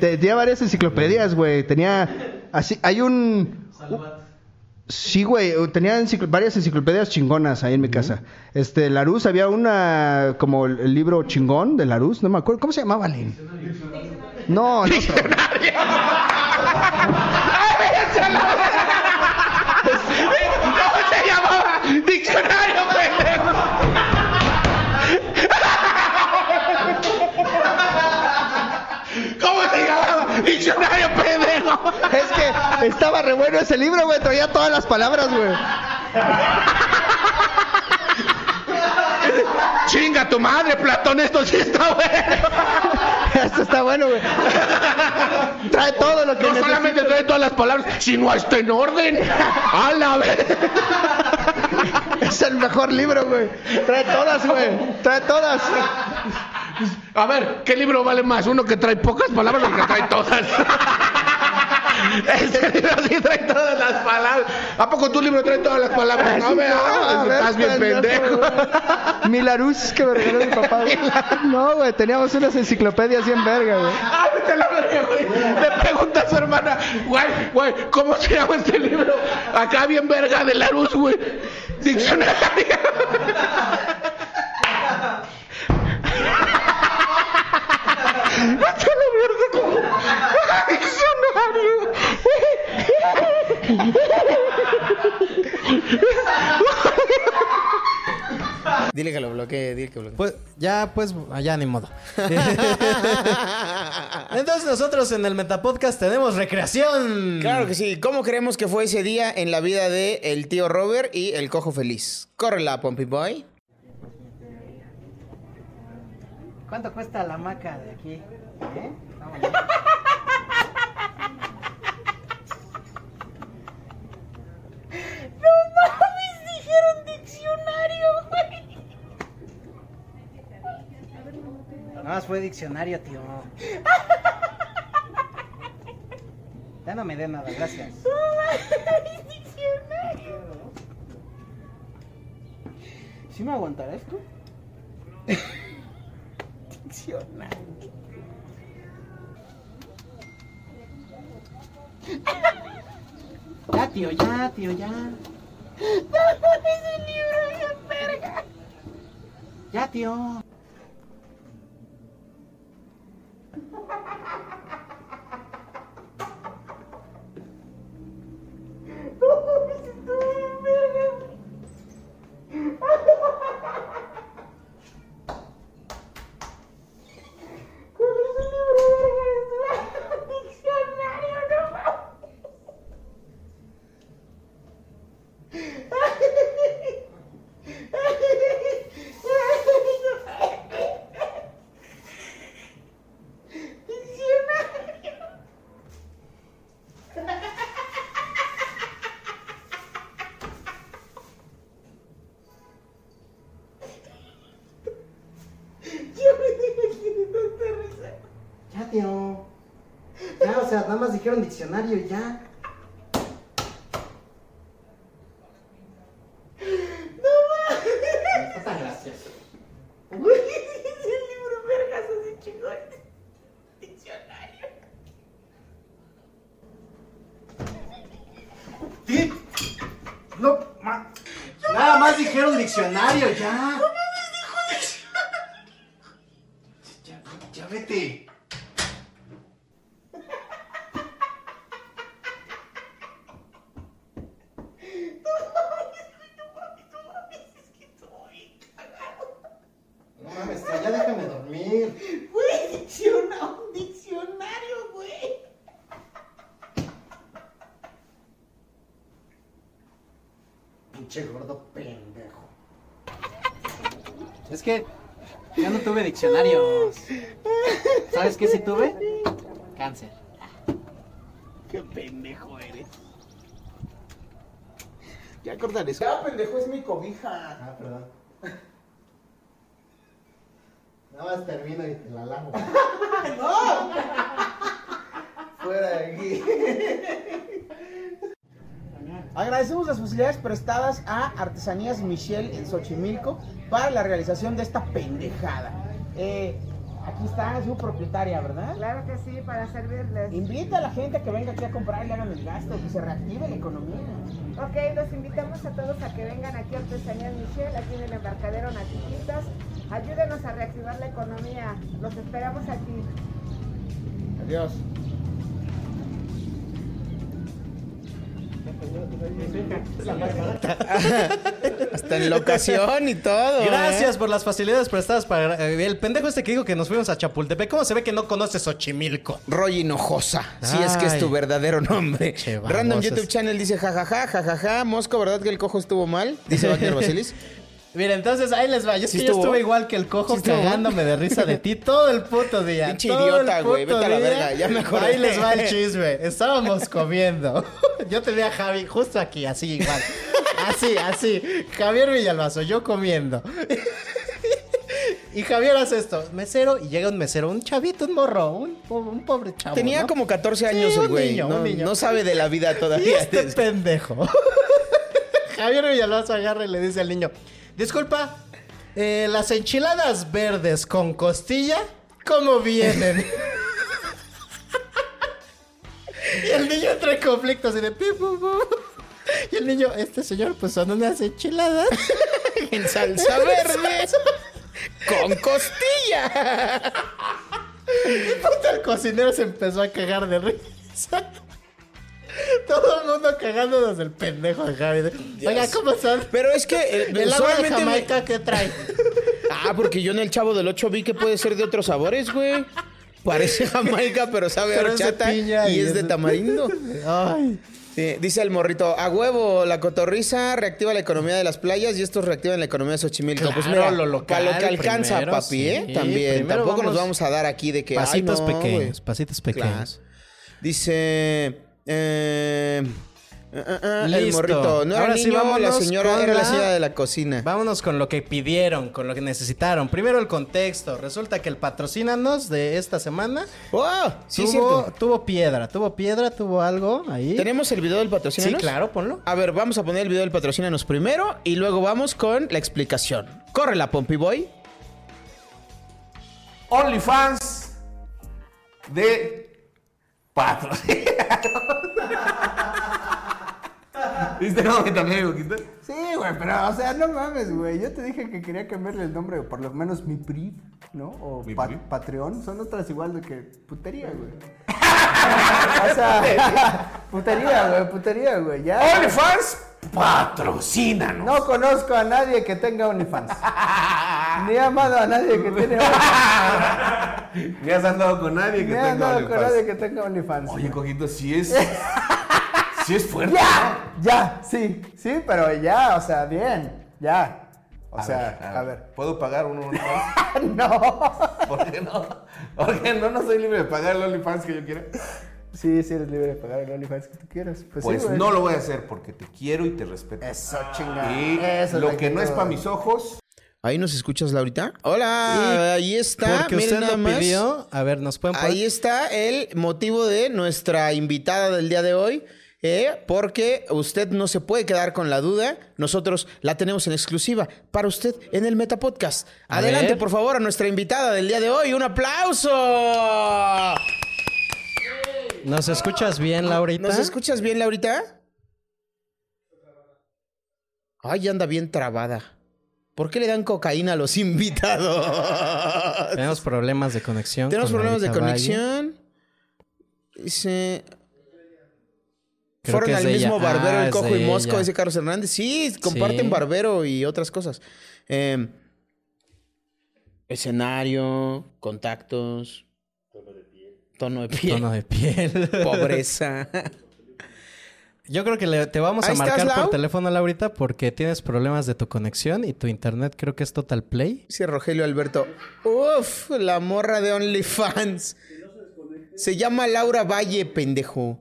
Tenía varias enciclopedias, güey. Tenía. Así, hay un. Sí, güey. Tenía enciclo- varias enciclopedias chingonas ahí en mi casa. Este, Larus, había una. Como el, el libro chingón de Larus, no me acuerdo. ¿Cómo se llamaba, Lin? No, el otro.
¡No se llamaba diccionario, pendejo! ¿Cómo se llamaba diccionario, pendejo?
Es que estaba re bueno ese libro, güey. Traía todas las palabras, güey.
¡Chinga tu madre, Platón! ¡Esto sí está bueno!
Esto está bueno, güey. Trae todo lo que
No solamente trae todas las palabras, sino hasta en orden. ¡A la vez!
Es el mejor libro, güey. Trae todas, güey. Trae todas.
A ver, ¿qué libro vale más? ¿Uno que trae pocas palabras o el que trae todas? Este libro sí trae todas las palabras. ¿A poco tu libro trae todas las palabras? No, me hagas, estás bien pendejo.
Milarus que me regaló mi papá. güey. No, güey, teníamos unas enciclopedias bien verga, güey.
¡Ah, vete a la verga, güey! Le pregunta a su hermana, güey, güey, ¿cómo se llama este libro? Acá bien verga de Larus, güey. Diccionario.
¡Vete a la verga!
Dile que lo bloquee, dile que bloquee.
Pues ya, pues, allá ni modo. Entonces nosotros en el Metapodcast tenemos recreación.
Claro que sí. ¿Cómo creemos que fue ese día en la vida de el tío Robert y el cojo feliz? Córrela, Pompey Boy.
¿Cuánto cuesta la maca de aquí? ¿Eh? Vamos.
¡No mames! ¡Dijeron diccionario, güey!
Nada más fue diccionario, tío. Ya no me dé nada, gracias.
¡No mames! ¡Diccionario!
¿Sí me aguantarás tú?
¡Diccionario!
Ya, tío, ya, tío, ya.
¡No mames! ¡Un libro bien verga!
Ya, tío.
¡No mames! ¡Estuvo bien verga! ¿Cuál es el libro verga? ¡Es diccionario, no mames!
Ya, tío. Ya, o sea, nada más dijeron diccionario, ya.
No mames.
Gracias.
Güey, es el libro vergas así chingón. Diccionario.
No, ma- Nada más dijeron diccionario, ya. Ya vete. No mames, tío, ya déjame dormir.
Güey, dicciona- un diccionario, güey.
Pinche gordo pendejo. Es que yo no tuve diccionarios. ¿Sabes qué sí tuve? Cáncer.
Qué pendejo eres.
Ya cortan eso.
Ya, Ah, pendejo, es mi cobija.
Ah, perdón. Nada más termino y te la lavo.
¡No!
Fuera de aquí.
Agradecemos las facilidades prestadas a Artesanías Michelle en Xochimilco para la realización de esta pendejada. Eh, aquí está su propietaria, ¿verdad?
Claro que sí, para servirles.
Invita a la gente a que venga aquí a comprar y le hagan el gasto, que se reactive la economía.
Ok, los invitamos a todos a que vengan aquí a Artesanías Michelle, aquí en el embarcadero Natiquitas. Ayúdenos a reactivar la economía. Los esperamos aquí.
Adiós.
Hasta en locación y
¿eh?
todo.
Gracias por las facilidades prestadas para eh, el pendejo este que dijo que nos fuimos a Chapultepec. ¿Cómo se ve que no conoces Xochimilco?
Roy Hinojosa, si es que es tu
Ay.
verdadero nombre.
Che, vamos,
Random YouTube
es-
Channel dice jajaja, jajaja, Mosco, ¿verdad que el cojo estuvo mal? Dice Wagner Basilis.
Mira, entonces ahí les va. Yo,
¿Sí
sí, yo
estuvo?
estuve igual que el cojo
¿Sí estuvo?
cagándome de risa de ti todo el puto día.
Pinche
todo el
idiota, güey,
puto
vete a la
día.
verga, ya me acordé.
Ahí les va el chisme. Estábamos comiendo. Yo tenía a Javi justo aquí, así igual. Así, así. Javier Villalbazo, yo comiendo. Y Javier hace esto, mesero, y llega un mesero, un chavito, un morro, un, po- un pobre chavo.
Tenía
¿no?
como 14
Sí,
años el
un
güey.
niño,
No,
un niño.
no sabe de la vida
Y
todavía.
este pendejo. Javier Villalbazo agarra y le dice al niño: Disculpa, eh, las enchiladas verdes con costilla, ¿cómo vienen? y el niño entra en conflicto así de pim, pum, pum. Y el niño, este señor, pues son unas enchiladas. en
salsa verde.
con costilla. Y puto el cocinero se empezó a cagar de risa. Todo el mundo cagándonos del pendejo de Javi. Oiga, ¿cómo están?
Pero es que eh,
El agua de
solamente me-
Jamaica que trae.
Ah, porque yo en el Chavo del 8 vi que puede ser de otros sabores, güey. Parece Jamaica, pero sabe a
Pero es de
horchata
piña
y
y
es
es
de
de-
tamarindo.
Ay.
Sí, dice el morrito, a huevo, la cotorriza reactiva la economía de las playas y estos reactivan la economía de Xochimilco. pues
Claro,
mira,
lo local
pa' lo que alcanza,
primero,
papi,
sí.
¿eh? También,
Primero
tampoco nos
vamos
vamos a dar aquí de que... ay,
Pasitos
no,
pequeños,
güey.
pasitos pequeños.
Dice. eh, ah, ah, el
Listo.
morrito. No era
Ahora sí,
niño, la
vámonos
señora
con
era la
la-
señora de la cocina.
Vámonos con lo que pidieron, con lo que necesitaron. Primero el contexto. Resulta que el patrocínanos de esta semana
¡Oh! Sí, es
tuvo,
cierto.
tuvo piedra, tuvo piedra, tuvo algo ahí.
¿Tenemos el video del
Sí,
patrocínanos?
claro, ponlo.
A ver, vamos a poner el video del patrocínanos primero y luego vamos con la explicación. Corre la Pompey Boy.
OnlyFans de patrocinio. ¿Viste cómo que también me poquito?
Sí, güey, pero, o sea, no mames, güey. Yo te dije que quería cambiarle el nombre, o por lo menos mi PRI, ¿no? O
Mi
pa-
PRI.
Patreon. Son otras igual de que putería, güey. o sea, putería, güey, putería, güey. Ya.
OnlyFans patrocínanos.
No conozco a nadie que tenga OnlyFans. Ni he amado a nadie que tiene OnlyFans.
Ni has andado con nadie que
Ni he
tenga
andado con nadie
OnlyFans.
que tenga OnlyFans.
Oye, cojito, si es. si es fuerte.
Ya, ya, sí, sí, pero ya, o sea, bien, ya. O
A
sea,
ver,
a ver.
¿Puedo pagar uno OnlyFans?
no.
¿Por qué no? Porque no, no soy libre de pagar el OnlyFans que yo quiera.
Sí, sí, eres libre de pagar el OnlyFans que tú quieras. Pues,
Pues,
sí, güey.
no lo voy a hacer porque te quiero y te respeto. Eso,
chingada.
Y
Eso es
lo
la
que no es
actitud.
para mis ojos.
Ahí nos escuchas, Laurita. Hola, ahí está.
Porque
miren
usted
nada
lo
más.
pidió. A ver, nos pueden poner.
Ahí está el motivo de nuestra invitada del día de hoy. eh, porque usted no se puede quedar con la duda. Nosotros la tenemos en exclusiva para usted en el Meta Podcast.
A
Adelante,
ver.
por favor, a nuestra invitada del día de hoy. ¡Un aplauso!
¿Nos escuchas bien, Laurita?
¿Nos escuchas bien, Laurita? Ay, anda bien trabada. ¿Por qué le dan cocaína a los invitados?
Tenemos problemas de conexión.
Tenemos
con
problemas de
Laurita Valle.
conexión. Dice.
Creo que
Fueron
es
al
de ella.
mismo barbero,
Ah,
el
es
cojo
de
y mosco,
ella.
dice Carlos Hernández. Sí, comparten
Sí.
barbero y otras cosas. Eh, escenario, contactos. Tono de piel.
Tono de piel.
Pobreza.
Yo creo que le- te vamos a
Ahí estás,
marcar
Lau.
por teléfono, Laurita, porque tienes problemas de tu conexión y tu internet creo que es Total Play.
Dice Rogelio Alberto. Uf, la morra de OnlyFans. Se llama Laura Valle, pendejo.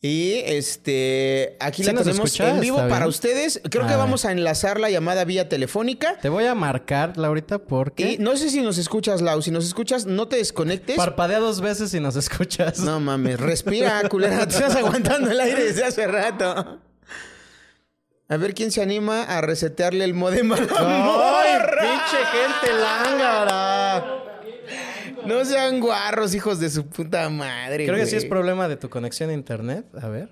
Y este, aquí
¿Sí
la
nos
tenemos
escuchas?
en vivo
¿Está
para
bien? Ah.
ustedes. Creo que
A
vamos a enlazar la llamada vía telefónica.
Te voy a marcar, Laurita, porque...
Y no sé si nos escuchas, Lau. Si nos escuchas, no te desconectes.
Parpadea dos veces y nos escuchas.
no mames, respira, culera. Te estás aguantando el aire desde hace rato. A ver quién se anima a resetearle el modem a la
¡Ay,
morra.
pinche gente lángara!
No sean guarros, hijos de su puta madre.
Creo que sí es
güey.
problema de tu conexión a internet. A ver.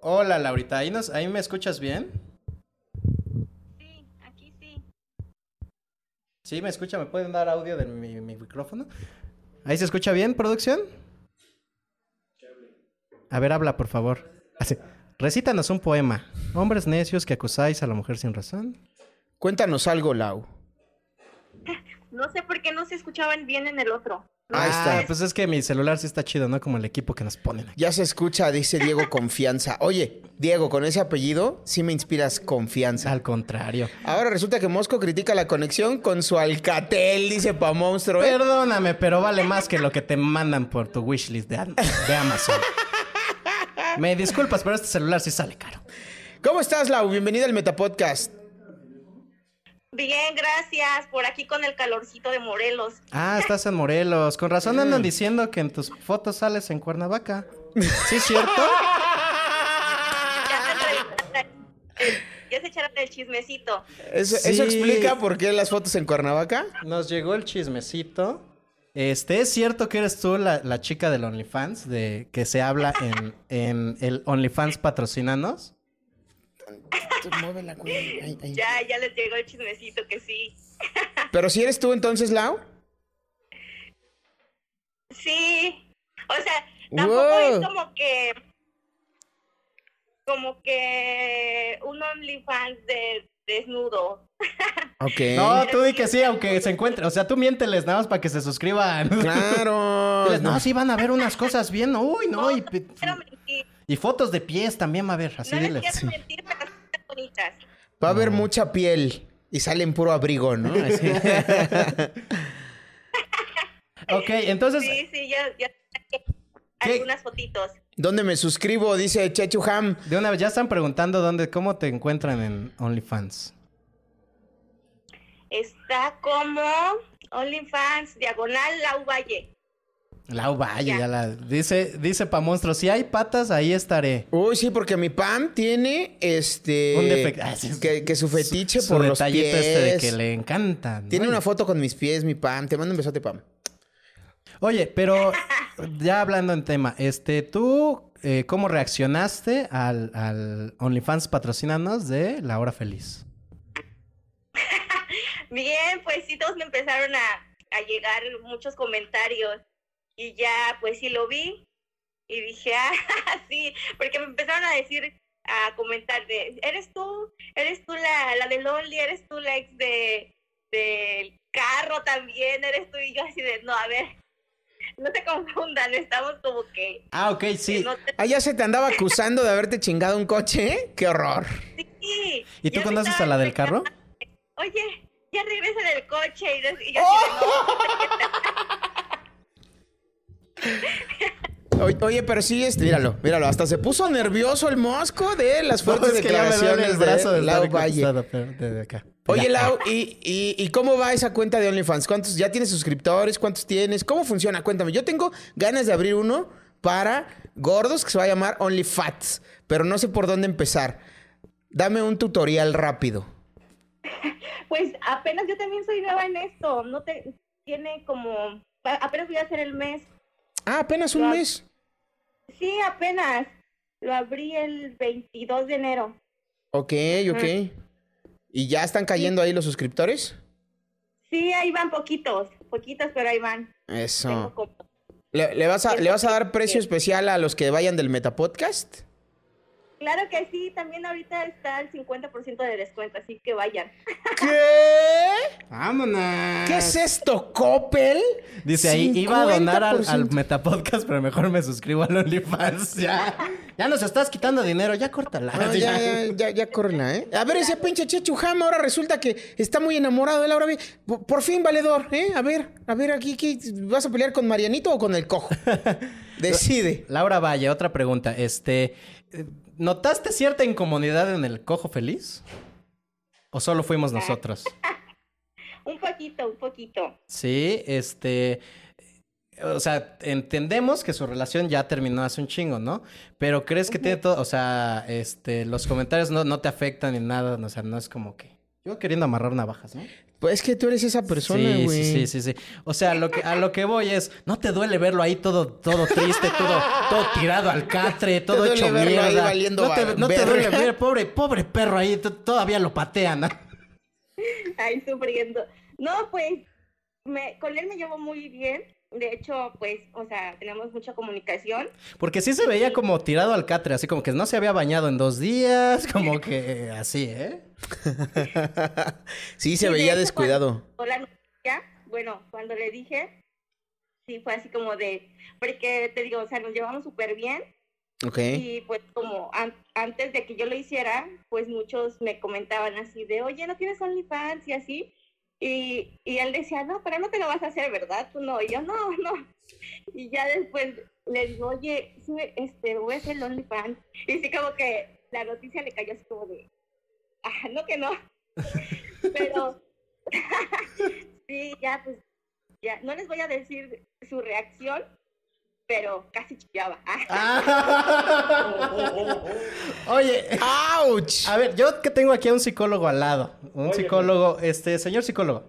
Hola, Laurita. ¿Ahí, nos, ahí me escuchas bien? Sí, me escucha. ¿Me pueden dar audio de mi, mi micrófono? ¿Ahí se escucha bien, producción? A ver, habla, por favor. Así. Recítanos un poema. Hombres necios que acusáis a la mujer sin razón.
Cuéntanos algo, Lau.
No sé por qué no se escuchaban bien en el otro.
Ahí
Ah,
está.
pues es que mi celular sí está chido, ¿no? Como el equipo que nos ponen.
Ya se escucha, dice Diego Confianza. Oye, Diego, con ese apellido sí me inspiras confianza.
Al contrario.
Ahora resulta que Mosco critica la conexión con su alcatel, dice pa monstruo. ¿eh?
Perdóname, pero vale más que lo que te mandan por tu wishlist de, Am- de Amazon. Me disculpas, pero este celular sí sale caro.
¿Cómo estás, Lau? Bienvenida al Metapodcast.
Bien, gracias. Por aquí con el calorcito de Morelos.
Ah, estás en Morelos. Con razón andan diciendo que en tus fotos sales en Cuernavaca. ¿Sí es cierto?
Eh, Ya se echaron el chismecito.
¿Eso,
Sí.
eso explica por qué las fotos en Cuernavaca?
Nos llegó el chismecito. Este, ¿es cierto que eres tú la, la chica del OnlyFans? De que se habla en, en el OnlyFans patrocinanos.
Ya, ya les llegó el chismecito que sí.
Pero si eres tú entonces, Lau.
Sí. O sea, tampoco
Wow.
Oh.
es como que. Como que un OnlyFans de desnudo.
Ok.
No, tú di que sí, aunque se encuentre. O sea, tú miénteles nada más para que se suscriban.
Claro.
Diles, no, sí van a ver unas cosas bien. Uy, no. Y, pe-
mentir.
y fotos de pies también va a haber. Así
no les
diles.
quiero mentir, pero sí están bonitas.
Va a haber mucha piel y sale en puro abrigo, ¿no?
Ah,
Así.
Ok, entonces.
Sí, sí, ya. ya algunas fotitos.
¿Dónde me suscribo? Dice Chechu Ham.
De una vez ya están preguntando dónde, cómo te encuentran en OnlyFans.
Está como OnlyFans, diagonal Lau Valle.
Lau, vaya, ya la. Dice, dice pa' monstruo, si hay patas, ahí estaré.
Uy, sí, porque mi Pam tiene este.
Un defec- ah, sí,
que, que su fetiche
su
por los pies.
detallito este de que le encantan.
Tiene una foto con mis pies, mi Pam. Te mando un besote, Pam.
Oye, pero ya hablando en tema, este, tú, eh, ¿cómo reaccionaste al, al OnlyFans patrocinanos de La Hora Feliz?
Bien, pues sí, todos me empezaron a, a llegar muchos comentarios y ya, pues sí lo vi y dije, ah, sí, porque me empezaron a decir, a comentar de, eres tú, eres tú la, la de Lonely, eres tú la ex de, del carro también, eres tú y yo así de, no, a ver, no se confundan, estamos como que...
Ah, ok,
Eh,
sí.
Ah, ya se te andaba acusando de haberte chingado un coche, ¿eh? ¡Qué horror!
Sí,
¿Y tú conoces a la del carro?
oye, ya regresa del coche y, yo- y yo así de, no.
O- oye, pero sí, este, míralo, míralo. Hasta se puso nervioso el mosco de las
No,
fuertes
es que ya me duele
declaraciones
el brazo
de
de estar
Lau Valle.
acostado, pero desde acá.
Oye,
Ya.
Lau, ¿y, y, y cómo va esa cuenta de OnlyFans? ¿Cuántos ya tienes suscriptores? ¿Cuántos tienes? ¿Cómo funciona? Cuéntame. Yo tengo ganas de abrir uno para gordos que se va a llamar OnlyFats, pero no sé por dónde empezar. Dame un tutorial rápido.
Pues apenas yo también soy nueva en esto, no te tiene como a- apenas voy a hacer el mes.
Ah, apenas un
Ya.
mes.
Sí, apenas. Lo abrí el 22 de enero.
Ok, ok. ¿Y ya están cayendo ahí los suscriptores?
Sí, ahí van poquitos, poquitos, pero ahí van.
Ah. Eso. ¿Le, le vas, a, ¿Le vas a dar precio especial a los que vayan del Metapodcast?
Claro que sí, también ahorita está el 50% de descuento, así que vayan.
¿Qué?
¡Vámonos!
¿Qué es esto, Coppel?
Dice ahí, iba a donar al, al
50%.
Metapodcast, pero mejor me suscribo al OnlyFans. Ya, ya nos estás quitando dinero, ya córtala.
No, ya, ya, ya, ya, córrela, ¿eh? A ver, ese pinche Chechu Ham ahora resulta que está muy enamorado de Laura. B. Por- Por fin, valedor, ¿eh? A ver, a ver, aquí, ¿qué? ¿vas a pelear con Marianito o con el cojo? Decide.
Laura Valle, otra pregunta. Este, eh, ¿notaste cierta incomodidad en el cojo feliz? ¿O solo fuimos nosotros?
Un poquito, un poquito.
Sí, este. O sea, entendemos que su relación ya terminó hace un chingo, ¿no? Pero crees que tiene todo. O sea, este, los comentarios no, no te afectan ni nada. O sea, no es como que. Yo queriendo amarrar navajas, ¿no?
Pues es que tú eres esa persona,
Sí,
güey.
sí, sí, sí, sí. O sea, lo que, a lo que voy es, no te duele verlo ahí todo, todo triste, todo, todo tirado al catre, todo
duele
hecho
verlo
mierda.
ahí valiendo
no te, no te
verga.
duele ver, pobre, pobre perro ahí, to- todavía lo patean. ¿no?
Ay, sufriendo. No, pues, me, con él me llevo muy bien. De hecho, pues, o sea, tenemos mucha comunicación.
Porque sí se veía como tirado al catre, así como que no se había bañado en dos días, como que así, ¿eh?
sí, se
Sí, de
veía
hecho,
descuidado.
cuando- la noticia, bueno, cuando le dije, sí fue así como de, porque te digo, o sea, nos llevamos súper bien
Ok.
Y pues como an- antes de que yo lo hiciera, pues muchos me comentaban así de, oye, ¿no tienes OnlyFans? Y así. Y, y él decía, no, pero no te lo vas a hacer, ¿verdad? Tú no. Y yo, no, no. Y ya después le digo, oye, sí, este, voy a hacer el OnlyFans. Y sí como que la noticia le cayó así como de, ah, no que no. pero sí, ya pues, ya, no les voy a decir su reacción, pero casi chillaba. Ah,
Ah.
Oye, ¡ouch! A ver, yo que tengo aquí a un psicólogo al lado. Un
Oye,
psicólogo, este, señor psicólogo.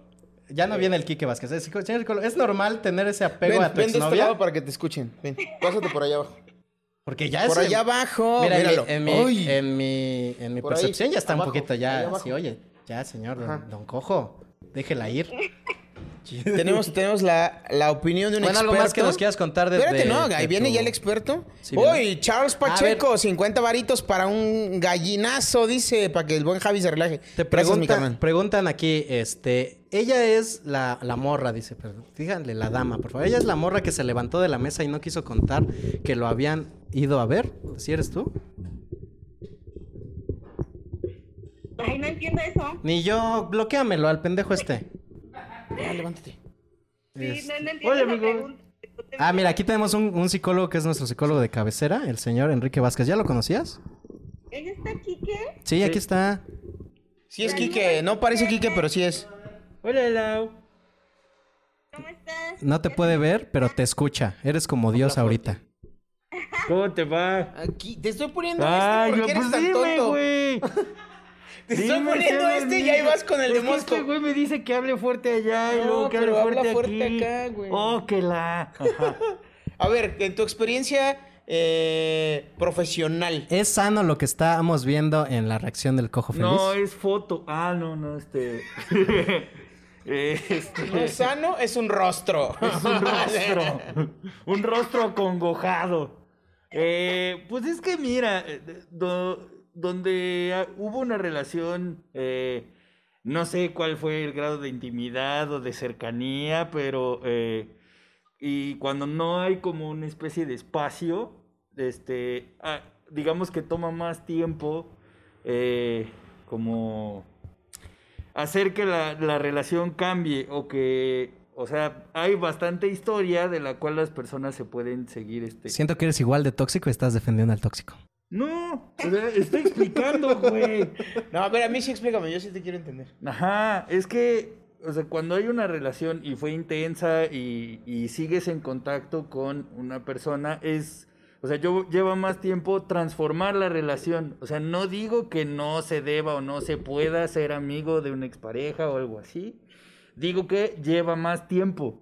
Ya no viene el Quique Vázquez. eh, psico- Señor psicólogo, ¿es normal tener ese apego
Ven,
a tu
ven de este
exnovia?
lado para que te escuchen. Ven, pásate por allá abajo.
Porque ya
Por
es.
allá abajo,
Mira, en mi-
míralo.
En mi,
Uy.
en mi, en mi
Por ahí,
percepción ya está
abajo,
un poquito
ahí
ya.
abajo.
Sí, oye, ya, señor, don, don Cojo, déjela ir.
Tenemos, tenemos la, la opinión de un
Bueno,
experto.
algo más que nos quieras contar de-
Espérate,
de-
no,
de
ahí viene
tu-
ya el experto.
Sí,
Uy,
viene.
Charles Pacheco, 50 varitos para un gallinazo, dice, para que el buen Javi se relaje. Te
Pregunta- preguntan aquí, este, ella es la, la morra, dice, perdón, díganle la dama, por favor. Ella es la morra que se levantó de la mesa y no quiso contar que lo habían ido a ver. ¿Si eres tú?
Ay, no entiendo eso.
Ni yo, bloqueamelo al pendejo este.
Ah,
levántate.
Sí, no, no entiendo esa pregunta.
Ah, mira, aquí tenemos un, un psicólogo que es nuestro psicólogo de cabecera, el señor Enrique Vázquez. ¿Ya lo conocías?
¿Ella está aquí qué?
Sí, aquí está.
Sí es Quique, no parece Quique, pero sí es.
Hola, Lau.
No te puede ver, pero te escucha. Eres como Dios ahorita.
¿Cómo te va?
Aquí, te estoy poniendo
Ay,
este porque
pues
eres tan
dime,
tonto.
güey.
Te estoy poniendo este y ahí vas con el de
demonio.
Mosco.
Este güey me dice que hable fuerte allá y
No,
luego que hable
pero habla
fuerte,
fuerte
aquí.
acá, güey.
Oh, que la. Ajá.
A ver, en tu experiencia eh, profesional.
¿Es sano lo que estábamos viendo en la reacción del cojo feliz?
No, es foto. Ah, no, no, este. este...
No es sano, es un rostro.
Es un rostro. un rostro congojado. pues es que mira, eh, do- donde ah, hubo una relación, eh, no sé cuál fue el grado de intimidad o de cercanía, pero eh, y cuando no hay como una especie de espacio, este, ah, digamos que toma más tiempo, eh, como hacer que la, la relación cambie o que, o sea, hay bastante historia de la cual las personas se pueden seguir este.
Siento que eres igual de tóxico y estás defendiendo al tóxico.
No, o sea, estoy explicando, güey.
No, a ver, a mí sí explícame, yo sí te quiero entender.
Ajá, es que, o sea, cuando hay una relación y fue intensa y, y sigues en contacto con una persona, es, o sea, yo lleva más tiempo transformar la relación. O sea, no digo que no se deba o no se pueda ser amigo de una expareja o algo así. Digo que lleva más tiempo.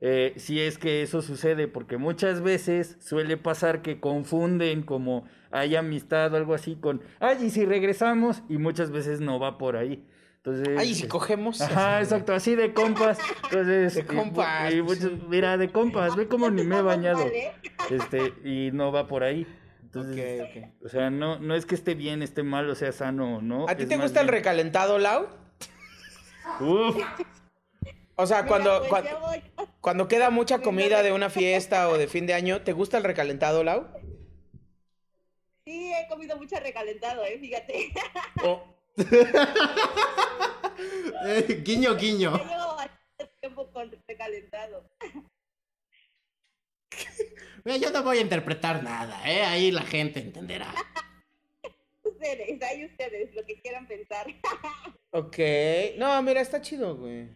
eh, si es que eso sucede, porque muchas veces suele pasar que confunden como hay amistad o algo así con, ay, y si regresamos, y muchas veces no va por ahí. Entonces,
Ay, ¿y si
eh,
cogemos?
Ajá, exacto, así de compas. Entonces, eh,
De
y-
compas. pues
y muchas- mira, de compas, ve cómo ni me he bañado. Este, y no va por ahí. Entonces, o sea, no, no es que esté bien, esté mal, o sea sano o no.
¿A ti te gusta el recalentado, Lau? O sea, cuando,
pues,
cua-
Oh,
cuando, queda mucha comida de una fiesta o de fin de año, ¿te gusta el recalentado, Lau?
Sí, he comido mucho recalentado, eh, fíjate.
guiño, guiño.
Ya llevo bastante tiempo con recalentado.
Mira, yo no voy a interpretar nada, ¿eh? Ahí la gente entenderá.
Ustedes, ahí ustedes, lo que quieran pensar.
Ok. No, mira, está chido, güey.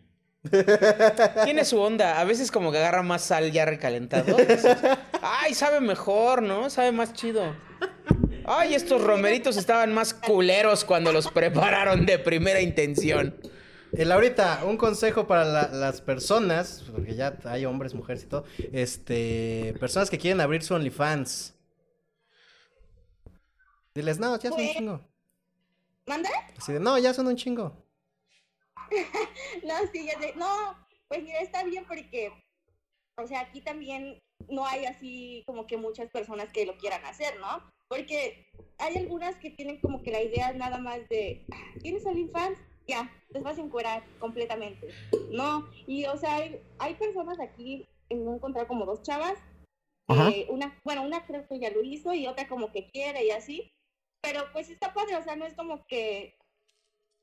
Tiene su onda. A veces como que agarra más sal ya recalentado. Dices, Ay, sabe mejor, ¿no? Sabe más chido. Ay, estos romeritos estaban más culeros cuando los prepararon de primera intención.
El ahorita, un consejo para la- las personas, porque ya hay hombres, mujeres y todo, este, personas que quieren abrir su OnlyFans. Diles, no, ya son un chingo.
¿Manda?
Así de, no, ya son un chingo.
no, sí, ya sé. No, pues mira, está bien porque, o sea, aquí también no hay así como que muchas personas que lo quieran hacer, ¿no? Porque hay algunas que tienen como que la idea nada más de, "Ah, ¿tienes OnlyFans? Ya, te vas a encuerar completamente, ¿no? Y, o sea, hay, hay personas aquí, me he encontrado como dos chavas
Ajá.
Eh, una, bueno, una creo que ya lo hizo y otra como que quiere y así. Pero pues está padre, o sea, no es como que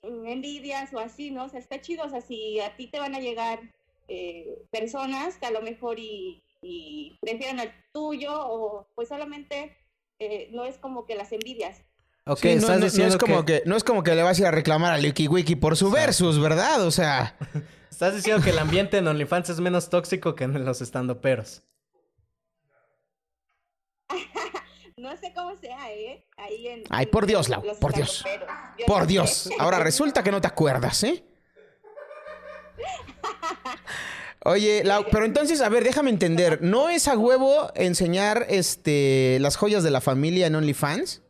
mm, envidias o así, ¿no? O sea, está chido, o sea, si a ti te van a llegar eh, personas que a lo mejor y, y prefieren al tuyo o pues solamente eh, no es como que las envidias.
Ok,
Sí, no,
estás
no- no
diciendo
es como que... No es como que le vas a ir a reclamar al Wiki Wiki por su versus, ¿verdad? O sea...
Estás diciendo que el ambiente en OnlyFans es menos tóxico que en los estandoperos.
No sé cómo sea, ¿eh? Ahí en...
Ay, por Dios, Lau,
los
por Dios.
estandoperos. Yo
Por
no
Dios.
sé.
Ahora resulta que no te acuerdas, ¿eh? Oye, Lau, pero entonces, a ver, déjame entender. ¿No es a huevo enseñar este, las joyas de la familia en OnlyFans?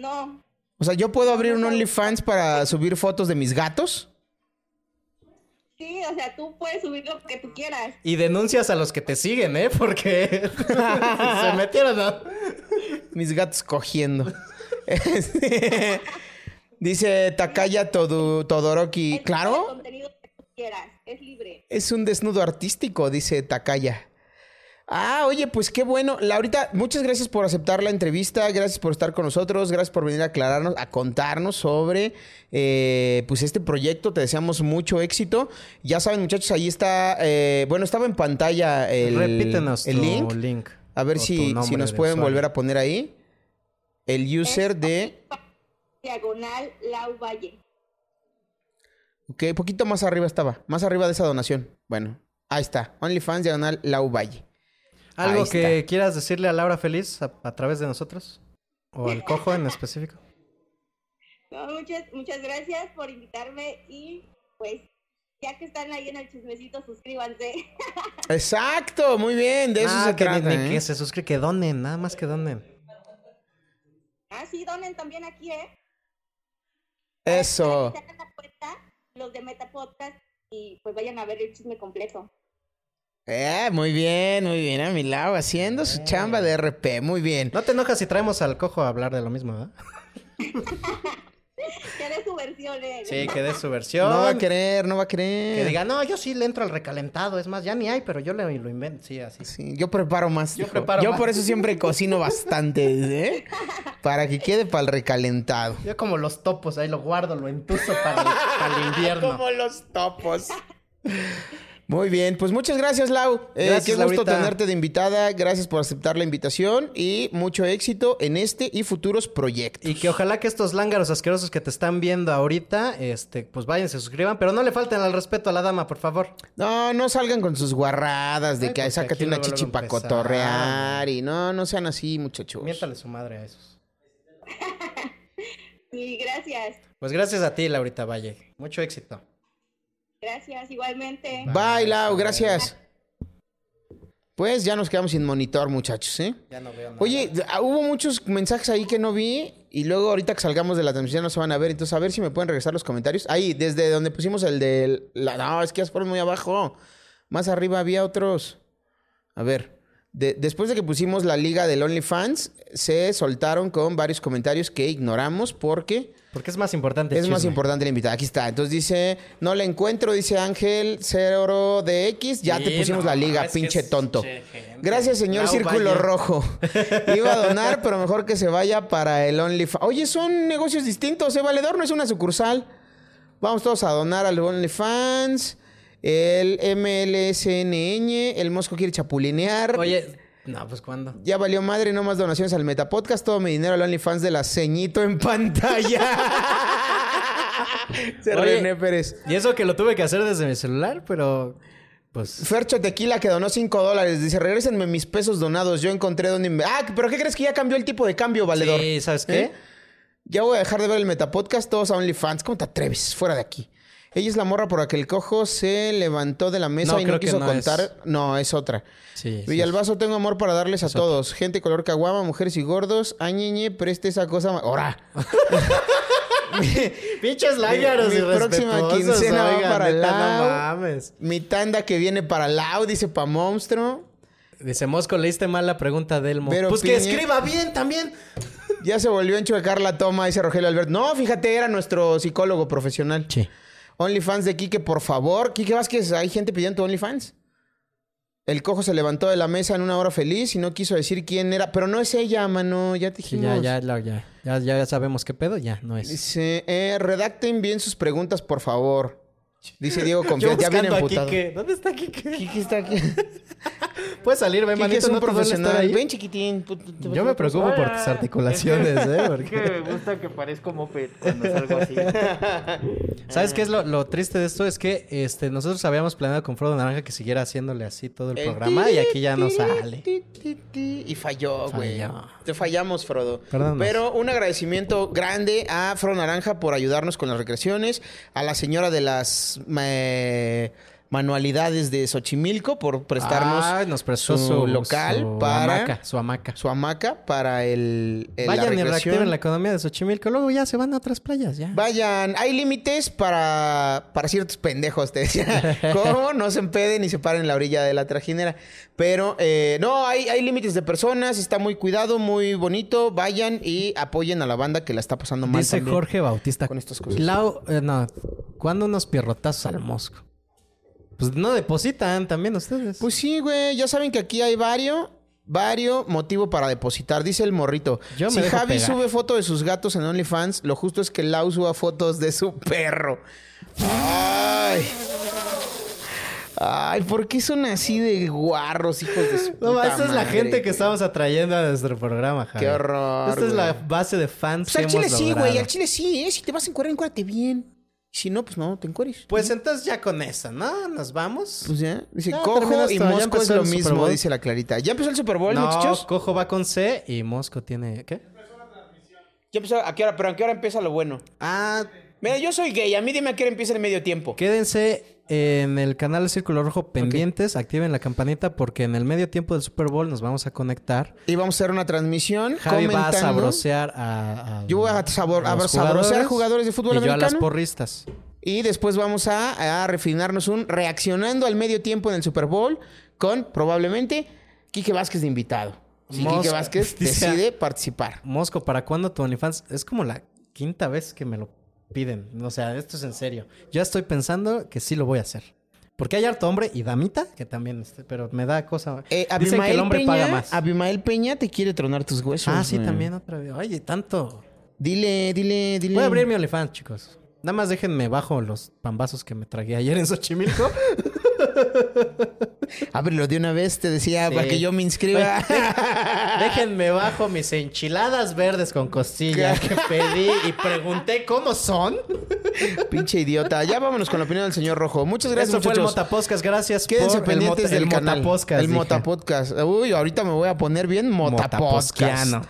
No,
O sea, ¿yo puedo abrir un OnlyFans para subir fotos de mis gatos?
sí, o sea, tú puedes subir lo que tú quieras.
Y denuncias a los que te siguen, ¿eh? Porque se metieron a...
Mis gatos cogiendo. Este, Dice Takaya Todo- Todoroki.
El
Claro,
contenido que tú quieras, es libre.
Es un desnudo artístico, dice Takaya. Ah, oye, pues qué bueno. Laurita, muchas gracias por aceptar la entrevista, gracias por estar con nosotros, gracias por venir a aclararnos, a contarnos sobre eh, pues este proyecto. Te deseamos mucho éxito. Ya saben, muchachos, ahí está, eh, bueno, estaba en pantalla el,
Repítenos
el
tu
link.
link
A ver
o tu
si, si
nombre
nos
de
pueden
usuario.
volver a poner ahí. El user de...
Diagonal Lau Valle.
Ok, poquito más arriba estaba, más arriba de esa donación. Bueno, ahí está. OnlyFans diagonal Lau Valle.
¿Algo
Ahí
que quieras decirle a Laura Feliz a, a través de nosotros? ¿O al cojo en específico?
No, muchas, muchas gracias por invitarme y pues ya que están ahí en el chismecito, suscríbanse.
Exacto, muy bien, de eso
Ah,
se
que ni-
trata.
ni
¿eh?
que se suscribe, que donen, nada más que donen.
ah, sí, donen también aquí, ¿eh?
Eso.
Los de Meta Podcast y pues vayan a ver el chisme completo.
Eh, muy bien, muy bien, a mi lado, haciendo su chamba de RP, muy bien.
No te enojas si traemos al cojo a hablar de lo mismo, ¿verdad?
Que de su versión, ¿eh?
Sí, que dé su versión.
No va a querer, no va a querer.
Que diga, no, yo sí le entro al recalentado, es más, ya ni hay, pero yo le lo invento, sí, así.
Sí, yo preparo más.
Yo
dijo.
preparo
Yo
más.
por eso siempre cocino bastante, ¿eh? Para que quede para el recalentado.
Yo como los topos, ahí lo guardo, lo entuso para el, para el invierno.
Como los topos. Muy bien, pues muchas gracias, Lau. Eh,
Gracias,
qué gusto
Laurita.
tenerte de invitada. Gracias por aceptar la invitación y mucho éxito en este y futuros proyectos.
Y que ojalá que estos lángaros asquerosos que te están viendo ahorita, este, pues vayan, se suscriban, pero no le falten al respeto a la dama, por favor.
No, no salgan con sus guarradas de
Ay,
que
pues,
sácate
aquí
una
luego, luego
chichi para
empezar.
cotorrear y no, no sean así, muchachos.
Miéntale su madre a esos.
Y gracias,
Pues gracias a ti, Laurita Valle. Mucho éxito.
gracias igualmente.
Bye, Lau, gracias. Pues ya nos quedamos sin monitor, muchachos, ¿eh?
Ya no veo nada.
Oye, ah, hubo muchos mensajes ahí que no vi y luego ahorita que salgamos de la transmisión no se van a ver, entonces a ver si me pueden regresar los comentarios. Ahí, desde donde pusimos el de la no, es que ya se fueron muy abajo. Más arriba había otros. A ver, de- después de que pusimos la liga del OnlyFans, se soltaron con varios comentarios que ignoramos porque
Porque es más importante. el
es más
chisme.
importante la invitada. Aquí está. Entonces dice, no la encuentro, dice Ángel Cero de X. Ya
Sí,
te pusimos
no,
la liga,
es que
pinche
es-
tonto.
che, gente.
Gracias, señor
Lau
Círculo
Valle.
Rojo. Iba a donar, pero mejor que se vaya para el OnlyFans. Oye, son negocios distintos, ¿eh? Valedor no es una sucursal. Vamos todos a donar al OnlyFans. El MLSNN, el Mosco quiere chapulinear.
Oye, no, pues cuándo.
Ya valió madre, no más donaciones al Metapodcast. Todo mi dinero al OnlyFans de la ceñito en pantalla. Se
Oye,
René Pérez.
Y eso que lo tuve que hacer desde mi celular, pero pues
Fercho Tequila que donó 5 dólares. Dice, regrésenme mis pesos donados. Yo encontré donde... inve-". Ah, pero ¿qué crees que ya cambió el tipo de cambio, valedor?
Sí, ¿sabes qué?
¿Eh? Ya voy a dejar de ver el Metapodcast. Todos a OnlyFans. ¿Cómo te atreves? Fuera de aquí. Ella es la morra por la que el cojo se levantó de la mesa
No,
y
creo
no
que
quiso
no
contar.
es.
No, es otra.
sí. sí.
Villalbazo, tengo amor para darles a todos. Gente color caguama, mujeres y gordos. Añeñe, preste esa cosa. ma- ¡Ora!
Pinches
lágaros
lágaros
Mi- mi próxima irrespetuosos, quincena va oigan, para neta, no Lau.
mames.
Mi tanda que viene para Lau, dice pa' monstruo.
Dice Mosco, leíste mal la pregunta del Mosco.
Pero
Pues que
Piñe-
escriba bien también.
Ya se volvió a enchuecar la toma, dice Rogelio Alberto. No, fíjate, era nuestro psicólogo profesional.
Sí.
OnlyFans de Quique, por favor. Quique Vázquez, hay gente pidiendo tu OnlyFans. El cojo se levantó de la mesa en una hora feliz y no quiso decir quién era. Pero no es ella, mano. Ya te
Sí,
dijimos.
ya, ya, la- ya, ya, ya sabemos qué pedo, ya, no es.
Dice, eh, redacten bien sus preguntas, por favor. Dice Diego Confía,
Yo
ya viene
buscando a
emputado.
Quique.
¿Dónde está Kike? Kike está aquí.
Puedes salir, ven,
Kike
manito,
es un
no te duele estar
profesional.
ahí.
Ven, chiquitín.
Yo me preocupo por tus articulaciones, ¿eh?
Es que me gusta que parezco moped cuando salgo así.
¿Sabes qué es lo, lo triste de esto? Es que este, nosotros habíamos planeado con Frodo Naranja que siguiera haciéndole así todo el
El
programa y aquí ya no sale.
Y falló, güey.
Falló.
Te fallamos, Frodo.
Perdónanos.
Pero un agradecimiento grande a Fro Naranja por ayudarnos con las recreaciones, a la señora de las eh, manualidades de Xochimilco por prestarnos
Ay, nos prestó
su,
su-
local
su
para
hamaca, su hamaca.
Su hamaca para el, el- la
Ah, Vayan y
recreación.
reactiven la economía de Xochimilco, luego ya se van a otras playas, ya.
Vayan, hay límites para, para ciertos pendejos, te decía. ¿Cómo? No se empeden y se paren en la orilla de la trajinera. Pero eh, no, hay, hay límites de personas, está muy cuidado, muy bonito. Vayan y apoyen a la banda que la está pasando mal.
Dice
también.
Jorge Bautista. Con
estas cosas.
Lau, eh, no, ¿cuándo unos pierrotazos al mosco? Pues no depositan también ustedes.
Pues sí, güey, ya saben que aquí hay varios. Vario motivo para depositar, dice el morrito.
Yo me
si
dejo
Javi
pegar.
sube foto de sus gatos en OnlyFans, lo justo es que Lau suba fotos de su perro. Ay. Ay, ¿por qué son así de guarros, hijos de su
No,
puta
esta es la
madre,
gente que
güey?
estamos atrayendo a nuestro programa, Javi.
Qué horror,
Esta es
güey.
la base de fans
Pues al
que
chile
hemos
sí,
logrado.
güey, al chile sí, ¿eh? Si te vas a encuerar, encuérate bien. Si no, pues no, te encueres.
Pues entonces ya con esa, ¿no? Nos vamos.
Pues ya. Dice,
Ya, termina
cojo
esto,
y
ya
mosco es
empezó
lo
el Super
mismo,
Bowl.
dice la Clarita. ¿Ya empezó el Super Bowl,
no,
muchachos?
Cojo va con C y Mosco tiene. ¿Qué?
Ya empezó, ¿a qué hora? Pero ¿a qué hora empieza lo bueno?
Ah.
Mira, yo soy gay, a mí dime a qué hora empieza el medio tiempo.
Quédense en el canal de Círculo Rojo pendientes, activen la campanita porque en el medio tiempo del Super Bowl nos vamos a conectar.
Y vamos a hacer una transmisión
Javi va a
comentando.
sabrosear a, a
Yo voy a, sabor, a
los
sabrosear
jugadores
jugadores de fútbol
y yo a
americano.
las porristas.
Y después vamos a, a refinarnos un reaccionando al medio tiempo en el Super Bowl con probablemente Quique Vázquez de invitado. Si
Mosco.
Quique Vázquez
Dice-
decide participar.
Mosco, ¿para cuándo tu OnlyFans? Es como la quinta vez que me lo piden. O sea, esto es en serio. Ya estoy pensando que sí lo voy a hacer. Porque hay harto hombre y damita, que también, este, pero me da cosa.
Eh,
Dicen que el hombre
Peña,
paga más.
Abimael Peña te quiere tronar tus huesos.
Ah, sí,
güey.
también otra vez. Oye, tanto.
Dile, dile, dile.
Voy a abrir mi OnlyFans, chicos. Nada más déjenme bajo los pambazos que me tragué ayer en Xochimilco.
Ábrelo de una vez, te decía,
Sí.
para que yo me inscriba.
déjenme bajo mis enchiladas verdes con costillas que pedí y pregunté cómo son.
Pinche idiota. Ya vámonos con la opinión del señor Rojo. Muchas gracias,
Esto fue el
muchachos.
Motapodcast. Gracias
Quédense
por el mota-
pendientes del
el
canal.
Motapodcast,
El
dije.
Motapodcast. Uy, ahorita me voy a poner bien Motapodcast.
Motaposquiano.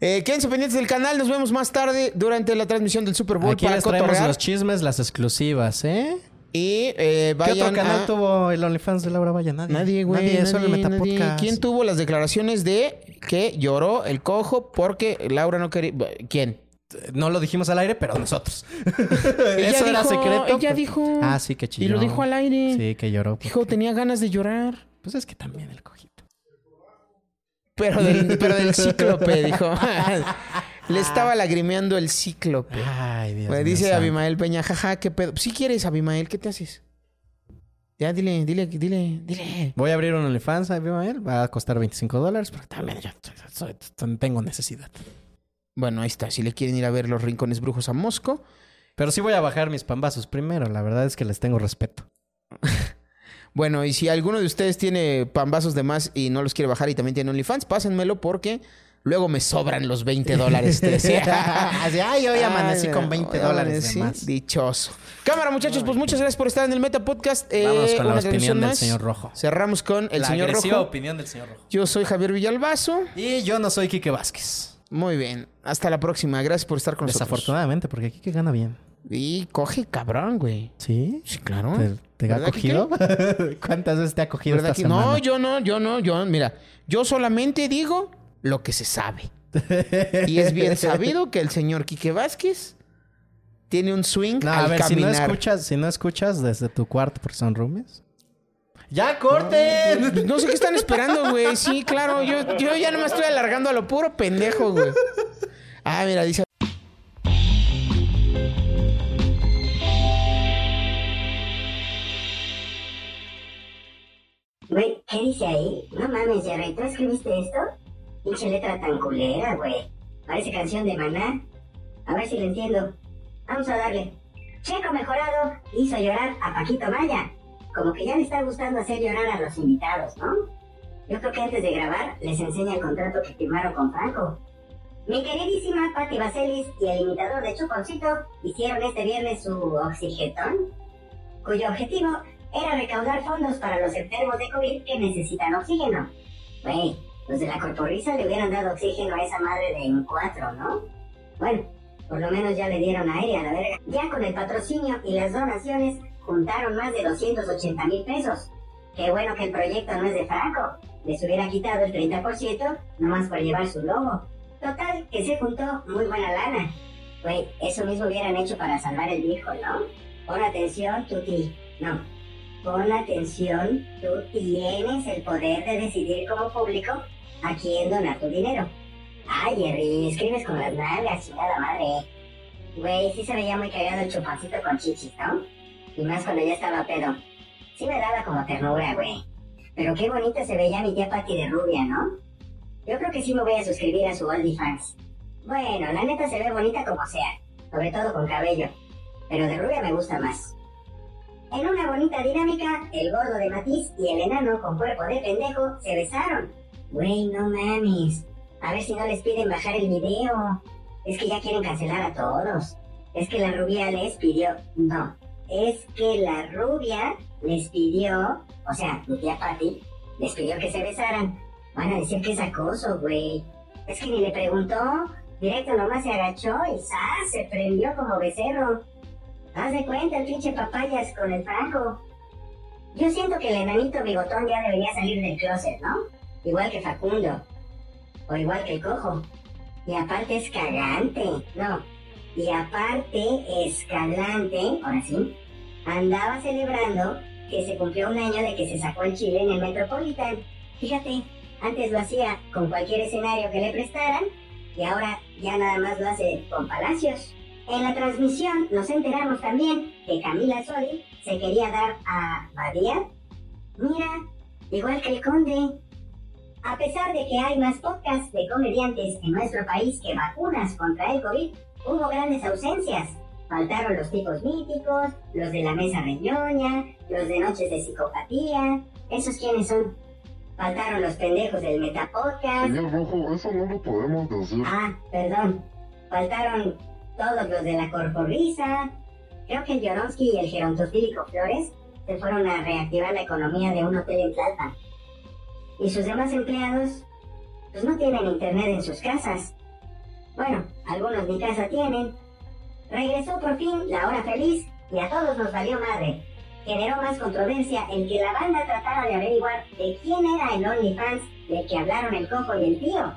Eh, quédense pendientes del canal. Nos vemos más tarde durante la transmisión del Super Bowl
Aquí
para
les traemos
cotorrear.
los chismes, las exclusivas, ¿eh?
Y eh,
¿Qué
vayan
otro canal
a-
tuvo el OnlyFans de Laura Vaya? Nadie.
Nadie, güey.
Nadie, solo el
nadie,
Metapodcast.
nadie. ¿Quién tuvo las declaraciones de que lloró el cojo porque Laura no quería... ¿Quién?
No lo dijimos al aire, pero nosotros. Eso era
dijo-
secreto.
ella
pero-
dijo-
Ah, sí, que chilló.
Y lo dijo al aire.
Sí, que lloró. pues.
Dijo, tenía ganas de llorar.
Pues es que también el cojito.
Pero del, pero del cíclope, dijo. Le
Ah.
estaba lagrimeando el cíclope.
Ay, Dios
Me
mío
Pues dice
santo.
Abimael Peña, jaja, qué pedo. Si quieres, Abimael, ¿qué te haces? Ya, dile, dile, dile, dile.
Voy a abrir un OnlyFans, Abimael. Va a costar 25 dólares, pero también yo soy- soy- tengo necesidad.
Bueno, ahí está. Si le quieren ir a ver los rincones brujos a Mosco.
Pero sí voy a bajar mis pambazos primero. La verdad es que les tengo respeto.
Bueno, y si alguno de ustedes tiene pambazos de más y no los quiere bajar y también tiene OnlyFans, pásenmelo porque luego me sobran los 20 dólares. Te decía.
Así, ay, hoy amanecí
Ay,
con 20
hoy
dólares
amanecí
de más.
Dichoso. Cámara, muchachos, pues muchas gracias por estar en el Meta Podcast. Eh,
Vámonos con la
una
opinión
transmisión
del
más.
señor Rojo.
Cerramos con el
la
señor
agresiva
Rojo.
opinión del señor Rojo.
Yo soy Javier Villalbazo.
Y yo no soy Quique Vázquez.
Muy bien. Hasta la próxima. Gracias por estar con nosotros.
Desafortunadamente, porque Quique gana bien.
Y coge cabrón, güey.
¿Sí?
Sí, claro.
¿Te, te ha
¿Verdad que
cogido? ¿Cuántas veces te ha cogido
¿Verdad
esta
que-
semana?
No, yo no, yo no, yo, mira, yo solamente digo lo que se sabe. Y es bien sabido que el señor Quique Vázquez tiene un swing
No, a
al
ver,
caminar.
si no escuchas, si no escuchas desde tu cuarto porque son roomies. ¡Ya corten!
No sé qué están esperando, güey. Sí, claro, yo, yo ya no me estoy alargando a lo puro pendejo, güey. Ah, mira, dice...
Güey, ¿Qué dice ahí? No mames, Jerry, ¿tú escribiste esto? Pinche letra tan culera, güey. Parece canción de maná. A ver si lo entiendo. Vamos a darle. Checo Mejorado hizo llorar a Paquito Maya. Como que ya le está gustando hacer llorar a los invitados, ¿no? Yo creo que antes de grabar les enseña el contrato que firmaron con Franco. Mi queridísima Patti Vaselis y el imitador de Chuponcito hicieron este viernes su oxigetón, cuyo objetivo era recaudar fondos para los enfermos de COVID que necesitan oxígeno. Güey, los de la corporrisa le hubieran dado oxígeno a esa madre de un 4, ¿no? Bueno, por lo menos ya le dieron aire a la verga. Ya con el patrocinio y las donaciones juntaron más de 280 mil pesos. Qué bueno que el proyecto no es de Franco. Les hubiera quitado el 30% nomás por llevar su logo. Total, que se juntó muy buena lana. Güey, eso mismo hubieran hecho para salvar el viejo, ¿no? Pon atención, Tuti. No. Pon atención, tú tienes el poder de decidir como público a quién donar tu dinero. Ay, Jerry, escribes con las nalgas, chingada madre. Güey, sí se veía muy cagado el chupancito con chichis, ¿no? Y más cuando ya estaba pedo. Sí me daba como ternura, güey. Pero qué bonita se veía mi tía Patty de rubia, ¿no? Yo creo que sí me voy a suscribir a su OnlyFans. Bueno, la neta se ve bonita como sea, sobre todo con cabello. Pero de rubia me gusta más. En una bonita dinámica, el gordo de Matiz y el enano con cuerpo de pendejo se besaron. Güey, no mames. A ver si no les piden bajar el video. Es que ya quieren cancelar a todos. Es que la rubia les pidió... No. Es que la rubia les pidió... O sea, mi tía Patty les pidió que se besaran. Van a decir que es acoso, güey. Es que ni le preguntó. Directo nomás se agachó y ¡zas! se prendió como becerro. Haz de cuenta el pinche papayas con el franco. Yo siento que el enanito bigotón ya debería salir del closet, ¿no? Igual que Facundo. O igual que el cojo. Y aparte es cagante, no. Y aparte escalante, ahora sí, andaba celebrando que se cumplió un año de que se sacó el chile en el Metropolitan. Fíjate, antes lo hacía con cualquier escenario que le prestaran y ahora ya nada más lo hace con Palacios. En la transmisión nos enteramos también que Camila Sodi se quería dar a Badía. Mira, igual que el conde. A pesar de que hay más podcasts de comediantes en nuestro país que vacunas contra el COVID, hubo grandes ausencias. Faltaron los tipos míticos, los de la mesa reñoña, los de noches de psicopatía. ¿Esos quiénes son? Faltaron los pendejos del Metapodcast.
Señor Rojo, eso no lo podemos decir.
Ah, perdón. Faltaron todos los de la corporrisa. Creo que el Yoronsky y el gerontofílico Flores se fueron a reactivar la economía de un hotel en Tlalpan. Y sus demás empleados, pues no tienen internet en sus casas. Bueno, algunos ni casa tienen. Regresó por fin la hora feliz y a todos nos valió madre. Generó más controversia el que la banda tratara de averiguar de quién era el OnlyFans del que hablaron el cojo y el tío.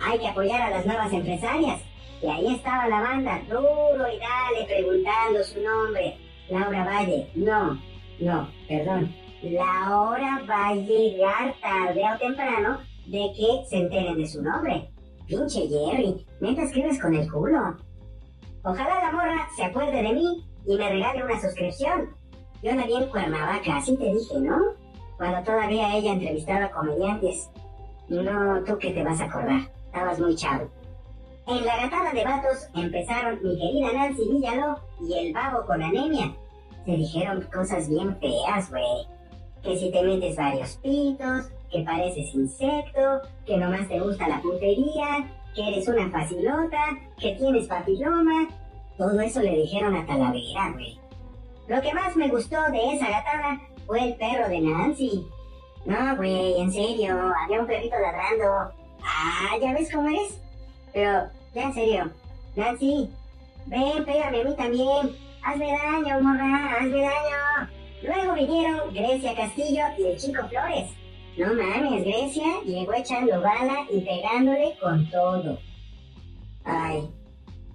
Hay que apoyar a las nuevas empresarias, y ahí estaba la banda, duro y dale, preguntando su nombre. Laura Valle, no, no, perdón. La hora va a llegar tarde o temprano de que se enteren de su nombre. Pinche Jerry, neta escribes con el culo. Ojalá la morra se acuerde de mí y me regale una suscripción. Yo la vi en Cuernavaca, así te dije, ¿no? Cuando todavía ella entrevistaba comediantes. No, tú que te vas a acordar, estabas muy chavo. En la gatada de vatos empezaron mi querida Nancy Villaló y el babo con anemia. Se dijeron cosas bien feas, güey. Que si te metes varios pitos, que pareces insecto, que nomás te gusta la puntería, que eres una facilota, que tienes papiloma. Todo eso le dijeron a Talavera, güey. Lo que más me gustó de esa gatada fue el perro de Nancy. No, güey, en serio, había un perrito ladrando. Ah, ¿ya ves cómo eres? Pero, ya en serio, Nancy, ven, pégame a mí también. Hazme daño, morra, hazme daño. Luego vinieron Grecia Castillo y el chico Flores. No mames, Grecia llegó echando bala y pegándole con todo. Ay,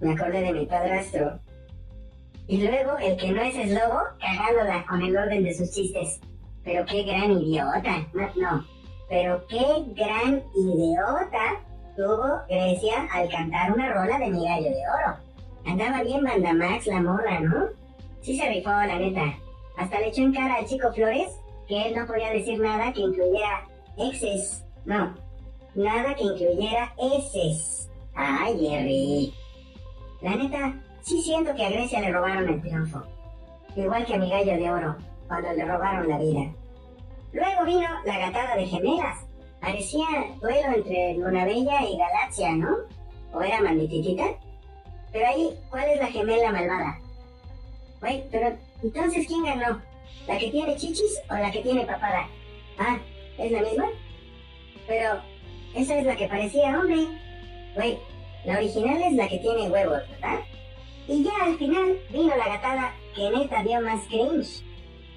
me acordé de mi padrastro. Y luego el que no es es lobo, cagándola con el orden de sus chistes. Pero qué gran idiota. No, no. Pero qué gran idiota tuvo Grecia al cantar una rola de mi gallo de oro. Andaba bien Bandamax la morra, ¿no? Sí se rifó, la neta. Hasta le echó en cara al chico Flores que él no podía decir nada que incluyera exes. No, nada que incluyera eses. Ay, Jerry. La neta, sí siento que a Grecia le robaron el triunfo. Igual que a mi gallo de oro, cuando le robaron la vida. Luego vino la gatada de gemelas. Parecía duelo entre Lunabella y Galaxia, ¿no? ¿O era Mandititita? Pero ahí, ¿cuál es la gemela malvada? Güey, pero entonces ¿quién ganó? ¿La que tiene chichis o la que tiene papada? Ah, ¿es la misma? Pero esa es la que parecía hombre. Güey, la original es la que tiene huevos, ¿verdad? Y ya al final vino la gatada que neta dio más cringe.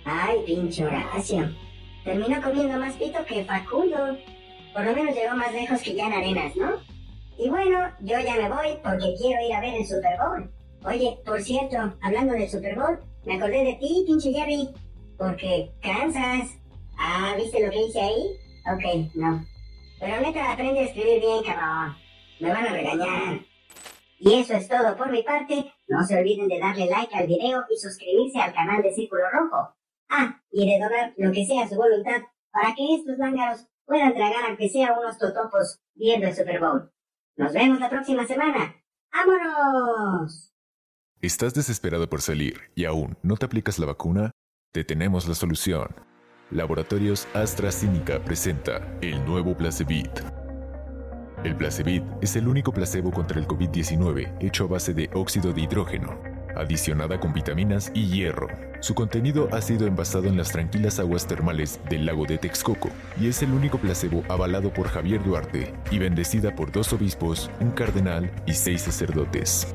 Ay, pinche Horacio. Terminó comiendo más pito que Facundo. Por lo menos llegó más lejos que Jan Arenas, ¿no? Y bueno, yo ya me voy porque quiero ir a ver el Super Bowl. Oye, por cierto, hablando del Super Bowl, me acordé de ti, pinche Jerry. Porque Kansas. Ah, ¿viste lo que hice ahí? Ok, no. Pero neta, aprende a escribir bien, cabrón. Me van a regañar. Y eso es todo por mi parte. No se olviden de darle like al video y suscribirse al canal de Círculo Rojo. Ah, y de donar lo que sea a su voluntad para que estos lángaros puedan tragar aunque sea unos totopos viendo el Super Bowl. Nos vemos la próxima semana. ¡Vámonos!
¿Estás desesperado por salir y aún no te aplicas la vacuna? Te tenemos la solución. Laboratorios AstraZeneca presenta el nuevo Placebit. El Placebit es el único placebo contra el COVID-19 hecho a base de óxido de hidrógeno, adicionada con vitaminas y hierro. Su contenido ha sido envasado en las tranquilas aguas termales del lago de Texcoco y es el único placebo avalado por Javier Duarte y bendecida por dos obispos, un cardenal y seis sacerdotes.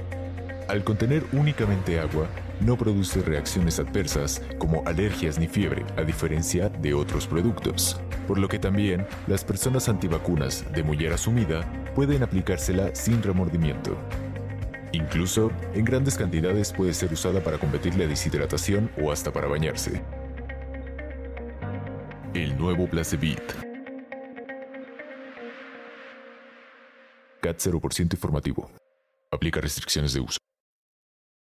Al contener únicamente agua, no produce reacciones adversas como alergias ni fiebre, a diferencia de otros productos. Por lo que también las personas antivacunas de mujer asumida pueden aplicársela sin remordimiento. Incluso, en grandes cantidades puede ser usada para combatir la deshidratación o hasta para bañarse. El nuevo Placebit. CAT 0% informativo. Aplica restricciones de uso.